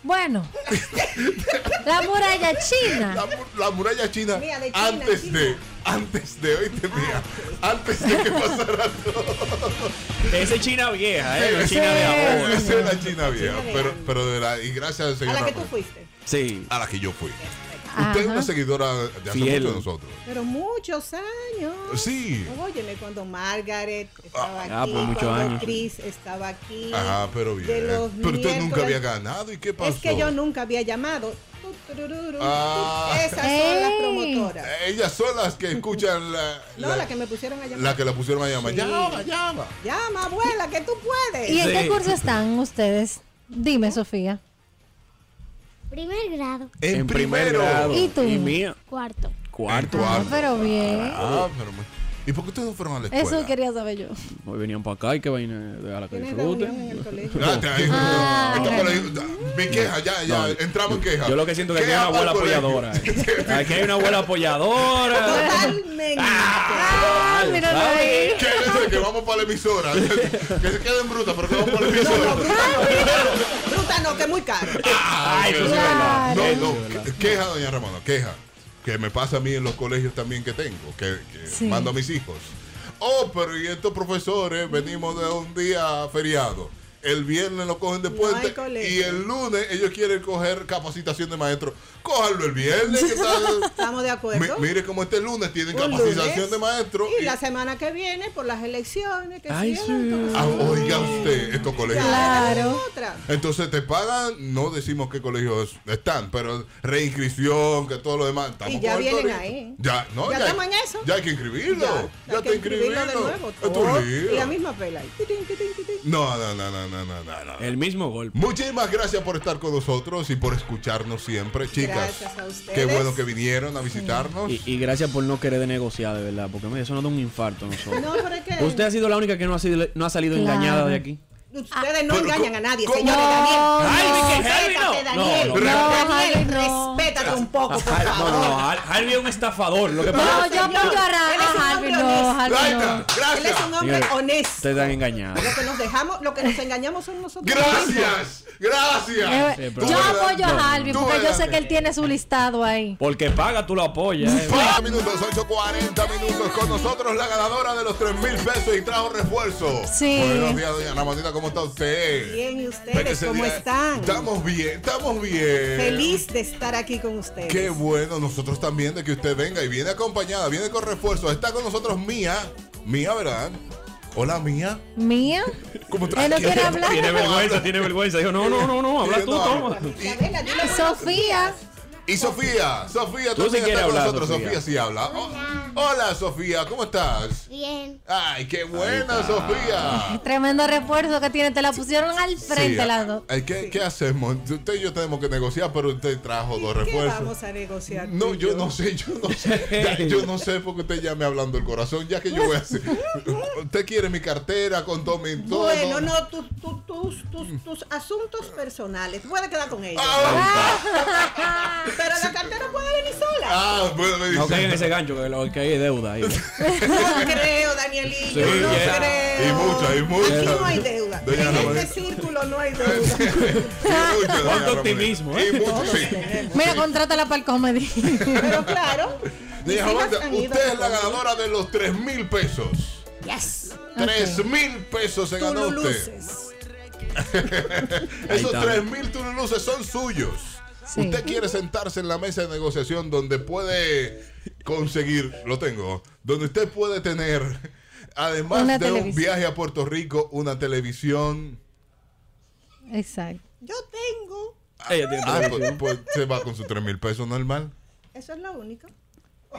D: Bueno, la muralla china.
A: La, mu- la muralla china,
D: Mira, de China,
A: antes
D: China.
A: de antes de hoy tenía antes de que pasara
B: Esa es China vieja, ¿eh? No es
A: Sí,
B: China de
A: esa
B: ahora.
A: es la China vieja,
Q: de
A: pero,
Q: antes.
A: pero de la y gracias al señor.
Q: A la que tú
A: Rafael.
Q: fuiste.
B: Sí.
A: A la que yo fui. Usted es una seguidora de hace
B: Fiel.
A: mucho de nosotros.
Q: Pero muchos años.
A: Sí.
Q: Óyeme, cuando Margaret estaba aquí.
A: Ah, pues muchos
Q: cuando
A: años.
Q: Chris estaba aquí.
A: Ajá, pero bien.
Q: de los
A: Pero usted nunca
Q: miércoles.
A: había ganado. ¿Y qué pasó?
Q: Es que yo nunca había llamado. Tu, turururu, tu.
A: Ah.
Q: Esas son las promotoras.
A: Ellas son las que escuchan la,
Q: No,
A: la-
Q: la, que me pusieron a llamar.
A: la que la pusieron a llamar.
Q: Sí.
A: Llama, llama.
Q: Llama, abuela, que tú puedes.
D: ¿Y en qué curso están ustedes? Dime, Sofía.
R: Primer grado.
A: En, primero.
B: grado.
D: ¿Y tú?
R: Cuarto.
B: Cuarto.
D: Ah, pero bien.
A: Ah, pero muy- ¿Y por qué ustedes no fueron a la escuela?
D: Eso quería saber yo.
B: Hoy venían para acá y que vaina a la que
D: Tienen
B: disfruten.
D: reunión en el
B: colegio.
A: Ah, te- ahí- Esto por ahí- Mi queja, ya, ya. entramos en queja.
B: Yo lo que siento es que aquí hay
A: Queja
B: una abuela
A: por colegio.
B: apoyadora. ¿eh? Aquí hay una abuela apoyadora.
Q: Totalmente. Ah,
B: míralo ahí.
A: Quédense que vamos para la emisora. Que se queden brutas, pero que vamos para la emisora.
Q: Bruta no, que es muy caro.
A: Ay,
Q: eso sí es verdad.
A: No,
Q: Eso
A: no, que- queja, doña Ramona, queja. Que me pasa a mí en los colegios también que tengo, que, que
S: Sí.
A: mando a mis hijos. Oh, pero y estos profesores venimos de un día feriado. El viernes lo cogen de puente y el lunes ellos quieren coger capacitación de maestros. Cójanlo el viernes. que está-
Q: Estamos de
A: Mi-
Q: acuerdo.
A: mire cómo este lunes tienen
Q: Un
A: capacitación
Q: lunes.
A: de maestros.
Q: Y la semana que viene, por las elecciones. Que
A: Ay,
Q: sí,
A: Ah, oiga usted, estos colegios.
Q: Claro. Otra.
A: Entonces te pagan, no decimos qué colegios están, pero reinscripción, que todo lo demás. Estamos
Q: Y ya
A: con el
Q: vienen
A: colegio.
Q: ahí.
A: Ya, no,
Q: Ya
A: ya,
Q: estamos
A: hay,
Q: en eso.
A: ya hay que inscribirlo. Ya, te
Q: hay que inscribirlo de nuevo.
A: Es tu
Q: todo.
A: lío.
Q: Y la misma pela. ahí. Titín, titín, titín.
A: No, no, no, no, no, no, no,
B: El mismo golpe.
A: Muchísimas gracias por estar con nosotros y por escucharnos siempre, chicas.
Q: Gracias a ustedes.
A: Qué bueno que vinieron a visitarnos.
B: Y, y gracias por no querer de negociar, de verdad, porque me eso nos da un infarto a nosotros.
Q: No, pero es que-
B: Usted ha sido la única que no ha, sido, no ha salido
Q: Claro.
B: engañada de aquí.
Q: Ustedes no engañan a nadie,
B: ¿cómo?
Q: señores.
B: No,
Q: Daniel.
B: Harvey, que Harvey no.
Q: Respétate,
B: No,
Q: Daniel.
B: no, no.
Q: Daniel, respétate un poco, por
B: Ah,
Q: favor.
B: No, no, no, Har- Harvey es un estafador. Lo que
D: No,
B: pasa
D: yo apoyo a Ra-
Q: Él es un
D: a Harvey,
Q: hombre
D: no,
Q: honesto.
D: Harvey no.
Q: Él es un hombre
B: Señores,
Q: honesto.
B: Ustedes están engañados.
Q: Lo que nos dejamos, lo que nos engañamos son nosotros.
A: Gracias,
D: Eh,
A: gracias.
B: pero-
D: yo
B: Tú
D: apoyo
B: eras-
D: a Harvey
B: tú
D: porque yo
B: eras-
D: sé que él tiene su listado ahí.
B: Porque paga, tú lo apoyas. ¿eh?
A: 40 minutos, 8.40 minutos con nosotros, la ganadora de los 3 mil pesos y trajo refuerzo.
Q: Sí.
A: Buenos días, doña Ramonita, ¿cómo está usted?
Q: Bien, ¿y
A: Ven
Q: ustedes
A: ese
Q: cómo
A: día.
Q: están?
A: Estamos bien, estamos bien.
Q: Feliz de estar aquí con ustedes.
A: eh, Qué bueno, nosotros también de que usted venga y viene acompañada, viene con refuerzo. Está con nosotros Mía, Mía, ¿verdad? Hola, mía.
D: ¿Mía? Él no quiere hablar.
B: Tiene vergüenza, tiene vergüenza. Dijo, no, no, no, no, habla tú,
A: No.
B: toma.
D: Sofía.
A: Y Sofía, Sofía,
B: Tú
A: tú
B: sí
A: también
B: quieres
A: está con
B: hablar,
A: nosotros.
B: Sofía.
A: Sofía. sí habla. Oh, Hola, Sofía, ¿cómo estás?
R: Bien.
A: Ay, qué buena, Sofía.
D: Tremendo refuerzo que tiene. Te la pusieron al frente
A: Sí,
D: las dos.
A: ay, ¿Qué, qué hacemos? Usted y yo tenemos que negociar, pero usted trajo dos
Q: ¿Qué
A: refuerzos.
Q: vamos a negociar?
A: No, yo no sé, yo no sé. Ya, yo no sé porque usted ya me hablando el corazón, ya que yo voy a hacer. Usted quiere mi cartera con todo mi Mm, todo.
Q: Bueno, no, tus, tus, tus, tus, tus asuntos personales. Voy a quedar con ellos. Pero la cartera puede venir sola.
B: Ah,
A: Ah,
B: No caigan en ese gancho, que lo que hay es deuda ahí.
Q: No creo, Danielillo.
B: Sí,
Q: no
B: ya.
Q: creo.
B: Y mucha, y mucha.
Q: Aquí no hay deuda.
B: Doña
Q: en
B: Ana María.
Q: este círculo no hay deuda.
B: Cuánto optimismo, ¿eh?
D: Mira, contrátala para el comedy.
Q: Pero claro.
A: Doña
D: Mis hijas
A: Roberta,
D: han ido
A: usted
D: a
A: es la
D: Colombia.
A: ganadora de los 3 mil pesos.
D: Yes.
A: 3 mil pesos se ganó usted.
Q: Tululuces.
A: Esos
B: está.
A: 3 mil tululuces son suyos.
D: Sí.
A: Usted quiere sentarse en la mesa de negociación donde puede conseguir, lo tengo, donde usted puede tener, además
D: Una
A: de un
D: televisión.
A: viaje a Puerto Rico, una televisión.
D: Exacto.
Q: Yo tengo.
B: Ella tiene
A: Ah, pues,
B: televisión.
A: pues, se va con sus 3 mil pesos normal.
Q: Eso es lo único.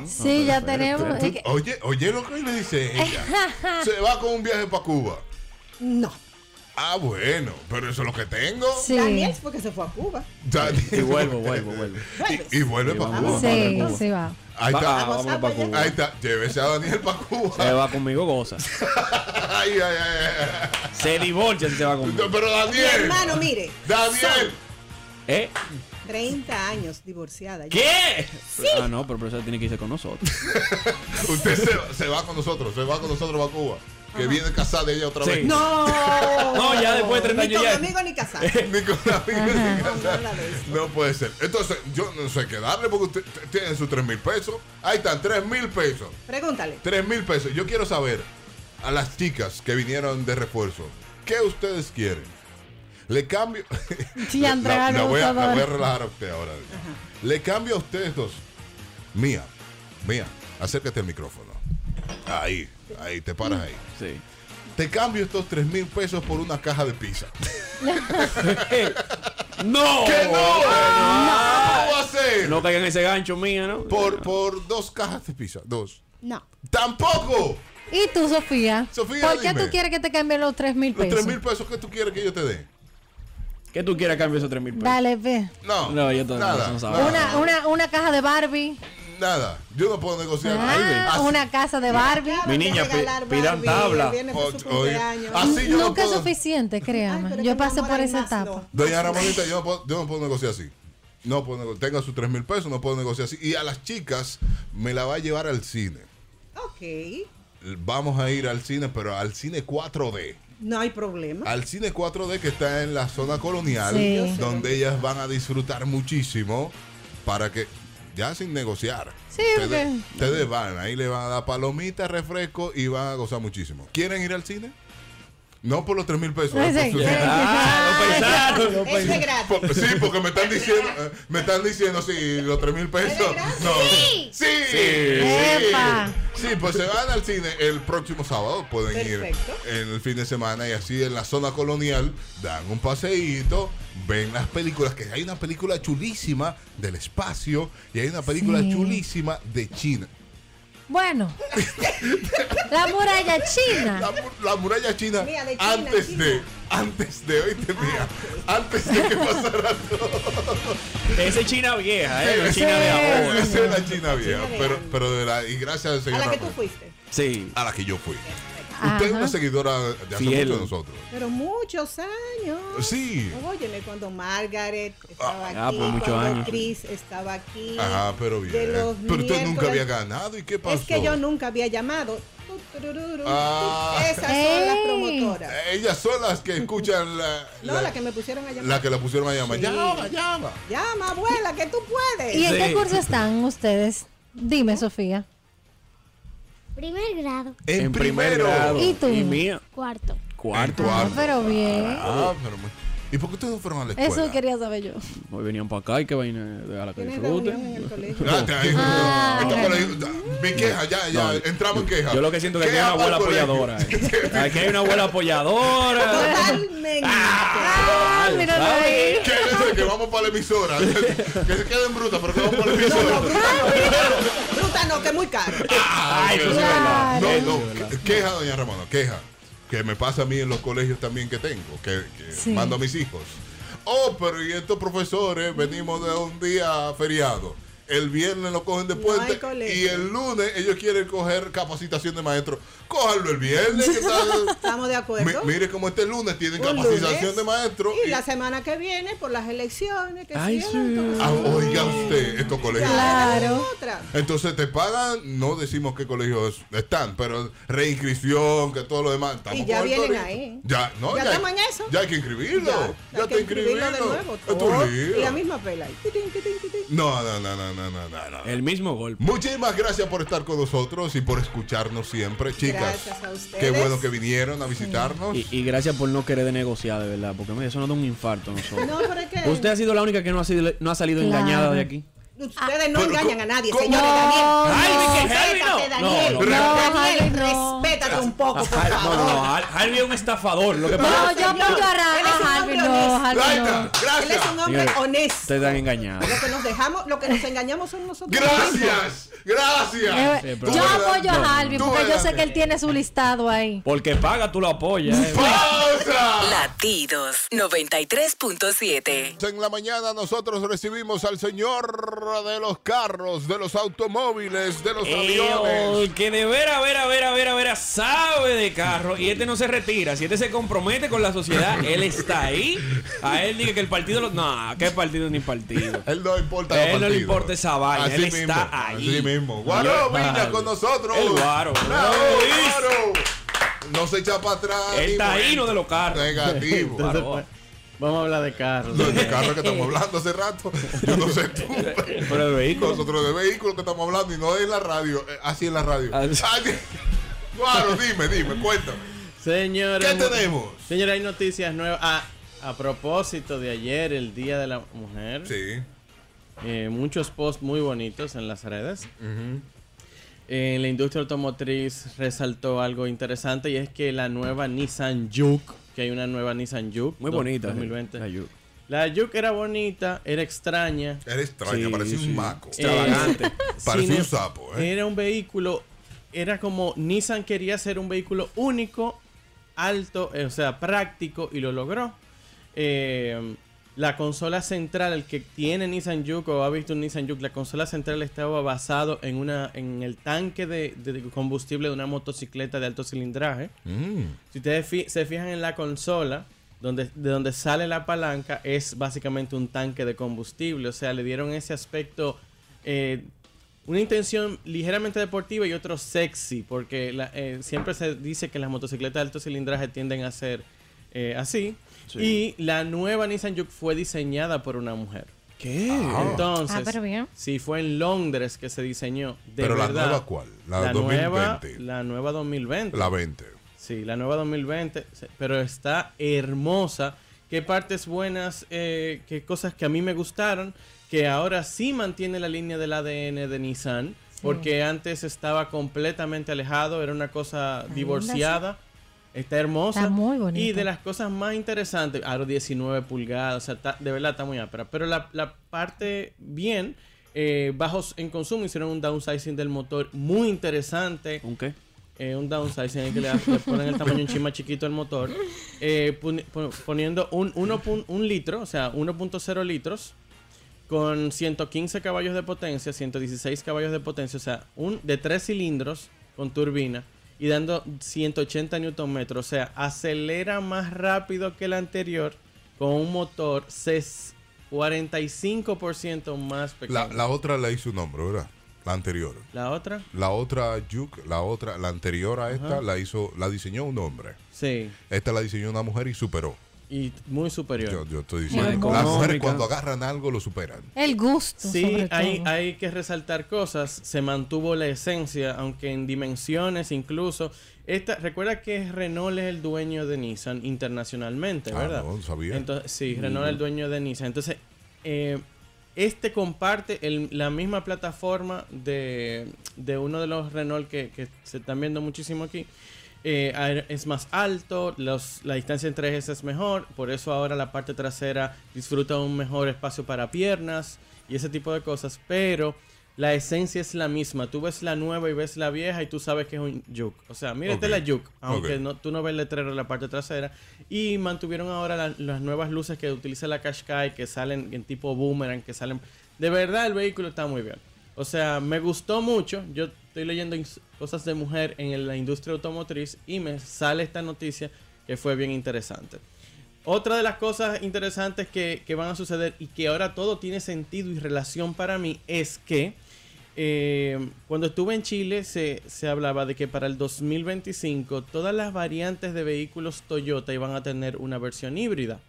D: Sí,
B: Ah,
D: ya tenemos.
A: Tú-
D: es que-
A: Oye, oye lo que le dice ella. se va con un viaje para Cuba.
Q: No.
A: Ah, bueno, pero eso es lo que tengo.
Q: Daniel es porque se fue a Cuba.
A: Dani-
B: Y vuelvo, vuelvo, vuelvo.
A: Y, y vuelve para Cuba.
D: Sí, sí va.
A: Ahí
B: Va-
A: está.
B: ah, vámonos pa' Cuba.
A: Ahí está. Llévese a Daniel para Cuba.
B: Se va conmigo, goza.
A: Ay, ay, ay, ay.
B: Se divorcia si se va conmigo.
A: Pero
Q: Mi
A: Daniel.
Q: hermano, mire.
A: Daniel.
B: ¿Eh?
Q: 30 años divorciada.
B: ¿Qué? Ah, no, pero eso tiene que irse con nosotros.
A: Usted se, se va con nosotros. Se va con nosotros para Cuba. Que viene casada ella otra
B: Sí.
A: vez.
Q: No.
B: No, ya después de 30
Q: Ni
B: años
Q: con
B: ya-
Q: amigo ni casado.
A: Ni con la amiga ni casada.
Q: la vez.
A: No puede ser. Entonces, yo no sé qué darle porque usted usted tiene sus 3 mil pesos. Ahí están, 3 mil pesos.
Q: Pregúntale.
A: 3 mil pesos. Yo quiero saber a las chicas que vinieron de refuerzo, ¿qué ustedes quieren? Le cambio.
D: Sí, ya
A: la,
D: entregaron
A: la voy a, la
D: todo.
A: voy a relajar a usted ahora. Le cambio a ustedes dos. Mía, mía, acércate al micrófono. Ahí, ahí, te paras ahí.
B: Sí.
A: Te cambio estos 3 mil pesos por una caja de pizza.
B: ¡No!
A: ¡Que no!
B: Ah,
A: ¿Cómo va a ser?
B: No caigan en ese gancho mía, ¿no?
A: Por, por dos cajas de pizza. Dos.
D: No.
A: ¡Tampoco!
D: ¿Y tú, Sofía?
A: Sofía,
D: ¿Por qué
A: dime.
D: tú quieres que te cambien los 3 mil
A: Los 3
D: pesos?
A: mil pesos que tú quieres que yo te dé.
B: ¿Qué tú quieres a cambio de esos 3 mil pesos?
D: Dale, ve.
A: No.
B: No, yo todavía
A: nada,
B: no sabía.
A: nada,
D: Una, una, una caja de Barbie.
A: nada. Yo no puedo negociar.
D: Ah,
A: Así-
D: una casa de Barbie.
B: Mi niña, pi-
Q: regalar
B: pidan
Q: Barbie,
B: tabla.
Q: viene por su
A: Oye,
Q: cumpleaños.
A: así yo no
D: Nunca es
A: puedo.
D: suficiente, créame.
Q: pero es
D: yo
Q: que
D: pasé
Q: mi amor,
D: por
Q: hay
D: esa
Q: más,
D: etapa.
A: Doña Ramonita, yo no puedo, yo no puedo negociar así. No puedo nego- Tenga sus 3 mil pesos, no puedo negociar así. Y a las chicas me la va a llevar al cine.
Q: Ok.
A: Vamos a ir al cine, pero al cine 4D.
Q: No hay problema.
A: Al cine 4D que está en la zona colonial,
D: Sí. Yo sé
A: donde ellas van a disfrutar muchísimo para que, ya sin negociar,
D: Sí,
A: ustedes,
D: porque-
A: ustedes van, ahí le van a dar palomitas, refresco y van a gozar muchísimo. ¿Quieren ir al cine? No por los 3 mil pesos. ¿eh?
D: Sí,
A: por
D: sí.
A: su-
B: Ah, lo pensaron, lo
Q: Es de gratis.
A: Por- sí, porque me están diciendo, eh, me están diciendo sí, los 3 mil pesos. No. Sí. Sí.
D: Epa.
A: Sí, pues se van al cine el próximo sábado, pueden
Q: Perfecto.
A: ir en el fin de semana y así en la zona colonial dan un paseíto, ven las películas, que hay una película chulísima del espacio y hay una película
D: Sí.
A: chulísima de China.
D: Bueno, la muralla china.
A: La, mu- la muralla china,
Q: Mira, de China,
A: antes
Q: China. Ah,
A: de, antes de hoy tenía, antes de que pasara
B: pensaron. Ese es China vieja, ¿eh? No es
A: Sí.
B: China de ahora.
A: Esa es la China vieja,
Q: de
A: pero,
Q: antes.
A: pero de la, y gracias al
Q: A
A: señor
Q: la que tú
A: Ramón,
Q: fuiste.
B: Sí.
A: a la que yo fui. Usted es
D: Ajá.
A: una seguidora de hace
B: Fiel.
A: mucho de nosotros.
Q: Pero muchos años.
A: Sí.
Q: Óyeme, cuando Margaret estaba aquí,
B: Ah, por muchos
Q: cuando
B: años.
Q: Chris estaba aquí.
A: Ajá, pero bien.
Q: De los
A: Pero usted nunca
Q: miércoles.
A: había ganado y qué pasó.
Q: Es que yo nunca había llamado. Tu, turururu,
A: Ah.
Q: tu. Esas son las promotoras.
A: Ellas son las que escuchan la,
Q: No, la, que me pusieron a llamar.
A: la que la pusieron a llamar.
Q: Sí.
A: Llama, llama.
Q: Llama, abuela, que tú puedes.
D: ¿Y en
B: Sí.
D: qué curso están ustedes? Dime, Sofía.
R: Primer grado.
A: En,
B: En primer grado.
D: ¿Y tú?
B: Y mía.
R: Cuarto.
A: Cuarto.
B: Cuarto.
D: Ah, pero bien.
A: Ah, pero muy- ¿Y por qué ustedes fueron a la escuela?
D: Eso quería saber yo.
B: Hoy venían para acá y que vaina de- a la que
D: Tienen
B: disfruten.
D: reunión en el colegio.
A: Espérate, ahí.
D: Ah.
A: Estamos en la- Mi queja, ya, ya.
B: No.
A: entramos en queja.
B: Yo lo que siento es que aquí hay
A: Queja
B: una abuela
A: al colegio.
B: apoyadora. eh. Aquí hay una abuela apoyadora.
Q: Totalmente.
B: Ah, míralo ahí.
A: Quédense que vamos para la emisora. Que se queden brutas, pero que vamos para la
Q: No,
A: emisora.
Q: no, bruta no. Bruta no, que es muy caro.
A: Ay,
Q: eso sí
A: Dios mío.
Q: es verdad. Claro.
A: No, no, que- queja, doña Ramona, queja. Que me pasa a mí en los colegios también que tengo, que, que
D: Sí.
A: mando a mis hijos. Oh, pero y estos
Q: Mm.
A: profesores venimos de un día feriado. El viernes lo cogen de puente y el lunes ellos quieren coger capacitación de maestros. Cójanlo el viernes. que tal-
Q: Estamos de
A: Mi-
Q: acuerdo.
A: mire como este lunes tienen
Q: Un
A: capacitación
Q: lunes.
A: de maestros.
Q: Y la semana que viene, por las elecciones, que
A: Ay,
Q: sí, entonces,
A: Ah, oiga usted, estos colegios.
Q: claro. Otra.
A: Entonces te pagan, no decimos qué colegios están, pero reinscripción, que todo lo demás. estamos
Q: Y ya
A: con el
Q: vienen
A: torito.
Q: ahí.
A: Ya, no,
Q: Ya
A: ya,
Q: estamos en eso.
A: ya hay que inscribirlo.
Q: Ya,
A: Ya,
Q: hay
A: te
Q: que inscribirlo de
A: inscribirlo.
Q: nuevo.
A: Es tu
Q: todo.
A: lío.
Q: Y la misma pela. ahí. Titín, titín, titín.
A: No, no, no, no, no, no, no,
B: El mismo golpe.
A: Muchísimas gracias por estar con nosotros y por escucharnos siempre, chicas.
Q: Gracias a ustedes.
A: Qué bueno que vinieron a visitarnos.
B: Y, y gracias por no querer de negociar, de verdad, porque mira, eso nos da un infarto a nosotros.
Q: No, pero es que-
B: Usted ha sido la única que no ha, sido, no ha salido
Q: Claro.
B: engañada de aquí.
Q: Ustedes no
B: Pero,
Q: engañan a nadie,
B: ¿cómo?
Q: señores.
B: No,
Q: Daniel,
B: Jaime, que Jaime no.
Q: respétate, Daniel.
B: No, no, no.
Q: Daniel,
D: No, Jaime, no.
Q: respétate un poco, por
B: Ah,
Q: favor.
B: no, no, no, Har- Harvey es un estafador. Lo que
D: No,
B: pasa
D: yo apoyo a Ra-
Q: Él es un
D: a Harvey,
Q: hombre
D: no,
Q: honesto.
D: Harvey no.
A: Laika,
Q: Él es un hombre
B: Señores,
Q: honesto.
B: Ustedes están engañados.
Q: Lo que nos dejamos, lo que nos engañamos son nosotros.
A: Gracias, gracias.
B: Eh,
D: Yo apoyo
B: No, no,
D: a Harvey
B: no.
D: porque yo sé que él tiene su listado ahí.
B: Porque paga, tú lo apoyas. eh.
I: Latidos 93.7.
A: En la mañana nosotros recibimos al señor de los carros, de los automóviles, de los aviones.
B: El oh, que de ver, a ver, a ver, a ver, a ver, sabe de carro y este no se retira. Si este se compromete con la sociedad, él está ahí. A él diga que el partido lo. No, ¿qué partido ni partido?
A: él no importa.
B: A
A: los
B: él no le
A: partidos.
B: importa esa vaina.
A: Así
B: él
A: mismo,
B: está ahí.
A: Así mismo. Guaro,
B: Vale.
A: vine con nosotros.
B: El guaro.
A: Bravo, Guaro. No se echa para atrás.
B: Él
A: ni
B: está ahí,
A: momento.
B: no de los carros.
A: Negativo.
B: Entonces,
A: Guaro.
C: Vamos a hablar de carros.
A: No, de carro que estamos hablando hace rato. Yo no sé tú.
B: Pero el vehículo.
A: Nosotros de vehículos que estamos hablando y no en la radio. eh, Así en la radio.
B: Ah,
A: Ay, Guaro, dime, dime, cuéntame.
S: Señores,
A: ¿Qué tenemos?
S: Señora, hay noticias nuevas. Ah, a propósito de ayer, el Día de la Mujer. Eh,
A: Sí.
S: muchos posts muy bonitos en las redes. Eh, la industria automotriz resaltó algo interesante y es que la nueva Nissan Juke, que hay una nueva Nissan Juke.
B: Muy
S: do-
B: bonita,
S: 2020.
B: la Juke.
S: La Juke era bonita, era extraña.
A: Era extraña,
S: Sí,
A: parecía
S: sí.
A: un maco.
S: Eh,
A: parecía
S: sin-
A: un sapo, ¿eh?
S: Era un vehículo, era como Nissan quería ser un vehículo único, alto, eh, o sea, práctico y lo logró. Eh, la consola central, el que tiene Nissan Juke o ha visto un Nissan Juke, la consola central estaba basado en una en el tanque de, de combustible de una motocicleta de alto cilindraje. Si ustedes fi- se fijan en la consola, donde, de donde sale la palanca, es básicamente un tanque de combustible. O sea, le dieron ese aspecto, eh, una intención ligeramente deportiva y otro sexy, porque la- eh, siempre se dice que las motocicletas de alto cilindraje tienden a ser eh, así.
B: Sí.
S: Y la nueva Nissan Juke fue diseñada por una mujer.
B: ¿Qué?
S: Entonces,
D: Ah, pero bien.
S: sí, fue en Londres que se diseñó. De
A: Pero la
S: verdad.
A: nueva ¿cuál? La
S: nueva-
A: 2020.
S: la nueva 2020.
A: La 20.
S: Sí, la nueva 2020, se- pero está hermosa. Qué partes buenas, eh, qué cosas que a mí me gustaron, que ahora sí mantiene la línea del ADN de Nissan, porque antes estaba completamente alejado, era una cosa divorciada. Está hermosa.
D: Está muy bonita.
S: Y de las cosas más interesantes, aro 19 pulgadas, o sea, está- de verdad está muy ápera. Pero la, la parte bien, eh, bajos en consumo, hicieron un downsizing del motor muy interesante. Eh,
B: ¿Un qué?
S: un downsizing en el que le, le ponen el tamaño un chin más chiquito al motor. eh, poni- pon- poniendo un, uno pun- un litro, o sea, 1.0 litros. Con 115 caballos de potencia, 116 caballos de potencia, o sea, un de tres cilindros con turbina y dando 180 newton metros, o sea, acelera más rápido que el anterior con un motor ses- 45% más pequeño.
A: La, la otra le hizo un nombre, ¿verdad? La anterior.
S: ¿La otra?
A: La otra Juke, la otra, la anterior a esta,
S: Ajá.
A: la hizo, la diseñó un hombre.
S: Sí.
A: Esta la diseñó una mujer y superó.
S: y muy superior.
A: Yo, yo estoy diciendo, las mujeres cuando agarran algo lo superan.
S: Eh.
D: El gusto.
S: Sí,
D: sobre
S: hay,
D: todo.
S: hay que resaltar cosas. Se mantuvo la esencia, aunque en dimensiones incluso. Esta, recuerda que Renault es el dueño de Nissan internacionalmente,
A: Ah,
S: ¿verdad?
A: no, sabía.
S: Entonces, sí,
A: Mm.
S: Renault es el dueño de Nissan. Entonces, eh, este comparte el- la misma plataforma de, de uno de los Renault que, que se están viendo muchísimo aquí. Eh, aer- es más alto, los- la distancia entre ejes es mejor, por eso ahora la parte trasera disfruta un mejor espacio para piernas y ese tipo de cosas, pero la esencia es la misma. Tú ves la nueva y ves la vieja y tú sabes que es un Juke. O sea, mírate
A: Ok,
S: la Juke, aunque
A: ok.
S: no, tú no ves el letrero en la parte trasera. Y mantuvieron ahora la- las nuevas luces que utiliza la Qashqai, que salen en tipo boomerang, que salen... De verdad, el vehículo está muy bien. O sea, me gustó mucho. Yo estoy leyendo ins- cosas de mujer en la industria automotriz y me sale esta noticia que fue bien interesante. Otra de las cosas interesantes que, que van a suceder y que ahora todo tiene sentido y relación para mí es que eh, cuando estuve en Chile se, se hablaba de que para el 2025 todas las variantes de vehículos Toyota iban a tener una versión híbrida.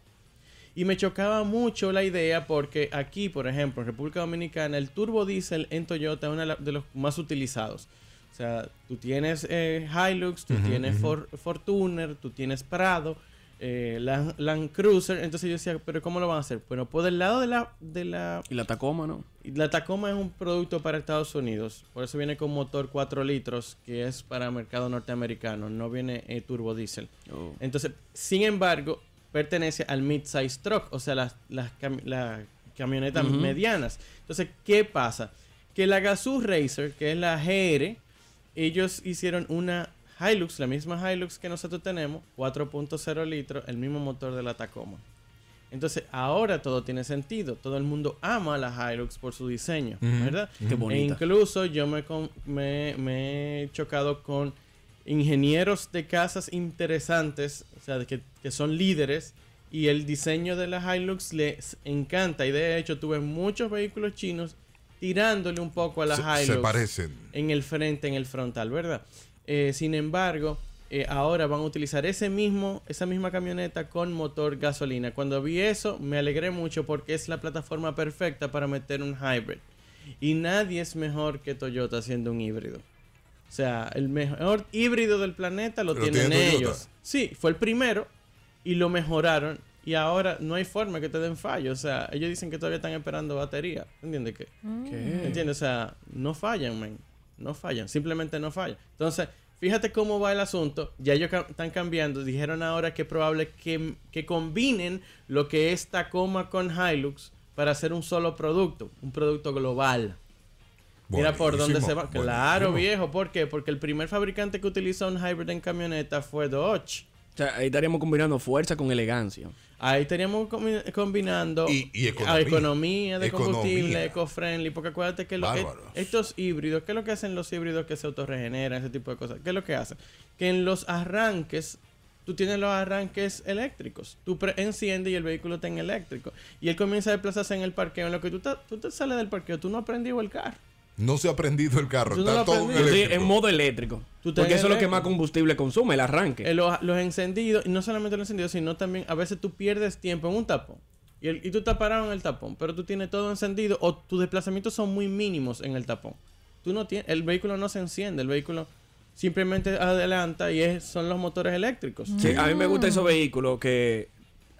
S: Y me chocaba mucho la idea porque aquí, por ejemplo, en República Dominicana, el turbo diésel en Toyota es uno de la- de los más utilizados. O sea, tú tienes eh, Hilux, tú
N: Ujú,
S: tienes
N: ujú.
S: For- Fortuner, tú tienes Prado, eh, Land, Land Cruiser. Entonces yo decía, ¿pero cómo lo van a hacer? Bueno, por el lado de la, de la
B: Y la Tacoma, ¿no?
S: y La Tacoma es un producto para Estados Unidos, por eso viene con motor 4 litros, que es para mercado norteamericano, no viene eh, turbo diésel.
B: Oh.
S: Entonces, sin embargo, pertenece al mid-size truck, o sea, las, las cam- las camionetas
B: Ujú.
S: medianas. Entonces, ¿qué pasa? Que la Gazoo Racer, que es la GR, ellos hicieron una Hilux, la misma Hilux que nosotros tenemos, 4.0 litros, el mismo motor de la Tacoma. Entonces, ahora todo tiene sentido. Todo el mundo ama la Hilux por su diseño,
B: Ujú.
S: ¿verdad?
B: Qué bonita.
S: E incluso yo me, con- me, me he chocado con ingenieros de casas interesantes, o sea, de que, que son líderes, y el diseño de la Hilux les encanta. Y de hecho, tuve muchos vehículos chinos tirándole un poco a la
A: Se-
S: Hilux.
A: se parecen.
S: En el frente, en el frontal, ¿verdad? Eh, sin embargo, eh, ahora van a utilizar ese mismo, esa misma camioneta con motor gasolina. Cuando vi eso, me alegré mucho porque es la plataforma perfecta para meter un hybrid. Y nadie es mejor que Toyota haciendo un híbrido. O sea, el mejor híbrido del planeta lo,
A: Lo
S: tienen
A: tiene Toyota.
S: ellos. Sí, fue el primero y lo mejoraron. Y ahora no hay forma que te den fallo. O sea, ellos dicen que todavía están esperando batería. ¿Entiendes qué?
B: ¿Qué?
S: ¿Entiendes? O sea, no fallan, men. No fallan. Simplemente no fallan. Entonces, fíjate cómo va el asunto. Ya ellos ca- están cambiando. Dijeron ahora que es probable que, que combinen lo que es Tacoma con Hilux para hacer un solo producto. Un producto global. Mira por dónde
B: Buenísimo,
S: se va. Claro,
B: buenísimo.
S: viejo. ¿Por qué? Porque el primer fabricante que utilizó un hybrid en camioneta fue Dodge.
B: O sea, ahí estaríamos combinando fuerza con elegancia.
A: Ah,
S: Ahí estaríamos combi- combinando
B: Y- y economía.
S: a economía de
B: Economía.
S: combustible, eco-friendly, porque acuérdate que lo-
B: Bárbaro.
S: e- estos híbridos, ¿qué es lo que hacen los híbridos que se autorregeneran, ese tipo de cosas? ¿Qué es lo que hacen? Que en los arranques, tú tienes los arranques eléctricos, tú pre- enciendes y el vehículo está en eléctrico, y él comienza a desplazarse en el parqueo, en lo que tú, ta- tú te sales del parqueo, tú no has prendido el carro.
A: No se ha prendido el carro,
S: Tú no
A: está
S: lo
A: todo
S: aprendiste.
A: eléctrico.
B: Sí, en modo eléctrico.
S: Tú
B: Porque
S: tenés
B: eso es lo que
S: eléctrico.
B: más combustible consume, el arranque.
S: Eh, los, los encendidos, y no solamente los encendidos, sino también a veces tú pierdes tiempo en un tapón. Y, el- y tú estás parado en el tapón, pero tú tienes todo encendido o tus desplazamientos son muy mínimos en el tapón. Tú no tienes, el vehículo no se enciende, el vehículo simplemente adelanta y es, son los motores eléctricos.
B: Sí, a mí me gustan esos vehículos que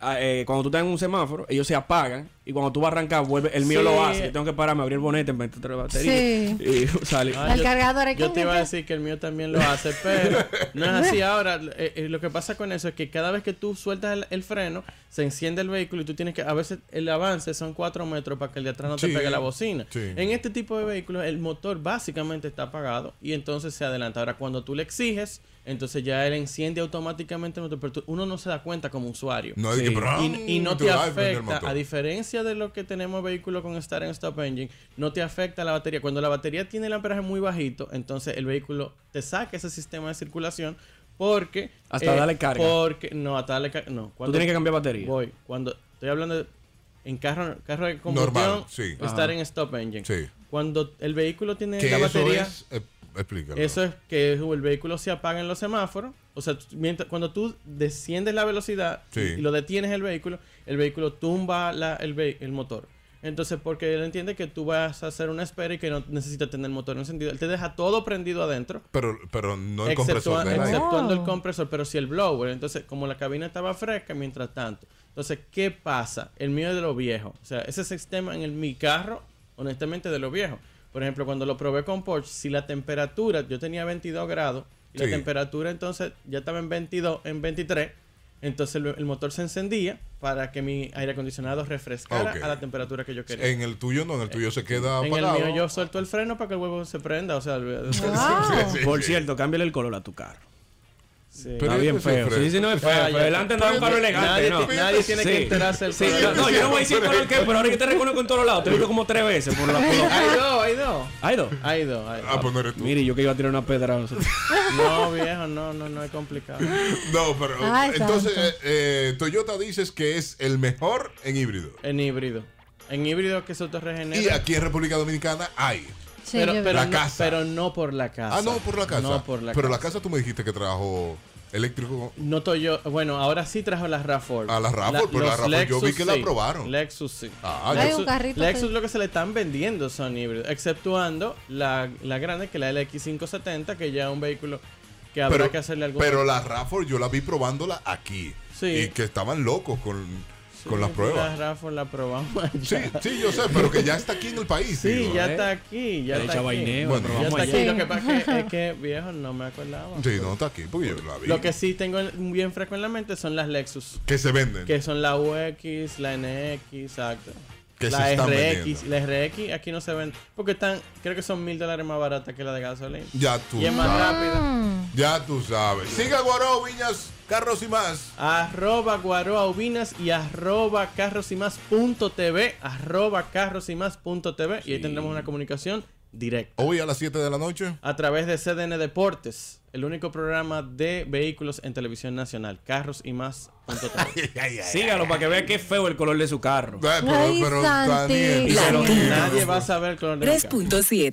B: ah, eh, cuando tú estás en un semáforo, ellos se apagan y cuando tú vas a arrancar, vuelve, el mío
S: Sí.
B: lo hace. Yo tengo que pararme, abrir el bonete, meter otra batería
D: Sí.
B: y sale.
S: Ah, yo-
D: cargador hay
S: Yo
D: que
S: te iba a decir que el mío también lo hace, pero no es así ahora. eh, eh, lo que pasa con eso es que cada vez que tú sueltas el, el freno, se enciende el vehículo y tú tienes que. A veces el avance son 4 metros para que el de atrás no te
B: Sí,
S: pegue la bocina.
B: sí.
S: En este tipo de vehículos, el motor básicamente está apagado y entonces se adelanta. Ahora, cuando tú le exiges, entonces ya él enciende automáticamente el motor, pero tú- uno no se da cuenta como usuario.
A: No, es que, ¡bram!
S: y, y no
A: Tú
S: te
A: vas a prender el
S: afecta.
A: motor.
S: A diferencia de lo que tenemos vehículos con Start and Stop Engine, no te afecta la batería. Cuando la batería tiene el amperaje muy bajito, entonces el vehículo te saca ese sistema de circulación porque... eh,
B: Hasta darle carga.
S: Porque, no, hasta darle carga. No,
B: Tú tienes que cambiar batería.
S: Voy. Cuando estoy hablando de- en carro, carro de combustión,
A: Normal, sí.
S: Start
A: Ajá.
S: and Stop Engine.
A: Sí.
S: Cuando el vehículo tiene
A: Que
S: la
A: eso
S: batería...
A: es, eh, explícalo.
S: Eso es que el vehículo se apaga en los semáforos O sea, tú- mientras, cuando tú desciendes la velocidad
A: Sí.
S: y lo detienes el vehículo, el vehículo tumba la- el, ve- el motor. Entonces, porque él entiende que tú vas a hacer una espera y que no necesita tener el motor encendido. Él te deja todo prendido adentro.
A: Pero, pero no el
S: Exceptua-
A: compresor del aire.
S: Exceptuando el
A: Oh.
S: compresor, pero si el blower. Entonces, como la cabina estaba fresca mientras tanto. Entonces, ¿qué pasa? El mío es de lo viejo. O sea, ese sistema en el, mi carro, honestamente, es de lo viejo. Por ejemplo, cuando lo probé con Porsche, si la temperatura, yo tenía 22 grados, y la
A: Sí.
S: temperatura entonces ya estaba en 22, en 23, entonces el, el motor se encendía para que mi aire acondicionado refrescara
A: Ok.
S: a la temperatura que yo quería.
A: En el tuyo no, en el tuyo se queda
S: En el
A: apagado.
S: mío yo suelto el freno para que el huevo se prenda, o sea... el-
B: Por cierto, cámbiale el color a tu carro.
S: Sí.
B: Está bien feo. Sí, sí, no es feo.
S: Ah, ya.
B: pero adelante andaba un carro
S: Nadie-
B: elegante.
S: Nadie,
B: no.
S: ti- nadie tiene que
B: Sí.
S: enterarse del
B: Sí,
S: color.
B: No, yo no voy a decir color que, pero ahora que te reconozco en todos lados. Te he visto como tres veces por la por-
S: Hay dos, hay dos.
B: ¿Hay dos?
S: Hay dos, hay
B: Ah, pues no eres tú. Mire, yo que iba a tirar una pedra. o sea.
S: No, viejo, no, no, no es complicado.
A: No, pero
S: Ay,
A: entonces
S: santo.
A: eh, eh, Toyota dices que es el mejor en híbrido.
S: En híbrido. En híbrido que se autorregenera.
A: Y aquí en República Dominicana hay.
S: pero, pero
A: la
S: no,
A: casa.
S: pero no por la casa.
A: Ah, no, por la casa.
S: No por la
A: pero
S: casa.
A: la casa tú me dijiste que trajo eléctrico.
S: No Toyo- bueno, ahora sí trajo la RAV4.
A: Ah, la RAV4, pero la
S: los
A: RAV4 yo vi que la
S: sí.
A: aprobaron.
S: Lexus sí.
A: Ah,
D: Hay un carrito
S: Lexus
D: que-
S: lo que se le están vendiendo son híbridos, exceptuando la, la grande que es la LX570, que ya es un vehículo que habrá
A: Pero,
S: que hacerle algún
A: pero la RAFOR yo la vi probándola aquí. Y que estaban locos con, con las pruebas.
S: La RAV4 la probamos. allá.
A: Sí, yo sé, pero que ya está aquí en el país.
S: Sí,
A: digo. ¿eh?
S: ya está aquí, ya
A: Le
S: está
A: echa
S: aquí.
A: vaineo,
S: Bueno,
A: pero
S: ya
A: vamos
S: está aquí.
A: allá.
S: Lo que pasa es que, es que, viejo, no me acordaba.
A: Sí, no está aquí, porque yo la vi.
S: Lo que sí tengo bien fresco en la mente son las Lexus.
A: Que se venden.
S: Que son la UX, la NX, exacto.
A: Que
S: la
A: se están
S: RX, la RX aquí no se venden porque están, creo que son mil dólares más baratas que la de gasolina.
A: Ya tú
S: Y es más
A: sabes.
S: rápida.
A: Ya tú sabes. Siga Guaró, Viñas, Carros y más.
S: Arroba Guaroa Ubinas y arroba carros y más punto TV. Arroba carros y más punto TV. Y ahí tendremos una comunicación directa.
A: Hoy a las 7 de la noche.
S: A través de CDN Deportes, el único programa de vehículos en televisión nacional. Carros y más punto TV.
B: Sígalo para que vea qué feo el color de su carro.
A: pero- pero, Daniel,
B: Y se lo-
S: Nadie va a saber el color de mi carro.
I: 3.7